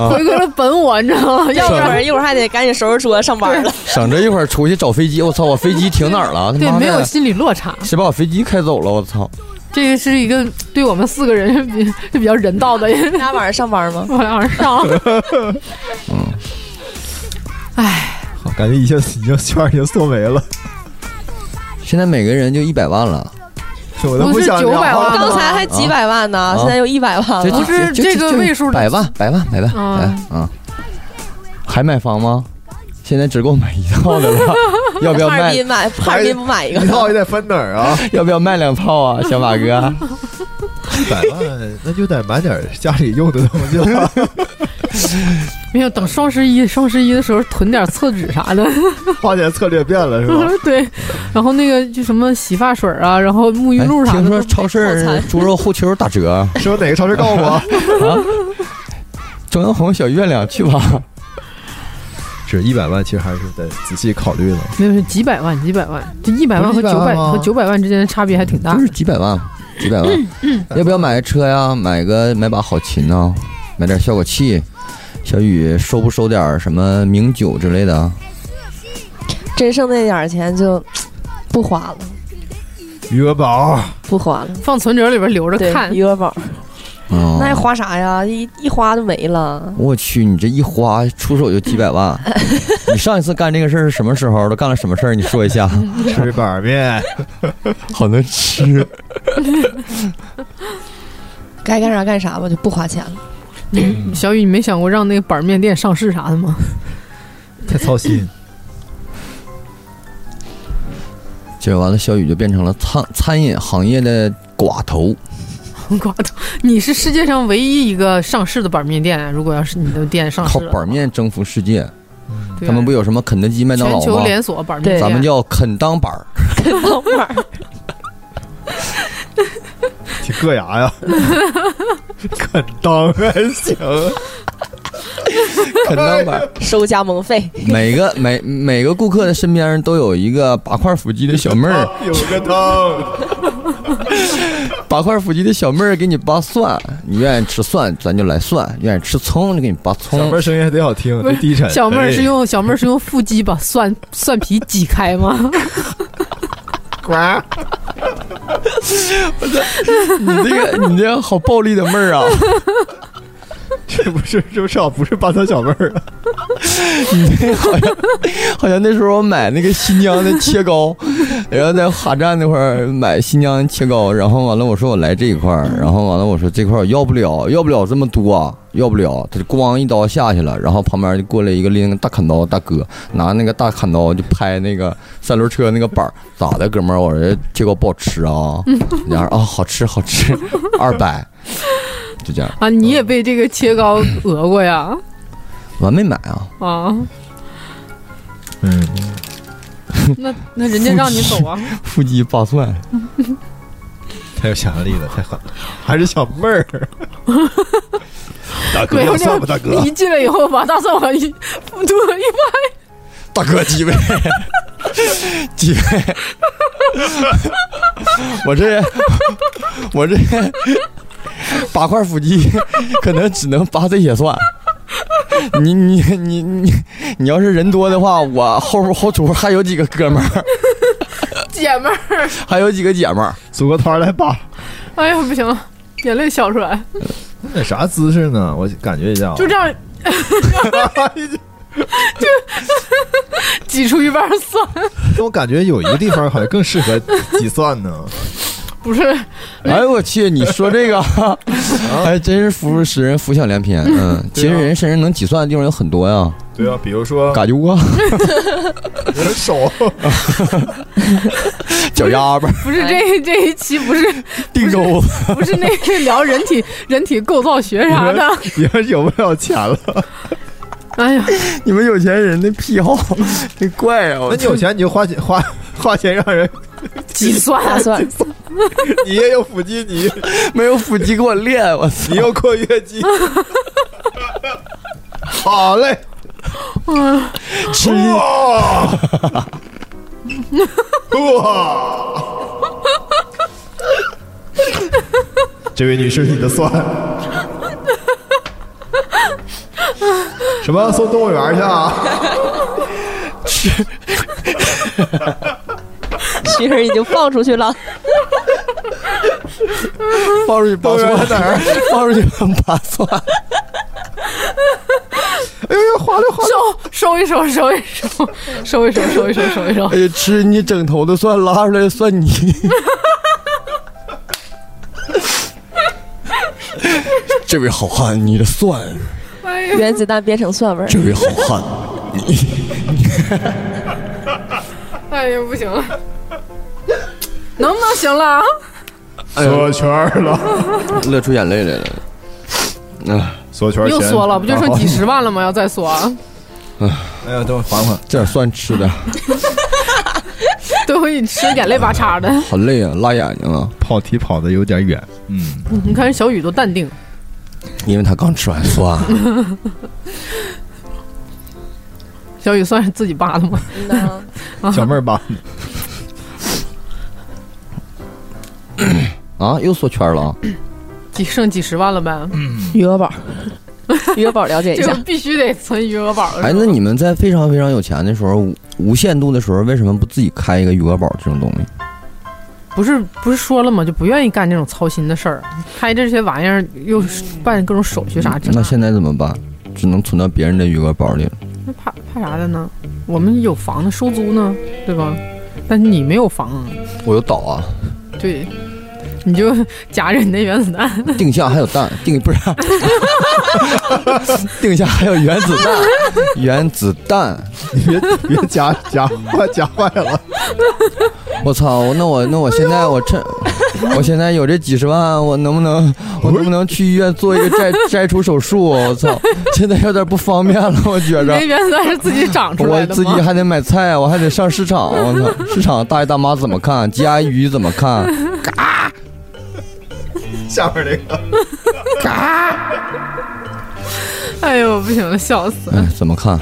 [SPEAKER 1] 我，回归了本我，你知道吗？要
[SPEAKER 2] 要
[SPEAKER 1] 不
[SPEAKER 2] 不
[SPEAKER 1] 然
[SPEAKER 2] 然一会儿还得赶紧收拾桌子上班了。
[SPEAKER 4] 省着一会儿出去找飞机，我操，我飞机停哪儿了？他
[SPEAKER 1] 对
[SPEAKER 4] 妈
[SPEAKER 1] 没有
[SPEAKER 4] 的，
[SPEAKER 1] 心理落差，
[SPEAKER 4] 谁把我飞机开走了？我操！
[SPEAKER 1] 这个是一个对我们四个人是 [laughs] 比是比较人道
[SPEAKER 4] [laughs]
[SPEAKER 1] 的。
[SPEAKER 2] [laughs] 大家晚上上班吗？
[SPEAKER 1] 我要上，
[SPEAKER 3] 好感觉已经已经圈儿已经缩没了，
[SPEAKER 4] 现在每个人就一百万了，
[SPEAKER 3] 我都
[SPEAKER 1] 不是
[SPEAKER 3] 想聊
[SPEAKER 1] 900万
[SPEAKER 3] 了。
[SPEAKER 2] 刚才还几百万呢，
[SPEAKER 4] 啊
[SPEAKER 2] 现在又一百万
[SPEAKER 4] 就
[SPEAKER 2] 了。
[SPEAKER 1] 不是
[SPEAKER 4] 就就
[SPEAKER 1] 这个
[SPEAKER 4] 就
[SPEAKER 1] 位数的
[SPEAKER 4] 百万百万百万百万啊！还买房吗？现在只够买一套
[SPEAKER 1] [laughs]
[SPEAKER 4] 的了，要不要
[SPEAKER 2] [laughs] 哈尔
[SPEAKER 4] 卖？
[SPEAKER 2] 滨买，哈尔滨不买一个
[SPEAKER 3] 一？套也得分哪儿啊？
[SPEAKER 4] 要不要卖两套啊，小马哥？
[SPEAKER 3] 一百万，那就得买点儿家里用的东西了。
[SPEAKER 1] 没有等双十一，双十一的时候囤点厕纸啥的。
[SPEAKER 3] 花钱策略变了是吧？
[SPEAKER 1] [laughs] 对，然后那个就什么洗发水啊，然后沐浴
[SPEAKER 4] 哎
[SPEAKER 1] 露啥
[SPEAKER 4] 听
[SPEAKER 1] 的都
[SPEAKER 4] 说超市
[SPEAKER 2] 套
[SPEAKER 4] 儿
[SPEAKER 2] 餐
[SPEAKER 4] 猪
[SPEAKER 1] [laughs]
[SPEAKER 4] 肉后丘打折，
[SPEAKER 3] 是不是哪个超市告诉我？
[SPEAKER 4] 中央红小月亮去吧。
[SPEAKER 3] 是一百万，其实还是得仔细考虑的。
[SPEAKER 1] 没有是几百万，几百万，就一百万和
[SPEAKER 3] 不是
[SPEAKER 1] 九
[SPEAKER 3] 100
[SPEAKER 1] 百
[SPEAKER 3] 万吗
[SPEAKER 1] 和九百万之间的差别还挺大
[SPEAKER 4] 就。是几百万，几百
[SPEAKER 1] 嗯
[SPEAKER 4] 万，要不要买个车呀？买个买把好琴呢？买点效果器？小雨收不收点儿什么名酒之类的？
[SPEAKER 2] 真剩那点儿钱就不花了，
[SPEAKER 3] 余额宝，
[SPEAKER 2] 不花了。
[SPEAKER 1] 放存折里边留着
[SPEAKER 2] 对，
[SPEAKER 1] 看，
[SPEAKER 2] 余额宝，
[SPEAKER 4] 嗯
[SPEAKER 2] 那，还花啥呀？一一花就没了。
[SPEAKER 4] 我去，你这一花出手就几
[SPEAKER 1] [laughs]
[SPEAKER 4] 百万。你上一次干这个事儿是什么时候？都干了什么事儿？你说一
[SPEAKER 1] [laughs]
[SPEAKER 4] 下。
[SPEAKER 3] 吃板面，
[SPEAKER 4] 好能吃。
[SPEAKER 2] 该干啥干啥吧，就不花钱了。 [laughs]
[SPEAKER 1] 你小雨，你没想过让那个板儿面店上市啥的吗？ [laughs]
[SPEAKER 3] 太操心。
[SPEAKER 4] 结果完了，小雨就变成了餐餐饮行业的寡头。
[SPEAKER 1] 瓜头，你是世界上唯一一个上市的板儿面店。啊如果要啊是你的店上市
[SPEAKER 4] 靠
[SPEAKER 1] 了，
[SPEAKER 4] 板面征服世界。
[SPEAKER 1] 对
[SPEAKER 4] 他们不有什么肯德基、麦当
[SPEAKER 1] 全
[SPEAKER 4] 劳
[SPEAKER 1] 球
[SPEAKER 4] 吗？
[SPEAKER 1] 连锁板儿面店，
[SPEAKER 4] 咱们叫肯当板儿。
[SPEAKER 3] 挺硌牙呀，肯当还行，
[SPEAKER 4] 肯当板儿，
[SPEAKER 2] [laughs] 收加盟费，
[SPEAKER 4] 每个每每个顾客的身边都有一个八块腹肌的小妹儿，
[SPEAKER 3] 有个汤，
[SPEAKER 4] 八块腹肌的小妹儿给你扒蒜，你愿意吃蒜咱就来蒜，愿意吃葱就给你扒
[SPEAKER 3] 小
[SPEAKER 4] 葱
[SPEAKER 3] 妹。儿声音还得好听，得低沉。
[SPEAKER 1] 小妹儿是
[SPEAKER 3] 哎
[SPEAKER 1] 用小妹儿是用腹肌把蒜 [laughs] 蒜皮挤开吗？
[SPEAKER 4] 你这个你这好暴力的妹儿啊！
[SPEAKER 3] 哎 [laughs] 这不是这不是啊不是八三小妹儿啊，
[SPEAKER 4] 好像好像那时候我买那个新疆的切糕，然后在哈站那块儿买新疆切糕，然后完了我说我来这一块儿，然后完了我说这块儿我要不了，要不了这么多啊，要不了，他就咣一刀下去了，然后旁边就过来一个拎个大砍刀的大哥，拿那个大砍刀就拍那个三轮车那个板儿，咋的哥们儿？我说切糕不好吃啊，然后啊好吃好吃，二百，就这样，
[SPEAKER 1] 啊，你也被这个切糕讹过呀？
[SPEAKER 4] 我没买啊。
[SPEAKER 1] 啊，
[SPEAKER 3] 嗯，
[SPEAKER 1] 那那人家让你走
[SPEAKER 3] [laughs]
[SPEAKER 1] 啊？
[SPEAKER 4] 腹肌扒蒜，
[SPEAKER 3] 太有想象力了，太狠了，还是小
[SPEAKER 1] [laughs]
[SPEAKER 3] 妹儿。大
[SPEAKER 1] 对，
[SPEAKER 3] 哥，算吧，大哥
[SPEAKER 1] 你，一进来以后把大蒜往 [laughs] 一肚子一
[SPEAKER 4] 大哥鸡呗，鸡呗，我这我这八块腹肌可能只能扒这些蒜。你你你你你要是人多的话，我后后厨还有几个哥们儿，
[SPEAKER 1] 放，姐妹儿，
[SPEAKER 4] 还有几个姐们儿。
[SPEAKER 3] 组个团儿来吧。
[SPEAKER 1] 哎呀不行了，眼泪笑出来，
[SPEAKER 3] 那啥姿势呢？我感觉一下啊，
[SPEAKER 1] 就这样挤出一半蒜， [laughs]
[SPEAKER 3] 但我感觉有一个地方好像更适合 [laughs] 计算呢。
[SPEAKER 1] 不是
[SPEAKER 4] 哎呦我去，你说这个
[SPEAKER 1] 啊
[SPEAKER 4] 还真是服使人浮想联翩。嗯，其
[SPEAKER 1] 啊
[SPEAKER 4] 实人身上能挤蒜的地方有很多呀，
[SPEAKER 3] 对啊，比如说
[SPEAKER 4] 嘎啾啊，
[SPEAKER 3] 我的手，
[SPEAKER 4] 脚
[SPEAKER 1] [laughs]
[SPEAKER 4] 丫子、
[SPEAKER 1] 不是这这一期不 [laughs] 是
[SPEAKER 4] 腚啊沟子。
[SPEAKER 1] 不是那个聊人体 [laughs] 人体构造学啥的，
[SPEAKER 3] 你们有不了钱了。
[SPEAKER 1] 哎呀，
[SPEAKER 4] 你们有钱人的癖
[SPEAKER 3] [laughs]
[SPEAKER 4] 好，这怪啊！
[SPEAKER 3] 那哦你有钱你就花钱花 [laughs] 花钱让人，
[SPEAKER 1] 挤
[SPEAKER 2] 大
[SPEAKER 1] 蒜
[SPEAKER 2] 蒜
[SPEAKER 3] 你也有腹肌，你
[SPEAKER 4] 没有腹肌给我练，我操
[SPEAKER 3] 你！有括约肌。好嘞，
[SPEAKER 4] 吃
[SPEAKER 3] 哇哇！
[SPEAKER 1] [laughs]
[SPEAKER 3] 这位女士，你的蒜。什么送动物园去啊？
[SPEAKER 2] [laughs] 其实已经放出 [laughs] 去了。
[SPEAKER 4] 放出去
[SPEAKER 3] 动
[SPEAKER 4] 扒
[SPEAKER 3] 物园
[SPEAKER 4] 蒜，
[SPEAKER 3] 在啊哪儿？
[SPEAKER 4] [laughs] 放出去扒蒜，
[SPEAKER 3] [laughs] 哎呦呦，哗啦哗啦！
[SPEAKER 1] 收收一收，收一收，收一收，收一收，收一收
[SPEAKER 4] 哎。呀，吃你整头的蒜，拉出来的蒜泥。 [laughs] 这位好汉，你的蒜，
[SPEAKER 1] 哎呀，
[SPEAKER 2] 原子弹变成蒜味儿，
[SPEAKER 4] 这位好汉，你
[SPEAKER 1] 哎呀，不行了，能不能行了啊？
[SPEAKER 3] 缩圈儿了，
[SPEAKER 4] 乐出眼泪来了。啊，
[SPEAKER 3] 缩圈儿
[SPEAKER 1] 又
[SPEAKER 3] 钱
[SPEAKER 1] 缩了，不就剩几十万了吗？要再缩啊，
[SPEAKER 3] 啊
[SPEAKER 1] [laughs]
[SPEAKER 3] 哎呀，等我缓缓。
[SPEAKER 4] 这点蒜吃的
[SPEAKER 1] 都会吃眼泪巴叉的。
[SPEAKER 4] 好累啊，辣眼睛啊，
[SPEAKER 3] 跑题跑的有点远，嗯，
[SPEAKER 1] 你看小雨多淡定，
[SPEAKER 4] 因为他刚吃完蒜。
[SPEAKER 1] 小雨算是自己扒的吗？
[SPEAKER 2] [laughs]
[SPEAKER 3] 小妹儿吧，
[SPEAKER 4] [laughs] 啊，又缩圈了啊！
[SPEAKER 1] 几剩几十万了呗，
[SPEAKER 2] 余额 [laughs] 宝，余额宝了解一
[SPEAKER 1] 这
[SPEAKER 2] 下
[SPEAKER 1] 个。必须得存余额宝了。
[SPEAKER 4] 哎，那你们在非常非常有钱的时候，无无限度的时候，为什么不自己开一个余额宝这种东西？
[SPEAKER 1] 不是不是说了吗？就不愿意干这种操心的事儿，开这些玩意儿又是办各种手续啥之啊类
[SPEAKER 4] 那
[SPEAKER 1] 的，
[SPEAKER 4] 现在怎么办？只能存到别人的余额宝里了。
[SPEAKER 1] 那怕怕啥的呢？我们有房子收租呢，对吧？但是你没有房啊，
[SPEAKER 4] 我有岛啊，
[SPEAKER 1] 对，你就夹着你的原子弹，
[SPEAKER 4] 定向还有弹， [laughs] 定不是，啊
[SPEAKER 1] [laughs]
[SPEAKER 4] 定向还有原子弹，原子弹，
[SPEAKER 3] 你别别夹夹坏夹坏了，
[SPEAKER 4] 我操！那我那我现在我趁，我现在有这几十万，我能不能我能不能去医院做一个摘摘除手术？我操！现在有点不方便了，我觉
[SPEAKER 1] 你
[SPEAKER 4] 着
[SPEAKER 1] 那。原子弹是自己 [laughs] 长出
[SPEAKER 4] 我
[SPEAKER 1] 来的
[SPEAKER 4] 自己
[SPEAKER 1] 吗？
[SPEAKER 4] 还得买菜，啊我还得上市场，啊我操！
[SPEAKER 1] [laughs]
[SPEAKER 4] 市场大爷大妈怎么看？家鱼怎么看？
[SPEAKER 3] 下面这个
[SPEAKER 1] 哎呦，不行了，笑死！
[SPEAKER 4] 哎，怎么看？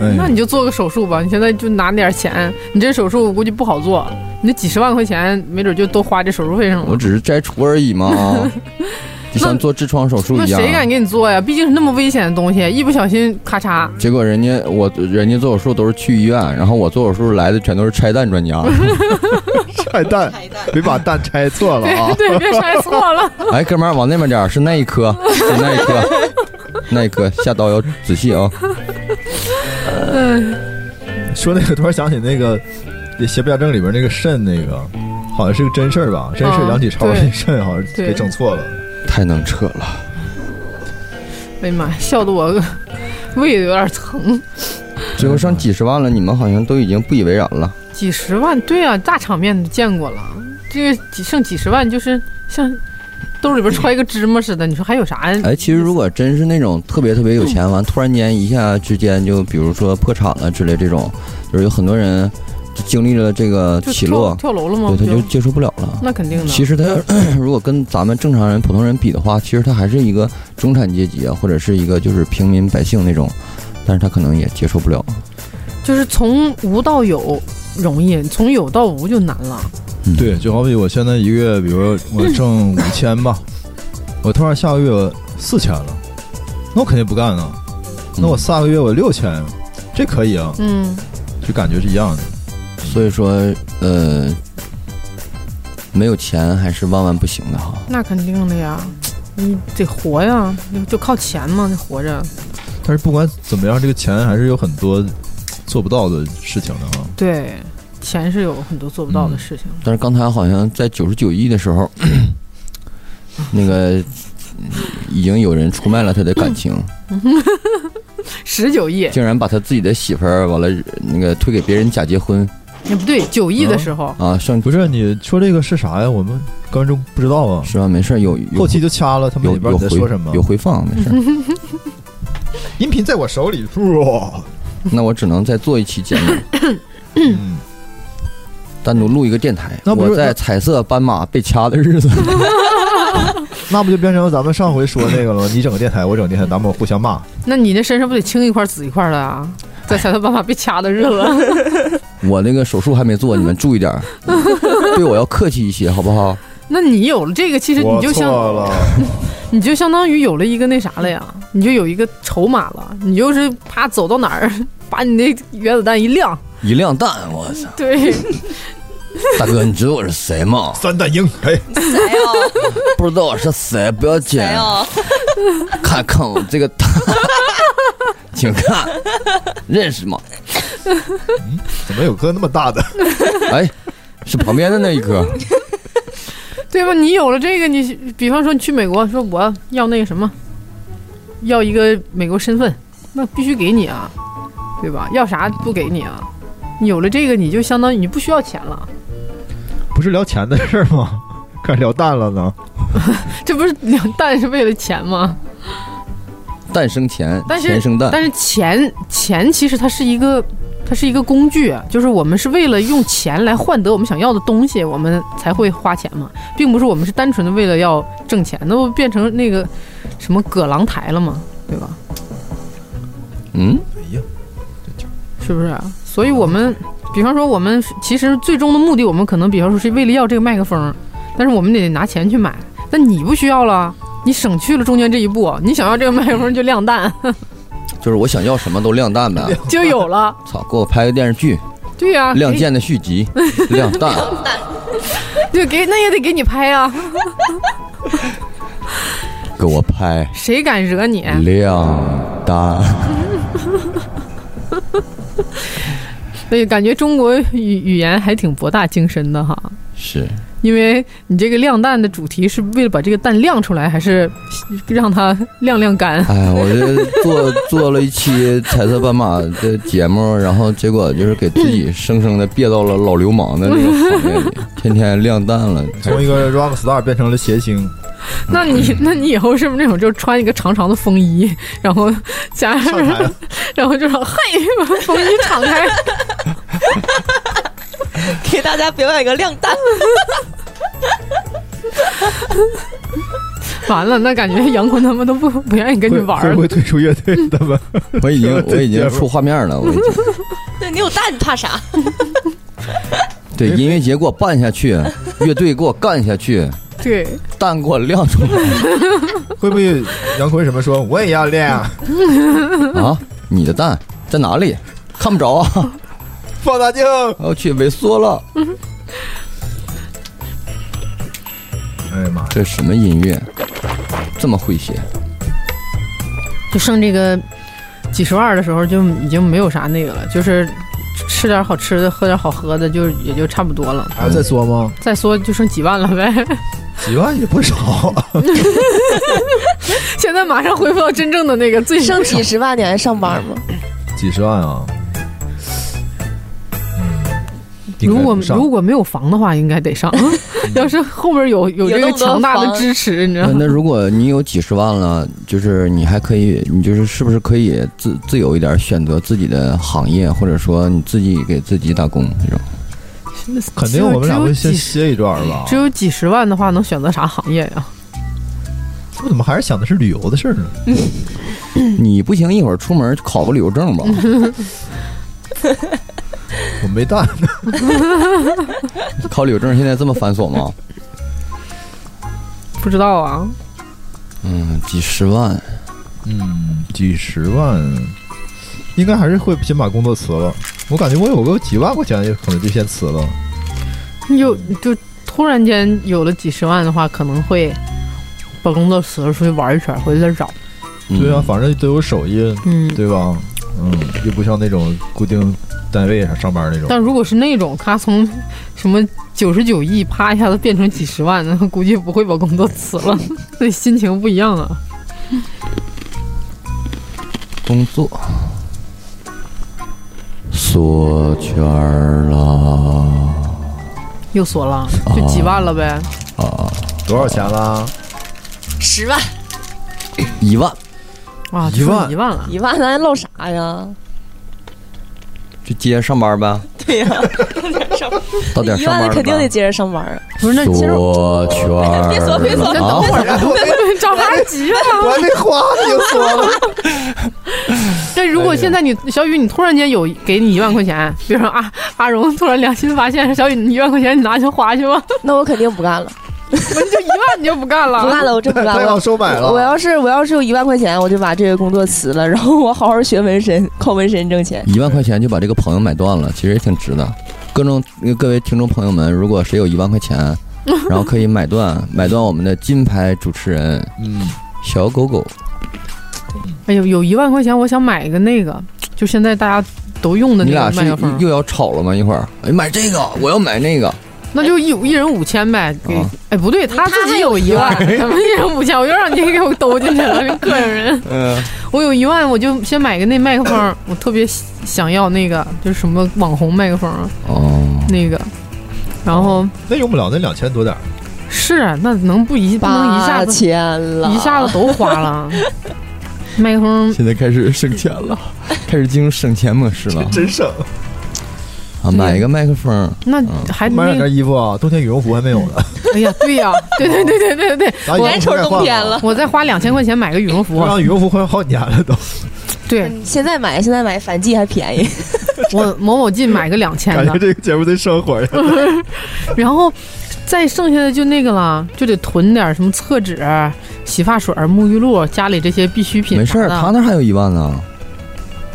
[SPEAKER 3] 哎
[SPEAKER 1] 那你就做个手术吧，你现在就拿点钱，你这手术我估计不好做，你这几十万块钱没准就都花这手术费上
[SPEAKER 4] 我
[SPEAKER 1] 了。
[SPEAKER 4] 只是摘除而已嘛，啊
[SPEAKER 1] [laughs]
[SPEAKER 4] 就像做痔疮手术
[SPEAKER 1] 那
[SPEAKER 4] 一样。啊
[SPEAKER 1] 谁敢给你做呀？毕竟是那么危险的东西，一不小心咔嚓，
[SPEAKER 4] 结果人家我人家做手术都是去医院，然后我做手术来的全都是拆弹
[SPEAKER 1] [laughs]
[SPEAKER 4] 专家。
[SPEAKER 3] 拆蛋，别把蛋拆错了啊！
[SPEAKER 1] 对，别摔错了。
[SPEAKER 4] 哎，哥们儿，往那边点儿，是那一颗，是那一颗，那一颗下刀要仔细啊、
[SPEAKER 3] [laughs] 说那个，突然想起那个《邪不压正》里边那个肾，那个好像是个真事儿吧？真事儿，
[SPEAKER 1] 啊
[SPEAKER 3] 梁启超
[SPEAKER 1] 对
[SPEAKER 3] 那肾好像给整错了。
[SPEAKER 4] 太能扯了。
[SPEAKER 1] [laughs] 哎呀妈呀，笑得我 [laughs] 胃都有点疼。
[SPEAKER 4] 最后剩几十万了，你们好像都已经不以为然了。
[SPEAKER 1] 几十万，对啊，大场面见过了，这个几剩几十万就是像兜里边揣个芝麻似的，你说还有啥？
[SPEAKER 4] 哎，其实如果真是那种特别特别有钱，完突然间一下之间就比如说破产了之类这种，就是有很多人就经历了这个
[SPEAKER 1] 就
[SPEAKER 4] 起
[SPEAKER 1] 跳
[SPEAKER 4] 落，
[SPEAKER 1] 跳楼了吗？
[SPEAKER 4] 对他
[SPEAKER 1] 不
[SPEAKER 4] 就接受不了了。
[SPEAKER 1] 那肯定的。
[SPEAKER 4] 其实他 [clears throat] 如果跟咱们正常人、普通人比的话，其实他还是一个中产阶级啊，或者是一个就是平民百姓那种，但是他可能也接受不了。
[SPEAKER 1] 就是从无到有容易，从有到无就难了。
[SPEAKER 4] 嗯
[SPEAKER 3] 对，就好比我现在一个月，比如我
[SPEAKER 1] [laughs]
[SPEAKER 3] 挣五千吧，我突然下个月四千了，那我肯定不干了。那我下个月我六千，这可以啊，
[SPEAKER 1] 嗯，
[SPEAKER 3] 就感觉是一样的。
[SPEAKER 4] 所以说，呃，没有钱还是万万不行的哈。
[SPEAKER 1] 那肯定的呀，你得活呀，就就靠钱嘛，得活着。
[SPEAKER 3] 但是不管怎么样，这个钱还是有很多做不到的事情的啊。
[SPEAKER 1] 对，钱是有很多做不到
[SPEAKER 4] 嗯
[SPEAKER 1] 的事情。
[SPEAKER 4] 但是刚才好像在九十九亿的时候，那个嗯已经有人出卖了他的感情，
[SPEAKER 1] 十九亿，
[SPEAKER 4] 竟然把他自己的媳妇儿完了那个推给别人假结婚
[SPEAKER 1] 哎不对，九亿的时候，
[SPEAKER 4] 啊，剩
[SPEAKER 3] 不是你说这个是啥呀？我们观众不知道啊。
[SPEAKER 4] 是吧？没事儿，有有
[SPEAKER 3] 后期就掐了，他们
[SPEAKER 4] 有
[SPEAKER 3] 也不知道
[SPEAKER 4] 有
[SPEAKER 3] 你在
[SPEAKER 4] 回
[SPEAKER 3] 说什么
[SPEAKER 4] 有。回放，没事儿。
[SPEAKER 3] 音频在我手里， [laughs] 哇！
[SPEAKER 4] 那我只能再做一期节目。
[SPEAKER 3] [laughs] 嗯
[SPEAKER 4] 单独录一个电台。
[SPEAKER 3] 那不是
[SPEAKER 4] 我在彩色斑马被掐的日子， [laughs]
[SPEAKER 3] 那不就变成咱们上回说那个了吗？你整个电台，我整个电台，咱们互相骂。
[SPEAKER 1] 那你那身上不得青一块紫一块的啊？在才头办法被掐的日子，
[SPEAKER 4] 我那个手术还没做，你们注意点儿，
[SPEAKER 3] [laughs]
[SPEAKER 4] 对我要客气一些，好不好？
[SPEAKER 1] 那你有了这个，其实你就相
[SPEAKER 3] 了，？
[SPEAKER 1] 你就相当于有了一个那啥了呀，你就有一个筹码了，你就是啪走到哪儿， [laughs] 把你那原子弹一亮，
[SPEAKER 4] 一亮蛋，我操！
[SPEAKER 1] 对，
[SPEAKER 4] 大哥，你知道我是谁吗
[SPEAKER 3] 三蛋鹰，哎，
[SPEAKER 5] 谁哦？
[SPEAKER 4] 不知道我是谁，不要紧
[SPEAKER 5] 谁，哦？
[SPEAKER 4] 看看我这个 [laughs] 蛋，请看，认识吗？
[SPEAKER 3] 怎么有颗那么大的？
[SPEAKER 4] 哎，是旁边的那一颗，
[SPEAKER 1] [laughs] 对吧？你有了这个，你比方说你去美国，说我要那个什么，要一个美国身份，那必须给你啊，对吧？要啥不给你啊？你有了这个，你就相当于你不需要钱了，
[SPEAKER 3] 不是聊钱的事儿吗？ [laughs] 开始聊蛋了呢？
[SPEAKER 1] 这不是两蛋是为了钱吗？
[SPEAKER 4] 蛋生钱，
[SPEAKER 1] 但是
[SPEAKER 4] 钱生蛋。
[SPEAKER 1] 但是钱钱其实它是一个它是一个工具，就是我们是为了用钱来换得我们想要的东西，我们才会花钱嘛，并不是我们是单纯的为了要挣钱，那不变成那个什么葛朗台了嘛，对吧？
[SPEAKER 4] 嗯，
[SPEAKER 3] 哎呀，
[SPEAKER 1] 是不是啊？所以我们，比方说我们其实最终的目的，我们可能比方说是为了要这个麦克风，但是我们得拿钱去买。但你不需要了，你省去了中间这一步，你想要这个麦克风就亮蛋 [laughs]
[SPEAKER 4] 就是我想要什么都 [laughs] 亮啊蛋呗。
[SPEAKER 1] 就有了。
[SPEAKER 4] 操，给我拍个电视剧
[SPEAKER 1] 对呀、
[SPEAKER 4] 《亮剑》的续集， [laughs] 亮蛋。
[SPEAKER 1] 给对给那也得给你拍啊呀、
[SPEAKER 4] 给我拍
[SPEAKER 1] 谁敢惹你？
[SPEAKER 3] 嗯
[SPEAKER 4] 亮蛋。
[SPEAKER 1] 所以感觉中国语语言还挺博大精深的哈。
[SPEAKER 4] 是，
[SPEAKER 1] 因为你这个晾蛋的主题是为了把这个蛋晾出来，还是让它晾晾
[SPEAKER 3] [laughs]
[SPEAKER 1] 干？
[SPEAKER 4] 哎，我这做做了一期彩色斑马的节目，然后结果就是给自己生生的憋到了老流氓的那个行业里，天天晾蛋了。
[SPEAKER 3] 从一个 rock star 变成了谐
[SPEAKER 1] [laughs]
[SPEAKER 3] 星，
[SPEAKER 1] 那你那你以后是不是那种就穿一个长长的风衣， [laughs] 然后加
[SPEAKER 3] 上
[SPEAKER 1] 上，
[SPEAKER 3] 台
[SPEAKER 1] [laughs] 然后就说嘿，把风衣敞
[SPEAKER 3] [laughs]
[SPEAKER 1] 开，
[SPEAKER 2] 给大家表演一个亮蛋。
[SPEAKER 1] 完了，那感觉杨坤他们都不不愿意跟你
[SPEAKER 3] 会
[SPEAKER 1] 玩
[SPEAKER 3] 会
[SPEAKER 1] 了
[SPEAKER 3] 不。会退出乐队？他们
[SPEAKER 4] [laughs] 我已经我已经出画面了，我已经
[SPEAKER 2] 对你有蛋，你怕啥？
[SPEAKER 4] 对音乐节给我办
[SPEAKER 3] [laughs]
[SPEAKER 4] 下去，乐队给我干下去，
[SPEAKER 1] 对，
[SPEAKER 4] 蛋给我
[SPEAKER 3] [laughs]
[SPEAKER 4] 晾出来
[SPEAKER 3] [laughs] 会不会杨坤什么说我也要亮，
[SPEAKER 4] 啊！你的蛋在哪里？看不着啊！ [laughs]
[SPEAKER 3] 放大镜？
[SPEAKER 4] 我去萎缩了，
[SPEAKER 3] 哎呀妈呀！
[SPEAKER 4] 这什么音乐？这么诙
[SPEAKER 3] [laughs]
[SPEAKER 4] 谐？
[SPEAKER 1] 就剩这个几十万的时候，就已经没有啥那个了，就是吃点好吃的，喝点好喝的，就也就差不多了。
[SPEAKER 3] 还要再说吗？
[SPEAKER 1] 再说就剩几万了呗。 [laughs]
[SPEAKER 3] 几万也不少，
[SPEAKER 1] 现在马上恢复到真正的那个最
[SPEAKER 2] [laughs] [laughs] 剩几十万你还上班吗？
[SPEAKER 3] 几十万啊！嗯，应该
[SPEAKER 1] 如果
[SPEAKER 3] 不上
[SPEAKER 1] 如果没有房的话，应该得上。嗯
[SPEAKER 2] [laughs]
[SPEAKER 1] 要是后边有有
[SPEAKER 2] 有
[SPEAKER 1] 这个
[SPEAKER 2] 那么多
[SPEAKER 1] 强大的
[SPEAKER 2] 房
[SPEAKER 1] 支持，你知道
[SPEAKER 4] 那
[SPEAKER 1] 吗？
[SPEAKER 4] 那如果你有几十万了，就是你还可以，你就是是不是可以自自由一点，选择自己的行业，或者说你自己给自己打工这种？
[SPEAKER 1] [laughs]
[SPEAKER 3] 肯定我们俩
[SPEAKER 1] 只
[SPEAKER 3] 会
[SPEAKER 1] 有
[SPEAKER 3] 先啊
[SPEAKER 1] 几十
[SPEAKER 3] 歇一段吧？
[SPEAKER 1] 只有几十万的话，能选择啥行业呀？
[SPEAKER 3] 我怎么还是想的是旅游的事儿呢？嗯
[SPEAKER 4] 你不行，一会儿出门考个旅游
[SPEAKER 3] [laughs]
[SPEAKER 4] 证吧。
[SPEAKER 3] 我没带，
[SPEAKER 4] 考旅游证现在这么繁琐吗？
[SPEAKER 1] 不知道啊，
[SPEAKER 4] 嗯，几十万，
[SPEAKER 3] 嗯，几十万，应该还是会先把工作辞了。我感觉我有个几万块钱，也可能就先辞了。
[SPEAKER 1] 你有就突然间有了几十万的话，可能会把工作辞了，出去玩一圈，回来再找。
[SPEAKER 4] 嗯
[SPEAKER 3] 对啊，，反正都有手艺，
[SPEAKER 1] 嗯，
[SPEAKER 3] 对吧？嗯，又不像那种固定单位上上班那种。
[SPEAKER 1] 但如果是那种，他从什么九十九亿啪一下子变成几十万，那估计不会把工作辞了， [laughs] 那心情不一样啊。
[SPEAKER 4] 工作缩圈儿了
[SPEAKER 1] 又锁了，就几万了呗。
[SPEAKER 4] 啊，
[SPEAKER 3] 多少钱啦？
[SPEAKER 2] 十万，
[SPEAKER 4] 一万，
[SPEAKER 1] 啊，
[SPEAKER 3] 一
[SPEAKER 1] 就
[SPEAKER 3] 万
[SPEAKER 1] 剩一万了，
[SPEAKER 2] 一万，咱露啥呀？
[SPEAKER 4] 就接着上班呗，
[SPEAKER 2] 对呀、
[SPEAKER 4] 到点
[SPEAKER 2] 一
[SPEAKER 4] 上
[SPEAKER 2] 万
[SPEAKER 4] 班了
[SPEAKER 2] 的肯定得
[SPEAKER 4] 呗。
[SPEAKER 2] 接着上班啊。
[SPEAKER 1] 不是那其实
[SPEAKER 4] 缩圈儿
[SPEAKER 2] 别说别说
[SPEAKER 1] 先
[SPEAKER 4] 了
[SPEAKER 1] 等
[SPEAKER 4] 啊！
[SPEAKER 1] [laughs] 会儿吧，找啥急啊？
[SPEAKER 3] 我还没花呢，就说了。
[SPEAKER 1] [laughs] 但如果
[SPEAKER 3] 哎呀
[SPEAKER 1] 现在你小雨，你突然间有给你一万块钱，比如说阿阿荣突然良心发现，小雨你一万块钱你拿去花去吧， [laughs]
[SPEAKER 2] 那我肯定不干了，
[SPEAKER 1] 我就一万你就不干
[SPEAKER 2] 不
[SPEAKER 1] 了。
[SPEAKER 2] 干了，我真 [laughs] 不
[SPEAKER 3] 他
[SPEAKER 2] 干了
[SPEAKER 3] 要。收买
[SPEAKER 2] 我
[SPEAKER 3] 了，
[SPEAKER 2] 啊要是我要是有一万块钱，我就把这个工作辞了，然后我好好学纹身，靠纹身挣钱。
[SPEAKER 4] 一万块钱就把这个朋友买断了，其实也挺值的。各种各位听众朋友们，如果谁有一万块钱，然后可以买断买断我们的金牌主持人
[SPEAKER 3] 嗯，
[SPEAKER 4] 小狗狗，
[SPEAKER 1] [laughs] 哎呦，有一万块钱，我想买一个那个，就现在大家都用的
[SPEAKER 4] 你
[SPEAKER 1] 那
[SPEAKER 4] 俩
[SPEAKER 1] 个
[SPEAKER 4] 是
[SPEAKER 1] 麦克风。
[SPEAKER 4] 又要吵了吗？一会儿，哎，买这个，我要买那个，
[SPEAKER 1] 那就一一人五千呗，给
[SPEAKER 4] 啊
[SPEAKER 1] 哎不对，哎他自己有一万，咱们 [laughs] 一人五千，我又让你给我兜进去了，这膈应人。
[SPEAKER 4] 嗯，
[SPEAKER 1] 我有一万，我就先买个那麦克风，我特别想要那个，就是什么网红麦克风啊
[SPEAKER 4] 哦，
[SPEAKER 1] 那个，然后
[SPEAKER 3] 那用不了那两千多点儿。
[SPEAKER 1] 是啊，那能不一不能一下
[SPEAKER 2] 八
[SPEAKER 1] 子
[SPEAKER 2] 千了，
[SPEAKER 1] 一下子都花了。麦克风
[SPEAKER 4] 现在开始省钱了，开始进入省钱模式了
[SPEAKER 3] 真省。
[SPEAKER 4] 啊！买一个麦克风，
[SPEAKER 1] 那还
[SPEAKER 3] 买
[SPEAKER 1] 那
[SPEAKER 3] 两
[SPEAKER 1] 个，
[SPEAKER 3] 件衣服啊，冬天羽绒服还没有呢，
[SPEAKER 1] 哎呀，对呀、对对对对对对，
[SPEAKER 3] 咱羽绒服
[SPEAKER 2] 眼瞅
[SPEAKER 3] 再
[SPEAKER 2] 冬
[SPEAKER 3] 换
[SPEAKER 2] 天
[SPEAKER 3] 吧。
[SPEAKER 2] 了，
[SPEAKER 1] 我再花两千块钱买个羽绒服啊
[SPEAKER 3] 我，让羽绒服换好几年了 [laughs] 都，
[SPEAKER 1] 对
[SPEAKER 2] 现在买现在买反季还便宜，
[SPEAKER 1] 我某某进买个两千
[SPEAKER 3] 感
[SPEAKER 1] 的
[SPEAKER 3] 觉，这个节目真生活 [laughs] 呀。
[SPEAKER 1] 然后再剩下的就那个了，就得囤点什么厕纸、洗发水、沐浴露，家里这些必需品。
[SPEAKER 4] 没事儿，他那儿还有一万呢，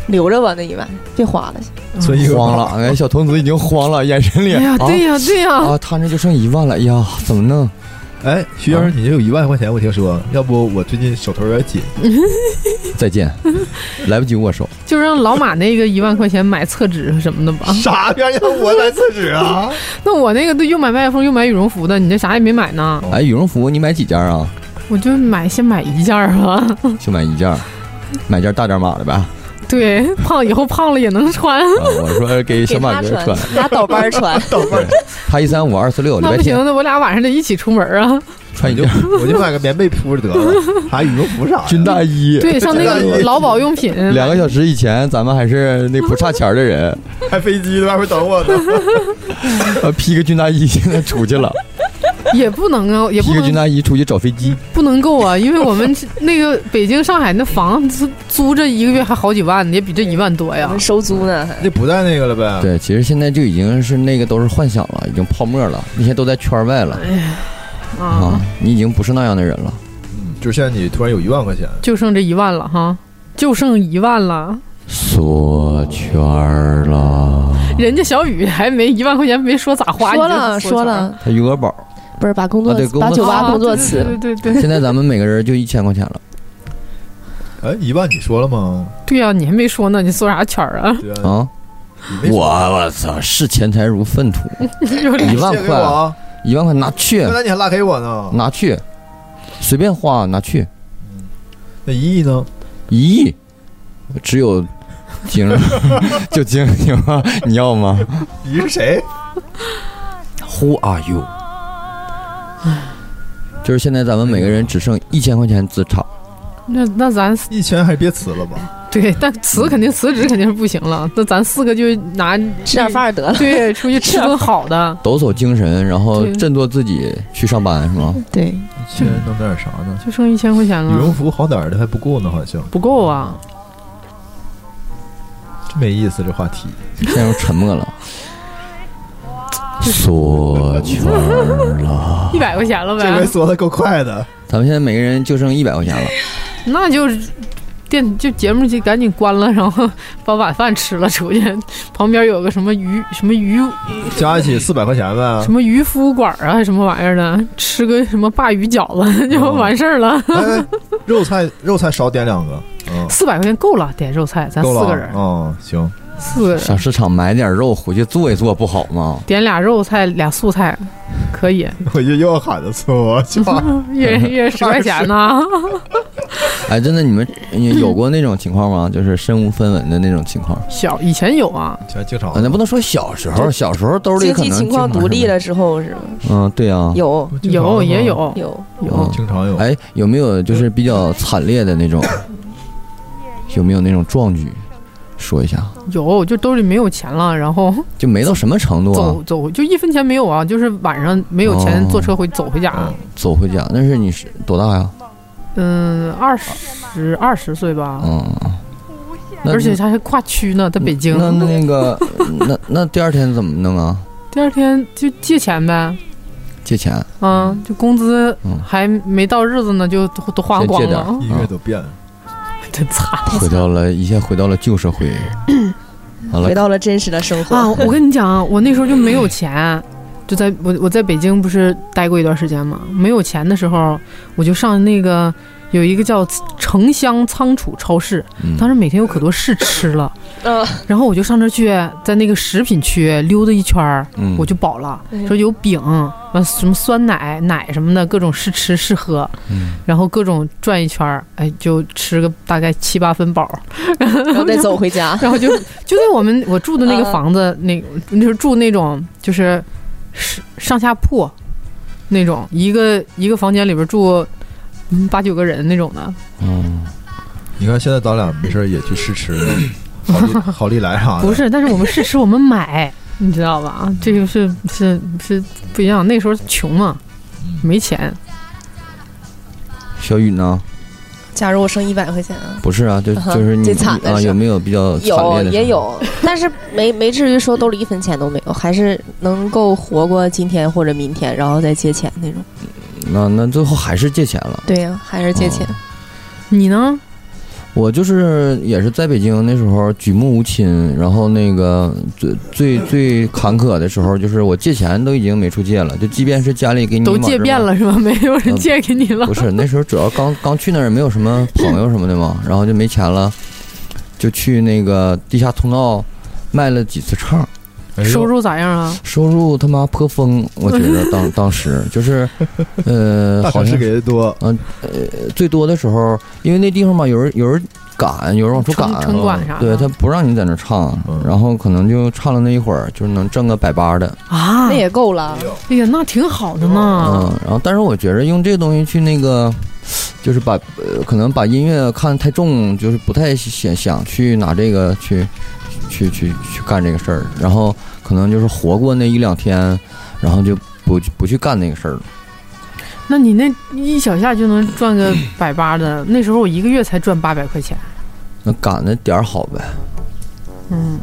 [SPEAKER 2] 留着吧那一万，别花了。
[SPEAKER 3] 所以
[SPEAKER 4] [laughs] 慌了，哎，小童子已经慌了，眼神里，
[SPEAKER 1] 嗯哎
[SPEAKER 4] 啊
[SPEAKER 1] 哎呀，对呀，对呀，
[SPEAKER 4] 啊，啊，他那就剩一万了，哎呀，怎么弄？
[SPEAKER 3] 哎，徐先生，你这有一万块钱，我听说，要不我最近手头有点紧，
[SPEAKER 4] 再
[SPEAKER 1] [laughs]
[SPEAKER 4] 见，来不及握手。
[SPEAKER 1] 就让老马那个一万块钱买厕纸什么的吧。
[SPEAKER 3] 啥呀？让我买厕纸 [laughs] 啊？
[SPEAKER 1] 那我那个都又买麦克风又买羽绒服的，你这啥也没买呢，
[SPEAKER 4] 哎，羽绒服你买几件啊？
[SPEAKER 1] 我就买先买一件儿啊。
[SPEAKER 4] 就买一件儿，买件儿大点儿码的呗。
[SPEAKER 1] [laughs]
[SPEAKER 4] 啊，
[SPEAKER 1] 对，胖以后胖了也能穿。
[SPEAKER 4] 我说给小马哥穿，
[SPEAKER 2] 拿倒班儿穿，
[SPEAKER 1] [laughs]
[SPEAKER 4] 对他一三五二四六，礼
[SPEAKER 1] 那
[SPEAKER 4] 拜
[SPEAKER 1] 不行，
[SPEAKER 4] 天
[SPEAKER 1] 那我俩晚上得一起出门啊。
[SPEAKER 4] 穿一
[SPEAKER 3] 就
[SPEAKER 4] 件儿
[SPEAKER 3] [laughs] 我就买个棉被铺着得了，哎 [laughs] 还羽绒服啥的？
[SPEAKER 4] 军大衣。
[SPEAKER 1] 对，上那
[SPEAKER 4] [laughs]
[SPEAKER 1] 个劳保用品，
[SPEAKER 4] 两个小时以前，咱们还是那不差钱儿的人，
[SPEAKER 1] [laughs]
[SPEAKER 3] 开飞机在外边等我 [laughs] 呢。
[SPEAKER 4] 呃，披个军大衣现在出去了，
[SPEAKER 1] 也不能啊，也
[SPEAKER 4] 披
[SPEAKER 1] 不
[SPEAKER 4] 个军
[SPEAKER 1] 能
[SPEAKER 4] 大衣出去找飞机。
[SPEAKER 1] 不能够啊，因为我们 [laughs] 那个北京、上海那房租租这一个月还好几万呢，也比这一万多呀
[SPEAKER 2] 我们。收租呢。
[SPEAKER 3] 那不在那个了呗？
[SPEAKER 4] 对，其实现在就已经是那个都是幻想了，已经泡沫了，那些都在圈外了
[SPEAKER 3] 哎
[SPEAKER 4] 啊
[SPEAKER 1] 啊，！
[SPEAKER 4] 你已经不是那样的人了。
[SPEAKER 3] 嗯，就是现在你突然有一万块钱，
[SPEAKER 1] 就剩这一万了哈，就剩一万了。
[SPEAKER 4] 缩圈儿了，
[SPEAKER 1] 人家小雨还没一万块钱没说咋花，
[SPEAKER 2] 说
[SPEAKER 1] 你就
[SPEAKER 2] 了说
[SPEAKER 1] 圈儿，
[SPEAKER 2] 了，
[SPEAKER 4] 他余额宝，
[SPEAKER 2] 不是把工作
[SPEAKER 4] 啊对工作
[SPEAKER 2] 把
[SPEAKER 4] 辞
[SPEAKER 2] 酒吧
[SPEAKER 1] 啊
[SPEAKER 2] 工作
[SPEAKER 1] 对
[SPEAKER 2] 辞了，
[SPEAKER 1] 对对对
[SPEAKER 4] 现在咱们每个人就一千块钱了
[SPEAKER 3] [laughs] 哎，一万你说了吗？
[SPEAKER 1] 对呀，你还没说呢，你缩啥圈儿啊？ [laughs]
[SPEAKER 3] 对啊，
[SPEAKER 4] 啊！
[SPEAKER 3] 你没
[SPEAKER 4] 我
[SPEAKER 3] 说
[SPEAKER 4] 我操，视钱财如
[SPEAKER 3] [laughs]
[SPEAKER 4] 粪土，一万
[SPEAKER 3] 借给我
[SPEAKER 4] 块，
[SPEAKER 3] 啊！
[SPEAKER 4] 一万块拿去
[SPEAKER 3] 刚才你还拉黑我呢。
[SPEAKER 4] 拿去，随便花拿去，
[SPEAKER 3] 那一亿呢？
[SPEAKER 4] 一亿，只有晶儿， [laughs] 就晶儿，你要你要吗
[SPEAKER 3] 你是谁？
[SPEAKER 4] ？Who are you？就是现在，咱们每个人只剩一千块钱资产，
[SPEAKER 1] 那那咱
[SPEAKER 3] 一千还别辞了吧？
[SPEAKER 1] 对，但辞肯定辞职肯定是不行了。那咱四个就拿
[SPEAKER 2] 吃点饭儿得了。
[SPEAKER 1] [laughs] 对出去吃顿好的。
[SPEAKER 4] 抖擞精神，然后
[SPEAKER 1] 对
[SPEAKER 4] 振作自己去上班，
[SPEAKER 2] [laughs]
[SPEAKER 4] 是吗？
[SPEAKER 2] [laughs] 对，
[SPEAKER 3] 一千能买点啥呢？
[SPEAKER 1] 就剩一千块钱
[SPEAKER 3] 羽绒
[SPEAKER 1] 了，
[SPEAKER 3] 服好点儿的还不够呢，好像
[SPEAKER 1] 不够啊！
[SPEAKER 3] 真没意思这话题。
[SPEAKER 4] 陷入沉默了，缩圈了。
[SPEAKER 1] 一百块钱了
[SPEAKER 3] 这回
[SPEAKER 1] 呗，
[SPEAKER 3] 说的够快的，
[SPEAKER 4] 咱们现在每个人就剩一百块钱了，
[SPEAKER 1] 那就电就节目就赶紧关了，然后把晚饭吃了出去。旁边有个什么渔什么渔
[SPEAKER 3] 啊加一 [laughs] 起四百块钱呗
[SPEAKER 1] 什。么渔夫馆啊，还是什么玩意儿的，吃个什么鲅鱼饺子 [laughs]
[SPEAKER 3] 哦
[SPEAKER 1] 就完事儿了。
[SPEAKER 3] 哎，肉菜肉菜少点两个，嗯，
[SPEAKER 1] 四百块钱够了，点肉菜，咱
[SPEAKER 3] 够了
[SPEAKER 1] 四
[SPEAKER 3] 啊
[SPEAKER 1] 个人，，
[SPEAKER 3] 嗯，行， [laughs]
[SPEAKER 1] 四个人
[SPEAKER 4] 上市场买点肉回去做一做不好吗？
[SPEAKER 1] 点俩肉菜，俩素菜，可
[SPEAKER 3] [laughs]
[SPEAKER 1] 以，
[SPEAKER 3] 我就又喊着说，我啊去， [laughs]
[SPEAKER 1] 一人一人十块钱呢。
[SPEAKER 4] 哎，真的，你们你有过那种情况吗？就是身无分文的那种情况？
[SPEAKER 1] 小以前有啊，
[SPEAKER 3] 全经常
[SPEAKER 4] 啊，那不能说小时候，小时 [laughs] 候兜里
[SPEAKER 2] 嗯经
[SPEAKER 4] 可
[SPEAKER 2] 济
[SPEAKER 4] 能
[SPEAKER 2] 情况独立
[SPEAKER 4] 了。
[SPEAKER 2] 了之后是吗？
[SPEAKER 4] 嗯，对啊，
[SPEAKER 2] 有
[SPEAKER 3] 经常
[SPEAKER 1] 有
[SPEAKER 3] 的
[SPEAKER 1] 也
[SPEAKER 3] 吗，
[SPEAKER 1] 有
[SPEAKER 2] 有，
[SPEAKER 1] 有，
[SPEAKER 3] 经常有。哦
[SPEAKER 4] 哎，有没有就是比较惨烈的那种？有没有那种壮举？说一下，
[SPEAKER 1] 有，就兜里没有钱了，然后
[SPEAKER 4] 就没到什么程度啊
[SPEAKER 1] 走？走就一分钱没有啊，就是晚上没有钱
[SPEAKER 4] 哦
[SPEAKER 1] 坐车回走回家。
[SPEAKER 3] 嗯
[SPEAKER 4] 走回家，那是你是多大呀？
[SPEAKER 1] 嗯，二十二十岁吧，
[SPEAKER 4] 嗯，那
[SPEAKER 1] 而且他还跨区呢，在北京。
[SPEAKER 4] 那那个那那第二天怎么弄啊？
[SPEAKER 1] 第二天就借钱呗，
[SPEAKER 4] 借钱？
[SPEAKER 1] 嗯，就工资
[SPEAKER 4] 嗯
[SPEAKER 1] 还没到日子呢，就都都花
[SPEAKER 4] 先借
[SPEAKER 1] 光
[SPEAKER 4] 点儿
[SPEAKER 1] 了，
[SPEAKER 3] 音乐都变了，
[SPEAKER 1] [laughs] 真惨
[SPEAKER 4] 回到了一切，回到了旧社会。完了
[SPEAKER 2] 回，到了真实的生活。
[SPEAKER 1] 啊！我跟你 [laughs] 讲啊，我那时候就没有钱，就在我我在北京不是待过一段时间嘛，没有钱的时候，我就上那个有一个叫城乡仓储超市，
[SPEAKER 4] 嗯
[SPEAKER 1] 当时每天有可多试吃 [laughs] 了。
[SPEAKER 2] 嗯，
[SPEAKER 1] 然后我就上这儿去，在那个食品区溜达一圈儿，
[SPEAKER 4] 嗯
[SPEAKER 1] 我就饱了。
[SPEAKER 2] 嗯
[SPEAKER 1] 说有饼，完什么酸奶、奶什么的，各种试吃试喝，
[SPEAKER 4] 嗯
[SPEAKER 1] 然后各种转一圈儿，哎，就吃个大概七八分饱，，
[SPEAKER 2] 然后再走嗯回
[SPEAKER 1] [laughs]
[SPEAKER 2] 家
[SPEAKER 1] 然后
[SPEAKER 2] [laughs]
[SPEAKER 1] 就就在我们我住的那个房子，那那就是住那种就是是上下铺那种，一个一个房间里边住。嗯，八九个人那种的，
[SPEAKER 4] 嗯，
[SPEAKER 3] 你看现在咱俩没事儿也去试吃了， [laughs] 好利好利来啊啥的，
[SPEAKER 1] 不是，但是我们试吃，我们
[SPEAKER 2] [laughs]
[SPEAKER 1] 买，你知道吧？这个是是是不一样。那时候穷嘛，没钱，
[SPEAKER 4] 小雨呢？
[SPEAKER 5] 假如我剩一百块钱啊，
[SPEAKER 4] 不是啊，就
[SPEAKER 2] 嗯哼
[SPEAKER 4] 就是你
[SPEAKER 2] 最惨
[SPEAKER 4] 你
[SPEAKER 2] 的
[SPEAKER 4] 啊，
[SPEAKER 2] 是
[SPEAKER 4] 有没有比较惨
[SPEAKER 2] 有
[SPEAKER 4] 烈的？
[SPEAKER 2] 也。
[SPEAKER 4] [laughs]
[SPEAKER 2] 有，但是没没至于说兜里一分钱都没有，还是能够活过今天或者明天，然后再借钱那种。
[SPEAKER 4] 那那最后还是借钱了。哦
[SPEAKER 1] 嗯
[SPEAKER 2] 对呀、还是借钱。
[SPEAKER 1] 你呢？
[SPEAKER 4] 我就是也是在北京那时候举目无亲，然后那个最最最坎坷的时候，就是我借钱都已经没处借了，就即便是家里给你
[SPEAKER 1] 都
[SPEAKER 4] 往
[SPEAKER 1] 借
[SPEAKER 4] 这
[SPEAKER 1] 遍
[SPEAKER 4] 往
[SPEAKER 1] 了是
[SPEAKER 4] [laughs]
[SPEAKER 1] 吧？没有人
[SPEAKER 4] 嗯
[SPEAKER 1] 借给你了。
[SPEAKER 4] 不是那时候主要刚刚去那儿也没有什么朋友什么的嘛，然后就没钱了，就去那个地下通道卖了几次唱，
[SPEAKER 3] 哎呦
[SPEAKER 1] 收入咋样啊？
[SPEAKER 4] 收入他妈颇丰，我觉得当当时就是，呃，
[SPEAKER 3] [laughs] 大
[SPEAKER 4] 好
[SPEAKER 3] 城市
[SPEAKER 4] 像
[SPEAKER 3] 给的多，
[SPEAKER 4] 最多的时候，因为那地方嘛，有人有人赶，有人往出赶
[SPEAKER 1] 城，城管啥
[SPEAKER 4] 啊对
[SPEAKER 1] 的？
[SPEAKER 4] 他不让你在那唱
[SPEAKER 3] 嗯，
[SPEAKER 4] 然后可能就唱了那一会儿，就是能挣个百八的，
[SPEAKER 1] 啊
[SPEAKER 5] 那，也够了。
[SPEAKER 1] 哎呀，那挺好的呢。
[SPEAKER 4] 嗯，然后但是我觉着用这东西去那个，就是把呃可能把音乐看太重，就是不太想想去拿这个去去去去干这个事儿，然后可能就是活过那一两天，然后就不不去干那个事儿了。
[SPEAKER 1] 那你那一小下就能赚个 [coughs] 百八的，那时候我一个月才赚八百块钱。
[SPEAKER 4] 那赶的点儿好呗，
[SPEAKER 1] 嗯，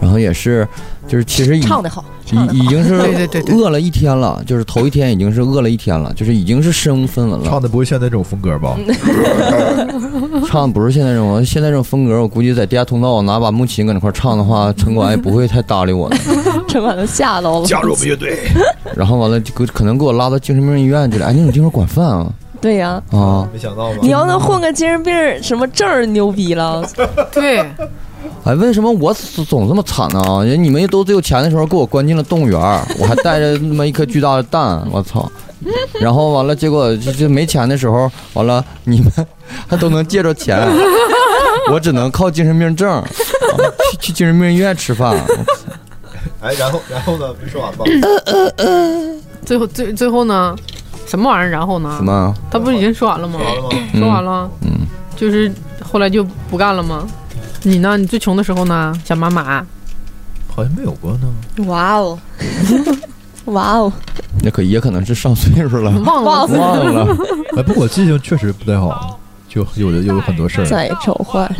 [SPEAKER 4] 然后也是就是其实已
[SPEAKER 2] 唱的好，
[SPEAKER 1] 哎
[SPEAKER 2] 唱的
[SPEAKER 4] 已已经是
[SPEAKER 1] 对对对对
[SPEAKER 4] 饿了一天了，就是头一天已经是饿了一天了，就是已经是身无分文了。
[SPEAKER 3] 唱的不会像那嗯种风格吧？
[SPEAKER 4] 唱不是现在这种，现在这种风格，我估计在地下通道我拿把木琴搁那块儿唱的话，城管也不会太搭理我的。
[SPEAKER 2] 城管都吓到了。
[SPEAKER 3] 入我们乐队，
[SPEAKER 4] 然后完了，就可能给我拉到精神病医院去了。哎，你怎么听说管饭啊？
[SPEAKER 2] 对
[SPEAKER 1] 哎
[SPEAKER 2] 呀、
[SPEAKER 4] 啊，
[SPEAKER 3] 没想到吧？
[SPEAKER 2] 你要能混个精神病儿什么证儿，牛逼了。
[SPEAKER 1] 对，
[SPEAKER 4] 哎，为什么我总这么惨呢？啊，人你们都只有钱的时候给我关进了动物园儿，我还带着那么一颗巨大的蛋，我操！然后完了，结果就就没钱的时候，完了你们还都能借着钱，啊我只能靠精神病证、啊去去精神病医院吃饭。
[SPEAKER 3] 哎，然后然后呢？没说完吧？
[SPEAKER 1] 最后最最后呢，什么玩意儿？然后呢
[SPEAKER 4] 怎？么？
[SPEAKER 1] 他不是已经说完了吗？
[SPEAKER 3] 完了吗？
[SPEAKER 4] 嗯
[SPEAKER 1] 说完了，
[SPEAKER 4] 嗯，
[SPEAKER 1] 就是后来就不干了吗？你呢？你最穷的时候呢？小马马，
[SPEAKER 3] [coughs] 好像没有过呢。
[SPEAKER 5] 哇哦，
[SPEAKER 2] [laughs] 哇哦，
[SPEAKER 4] 那可也可能是上岁数了， [laughs]
[SPEAKER 1] 忘了
[SPEAKER 2] 忘
[SPEAKER 1] 吗
[SPEAKER 2] 了
[SPEAKER 4] 忘了。
[SPEAKER 3] 哎，不过我记性确实不太好，就有的有很多
[SPEAKER 1] 哦
[SPEAKER 3] 事儿。
[SPEAKER 2] 再丑坏了。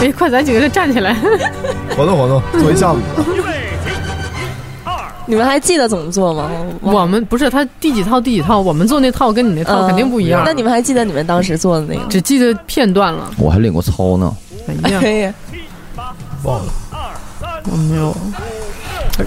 [SPEAKER 1] 哎，快，咱几个再站起来。
[SPEAKER 3] 活动活动，坐一下午。 [laughs]
[SPEAKER 2] 你们还记得怎么做吗？忘
[SPEAKER 1] 我们不是他第几套第几套，我们做那套跟你那套
[SPEAKER 2] 嗯
[SPEAKER 1] 肯定不一样。
[SPEAKER 2] 那你们还记得你们当时做的那个？
[SPEAKER 1] 只记得片段了。
[SPEAKER 4] 我还领过操呢，
[SPEAKER 1] 哎呀
[SPEAKER 2] 可，以，
[SPEAKER 3] 忘了，
[SPEAKER 1] 我没有。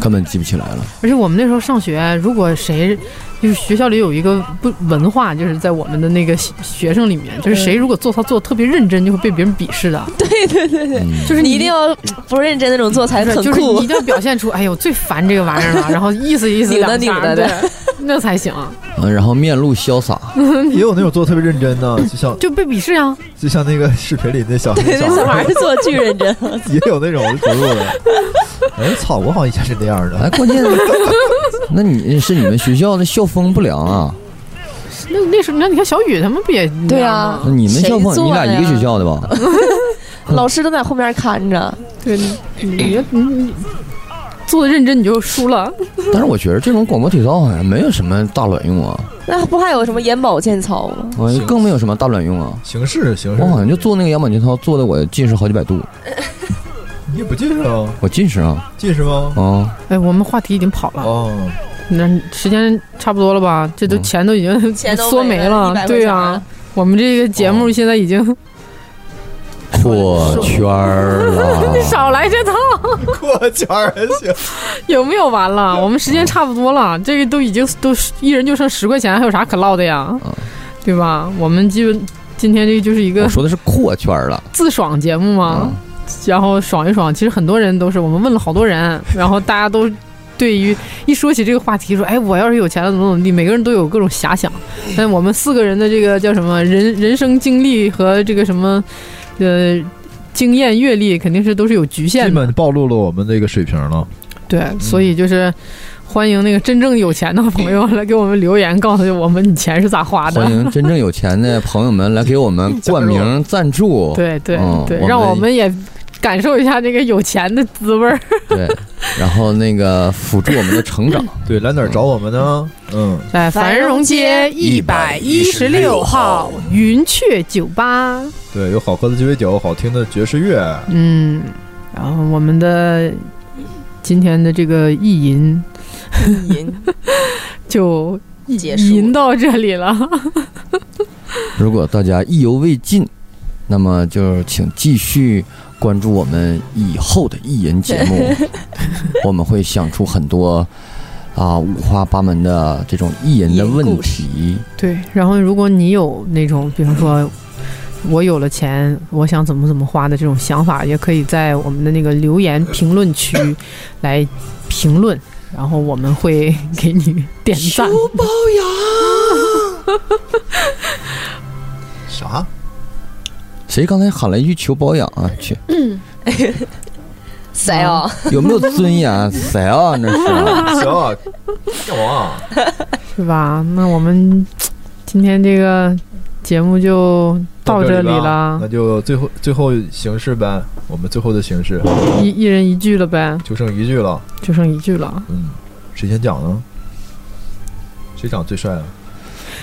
[SPEAKER 4] 根本记不起来了。
[SPEAKER 1] 而且我们那时候上学，如果谁就是学校里有一个不文化，就是在我们的那个学学生里面，就是谁如果做操做得特别认真，就会被别人鄙视的。
[SPEAKER 2] 对对对对，
[SPEAKER 4] 嗯，
[SPEAKER 1] 就是
[SPEAKER 2] 你一定要不认真那种做才
[SPEAKER 1] 不
[SPEAKER 2] 很
[SPEAKER 1] 是，就是你
[SPEAKER 2] 酷
[SPEAKER 1] 一。定要表现出，哎呦，最烦这个玩意儿了，然后意思意思
[SPEAKER 2] 拧的
[SPEAKER 1] 两下，
[SPEAKER 2] 拧的
[SPEAKER 1] 对
[SPEAKER 2] 的，
[SPEAKER 1] 那才行，
[SPEAKER 4] 嗯然后面露潇洒，
[SPEAKER 3] 也有那种做的特别认真的，就像
[SPEAKER 1] 就被鄙视啊。
[SPEAKER 3] 就像那个视频里那小
[SPEAKER 2] 对， [laughs]
[SPEAKER 3] 小
[SPEAKER 2] 那小孩儿做巨
[SPEAKER 1] [laughs]
[SPEAKER 2] 认真，
[SPEAKER 3] 也有那种投入的。哎，操！我好像以前是那样
[SPEAKER 4] 哎，
[SPEAKER 3] 的。
[SPEAKER 4] 关键， [laughs] 那你是你们学校的校风不良啊？
[SPEAKER 1] 那那时候，那你看小雨他们不也那
[SPEAKER 2] 对
[SPEAKER 1] 样
[SPEAKER 2] 啊
[SPEAKER 1] 吗
[SPEAKER 4] 那你们校
[SPEAKER 2] 谁
[SPEAKER 4] 风，
[SPEAKER 2] 做
[SPEAKER 4] 你
[SPEAKER 2] 的
[SPEAKER 4] 俩
[SPEAKER 2] 呀
[SPEAKER 4] 一个学校的吧？ [laughs]
[SPEAKER 2] 老师都在后面看着。
[SPEAKER 1] 对，你你你你做的认真你就输了。
[SPEAKER 4] 但是我觉得这种广播体操好像没有什么大卵用啊，
[SPEAKER 2] 那不还有什么眼保健操 [laughs] 吗？
[SPEAKER 4] 我
[SPEAKER 3] 行
[SPEAKER 4] 更没有什么大卵用啊。
[SPEAKER 3] 形式形式
[SPEAKER 4] 我，好像就做那个仰马节操，做的我近视好几百度，
[SPEAKER 3] 你也不近视啊？
[SPEAKER 4] 我近视啊
[SPEAKER 3] 近视吗？
[SPEAKER 4] 啊！
[SPEAKER 1] 哎，我们话题已经跑了，
[SPEAKER 3] 哦，
[SPEAKER 1] 那时间差不多了吧？这都
[SPEAKER 4] 嗯
[SPEAKER 1] 钱都已经
[SPEAKER 2] 钱
[SPEAKER 1] [laughs]
[SPEAKER 2] 都
[SPEAKER 1] 缩
[SPEAKER 2] 没
[SPEAKER 1] 没
[SPEAKER 2] 了
[SPEAKER 1] 了
[SPEAKER 2] 100，
[SPEAKER 1] 对
[SPEAKER 2] 块钱
[SPEAKER 1] 啊
[SPEAKER 2] 了，
[SPEAKER 1] 我们这个节
[SPEAKER 3] 哦
[SPEAKER 1] 目现在已经
[SPEAKER 4] 破圈儿了，
[SPEAKER 1] [laughs] 少来这套，
[SPEAKER 3] [laughs] 过圈儿还行。
[SPEAKER 1] [laughs] 有没有完了？我们时间差不多了，这个都已经都一人就剩十块钱，还有啥可唠的呀
[SPEAKER 3] 哦
[SPEAKER 4] 嗯？
[SPEAKER 1] 对吧？我们基本今天这个就是一
[SPEAKER 4] [laughs] 我
[SPEAKER 1] 个
[SPEAKER 4] 说的是扩圈儿了
[SPEAKER 1] 自爽节目嘛
[SPEAKER 4] 嗯，
[SPEAKER 1] 然后爽一爽。其实很多人都是，我们问了好多人，然后大家都对于一说起这个话题，说哎，我要是有钱了怎么怎么地，每个人都有各种遐想。
[SPEAKER 4] 嗯
[SPEAKER 1] 但我们四个人的这个叫什么人人生经历和这个什么呃经验阅历，肯定是都是有局
[SPEAKER 3] 基
[SPEAKER 1] 限的。
[SPEAKER 3] 本暴露了我们这个水平了。
[SPEAKER 1] 对，
[SPEAKER 4] 嗯
[SPEAKER 1] 所以就是。欢迎那个真正有钱的朋友来给我们留言，告诉我们你钱是咋花
[SPEAKER 4] 欢
[SPEAKER 1] 的。
[SPEAKER 4] 迎真正有钱的朋友们来给我们冠名赞助。
[SPEAKER 1] 对对
[SPEAKER 4] 嗯
[SPEAKER 1] 对
[SPEAKER 4] 我，们
[SPEAKER 1] 让我们也感受一下那个有钱的滋味儿。
[SPEAKER 4] 对，然后那个辅助我们的成长。
[SPEAKER 3] 对，来哪儿找我们呢？嗯，
[SPEAKER 1] 在繁荣街一百一十六号云雀酒吧。
[SPEAKER 3] 对，有好喝的鸡尾酒，好听的爵士乐。
[SPEAKER 1] 嗯，然后我们的今天的这个意淫
[SPEAKER 2] 银
[SPEAKER 1] 就
[SPEAKER 2] 结束
[SPEAKER 1] 淫到这里了。
[SPEAKER 4] 如果大家意犹未尽，那么就请继续关注我们以后的艺人节目，我们会想出很多啊五花八门的这种艺人的问题。
[SPEAKER 1] 对，然后如果你有那种，比方说。我有了钱，我想怎么怎么花的这种想法，也可以在我们的那个留言评论区来评论，然后我们会给你点赞。
[SPEAKER 3] 啥？
[SPEAKER 4] 谁刚才喊了一句“求保养”啊？去，
[SPEAKER 5] 谁
[SPEAKER 2] 哦
[SPEAKER 5] 啊？
[SPEAKER 4] 有没有尊严啊？谁啊？那是 [laughs] 啊
[SPEAKER 3] 行啊，干嘛？
[SPEAKER 1] 是吧？那我们今天这个节目就到这里
[SPEAKER 3] 了，
[SPEAKER 1] 了
[SPEAKER 3] 那，就最后最后形式呗，我们最后的形式
[SPEAKER 1] 一一人一句了呗，
[SPEAKER 3] 就剩一句了，
[SPEAKER 1] 就剩一句了。
[SPEAKER 3] 嗯，谁先讲呢？谁长最帅啊？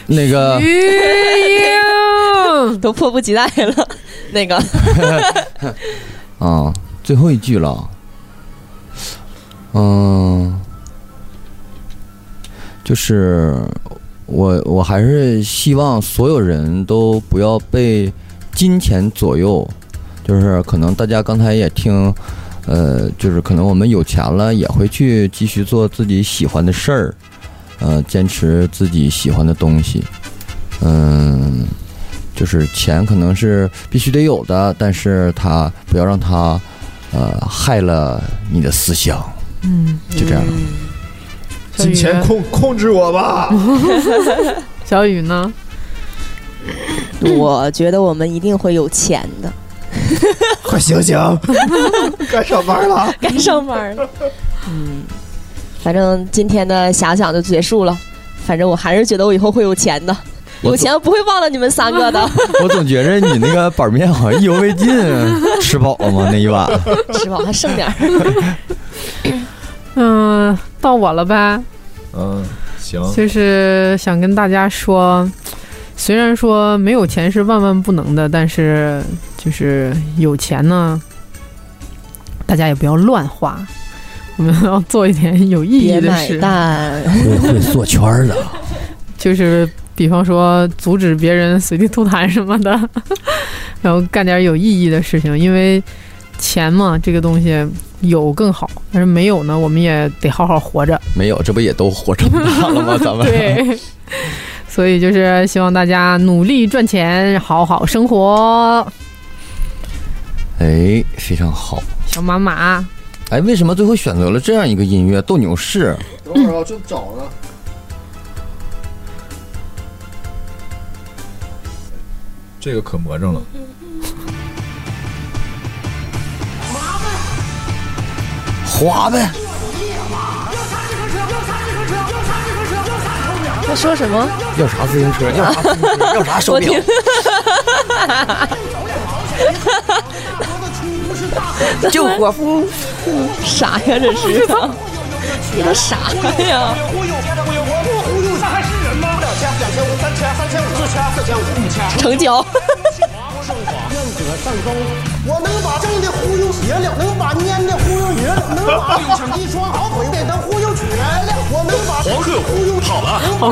[SPEAKER 4] 那个
[SPEAKER 1] 于英，
[SPEAKER 2] 都迫不及待了。 [laughs] 那个
[SPEAKER 4] 啊，最后一句了。嗯，就是我，我还是希望所有人都不要被金钱左右。就是可能大家刚才也听，呃，就是可能我们有钱了也会去继续做自己喜欢的事儿，呃，坚持自己喜欢的东西。嗯，就是钱可能是必须得有的，但是它不要让它，呃，害了你的思想，
[SPEAKER 1] 嗯，
[SPEAKER 4] 就这样了。
[SPEAKER 1] 小
[SPEAKER 3] 金
[SPEAKER 1] 雨，
[SPEAKER 3] 钱控控制我吧！
[SPEAKER 1] 小雨呢？
[SPEAKER 2] 我觉得我们一定会有钱的，
[SPEAKER 3] 快醒醒，该上班了。
[SPEAKER 2] [laughs] 该上班了。嗯，反正今天的遐想就结束了。反正我还是觉得我以后会有钱的，
[SPEAKER 4] 我
[SPEAKER 2] 有钱我不会忘了你们三
[SPEAKER 1] [laughs]
[SPEAKER 2] 个的，
[SPEAKER 4] 我总觉着你那个板面好像意犹未尽，吃饱了吗？那一碗？
[SPEAKER 2] 是吧？还剩点儿。
[SPEAKER 1] 嗯，到我了呗。
[SPEAKER 3] 嗯，行，
[SPEAKER 1] 就是想跟大家说，虽然说没有钱是万万不能的，但是就是有钱呢，大家也不要乱花，我们要做一点有 [laughs] 意义
[SPEAKER 2] 别
[SPEAKER 1] 的
[SPEAKER 2] 买
[SPEAKER 1] 事，
[SPEAKER 2] 单，
[SPEAKER 4] 会会做圈儿的，
[SPEAKER 1] 就是比方说阻止别人随地吐痰什么的， [laughs] 然后干点有意义的事情，因为钱嘛，这个东西有更好，但是没有呢，我们也得好好活着。
[SPEAKER 4] 没有，这不也都活这么大了吗？ [laughs] 咱们
[SPEAKER 1] 对， [laughs] 所以就是希望大家努力赚钱，好好生活。
[SPEAKER 4] 哎，非常好。
[SPEAKER 1] 小马马，
[SPEAKER 4] 哎，为什么最后选择了这样一个音乐《斗牛士
[SPEAKER 3] 等会儿啊，正找呢。这个可魔怔了，》？
[SPEAKER 4] 花呗，
[SPEAKER 2] 他说什么？
[SPEAKER 4] 要啥自行车？要啥自行车？要啥手表？
[SPEAKER 2] [laughs] 就我夫傻呀，这是 [laughs] 你都傻了呀！
[SPEAKER 6] 忽悠，接着忽悠，我不忽悠，那还是人吗？两千，两千五，三千，三千五，四千，四千五，五千。
[SPEAKER 2] 成交，
[SPEAKER 6] 愿者上钩，我能把正的忽悠斜了，能把蔫的忽悠匀了，能把一双好腿给他忽悠瘸了，我能把黄鹤忽悠跑了，能把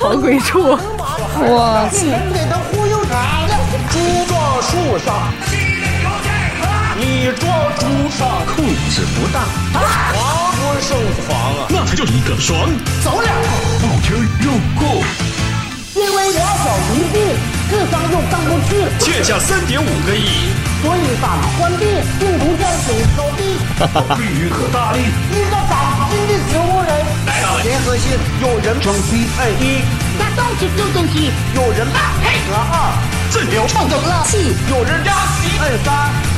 [SPEAKER 1] 好鬼畜，
[SPEAKER 2] [laughs] 哇！
[SPEAKER 6] 人给他忽悠瘸了。猪撞树上，你撞猪上，控制不当，防不胜防啊！那才叫一个爽！走两步，不听又过。因为我小迷弟，智商又上不去，欠下三点五个亿，所以咱关闭病毒战警收地。贵于可大力，一个崭新的植物人来了，联合信有人装逼爱一，那东西丢东西，有人拉配合二，自由创造垃圾，有人压低按三，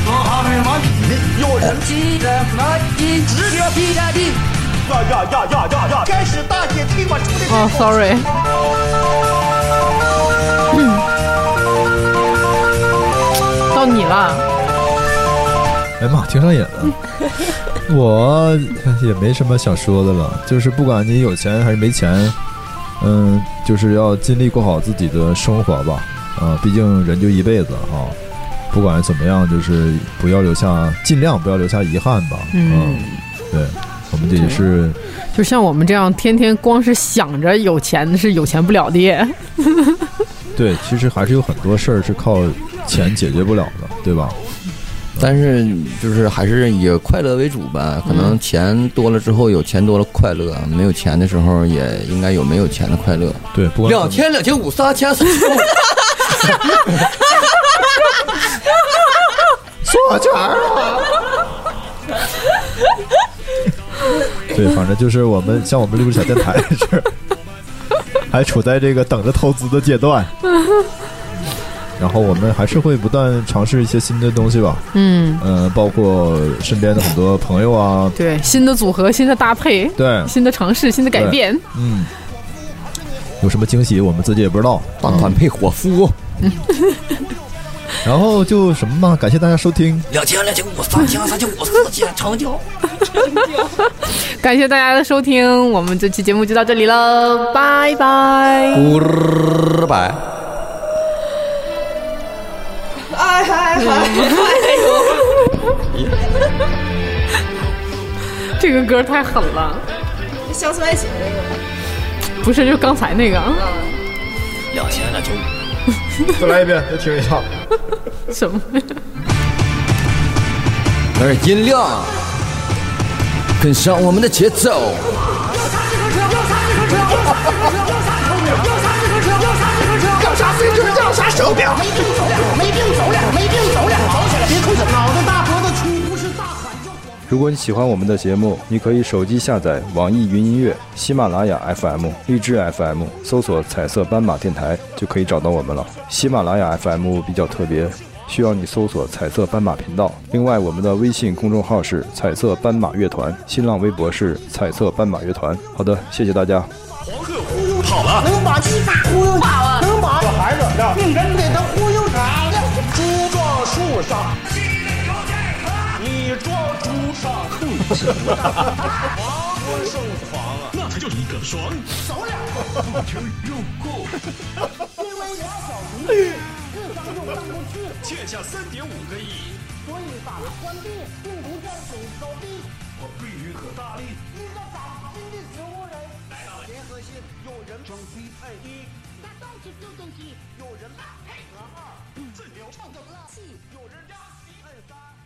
[SPEAKER 6] 我还没完呢，有人急着来一直牛逼呀地。呀呀呀呀呀呀！该是大姐替我出的
[SPEAKER 1] 哦，sorry，到你了，
[SPEAKER 3] 哎呀妈，听上瘾了。我也没什么想说的了，就是不管你有钱还是没钱，嗯，就是要尽力过好自己的生活吧。啊，毕竟人就一辈子哈、不管怎么样，就是不要留下，尽量不要留下遗憾吧。
[SPEAKER 1] 嗯，
[SPEAKER 3] 对，我们这也是
[SPEAKER 1] 就像我们这样天天光是想着有钱是有钱不了的，
[SPEAKER 3] 对，其实还是有很多事儿是靠钱解决不了的，对吧？
[SPEAKER 4] 但是就是还是以快乐为主吧。可能钱多了之后，有钱多了快乐；没有钱的时候，也应该有没有钱的快乐。
[SPEAKER 3] 对，不管
[SPEAKER 4] 两千两千五三千三 [laughs] 千五，
[SPEAKER 3] 错圈了。对，反正就是我们像我们绿洲小电台是，还处在这个等着投资的阶段。然后我们还是会不断尝试一些新的东西吧，
[SPEAKER 1] 嗯，
[SPEAKER 3] 嗯、包括身边的很多朋友啊，
[SPEAKER 1] 对，新的组合、新的搭配、
[SPEAKER 3] 对，
[SPEAKER 1] 新的尝试、新的改变，
[SPEAKER 3] 嗯，有什么惊喜我们自己也不知道。嗯
[SPEAKER 4] 大款配伙夫，哦
[SPEAKER 3] 然后就什么嘛，感谢大家收听，
[SPEAKER 4] 两千两千五三千三千五四千成交。
[SPEAKER 1] 感谢大家的收听，我们这期节目就到这里了，拜拜。
[SPEAKER 4] Goodbye。
[SPEAKER 1] 哎这个歌太狠了，
[SPEAKER 5] 乡村爱情
[SPEAKER 1] 不是就刚才那个
[SPEAKER 3] 再来一遍，再听一下。
[SPEAKER 1] 什么？
[SPEAKER 4] 但是音量跟上我们的节奏。
[SPEAKER 7] 要啥自行车，要啥手表。没病走了，没病走了，没病走了，走起来，别空手，脑袋大脖子粗，不是大款就。
[SPEAKER 3] 如果你喜欢我们的节目，你可以手机下载网易云音乐、喜马拉雅 FM、荔枝 FM，搜索“彩色斑马电台”就可以找到我们了。喜马拉雅 FM 比较特别，需要你搜索“彩色斑马频道”。另外，我们的微信公众号是“彩色斑马乐团”，新浪微博是“彩色斑马乐团”。好的，谢谢大家。
[SPEAKER 7] 跑了，能把鸡巴忽悠跑了，能把小孩怎么着？病人给他忽悠傻了。
[SPEAKER 6] 猪撞树上，你撞猪上，控制不当，防不胜防啊！ [laughs] 那才叫一个爽！走两步，就又够了。因为我小姨智商又上不去，欠下三点五个亿，所以把关闭病毒战水高地。我必须和大力，应该打新的植物人，联合性有人哎装逼配一，那到处丢东西，有人配合二，自由创造垃圾，有人压低配三。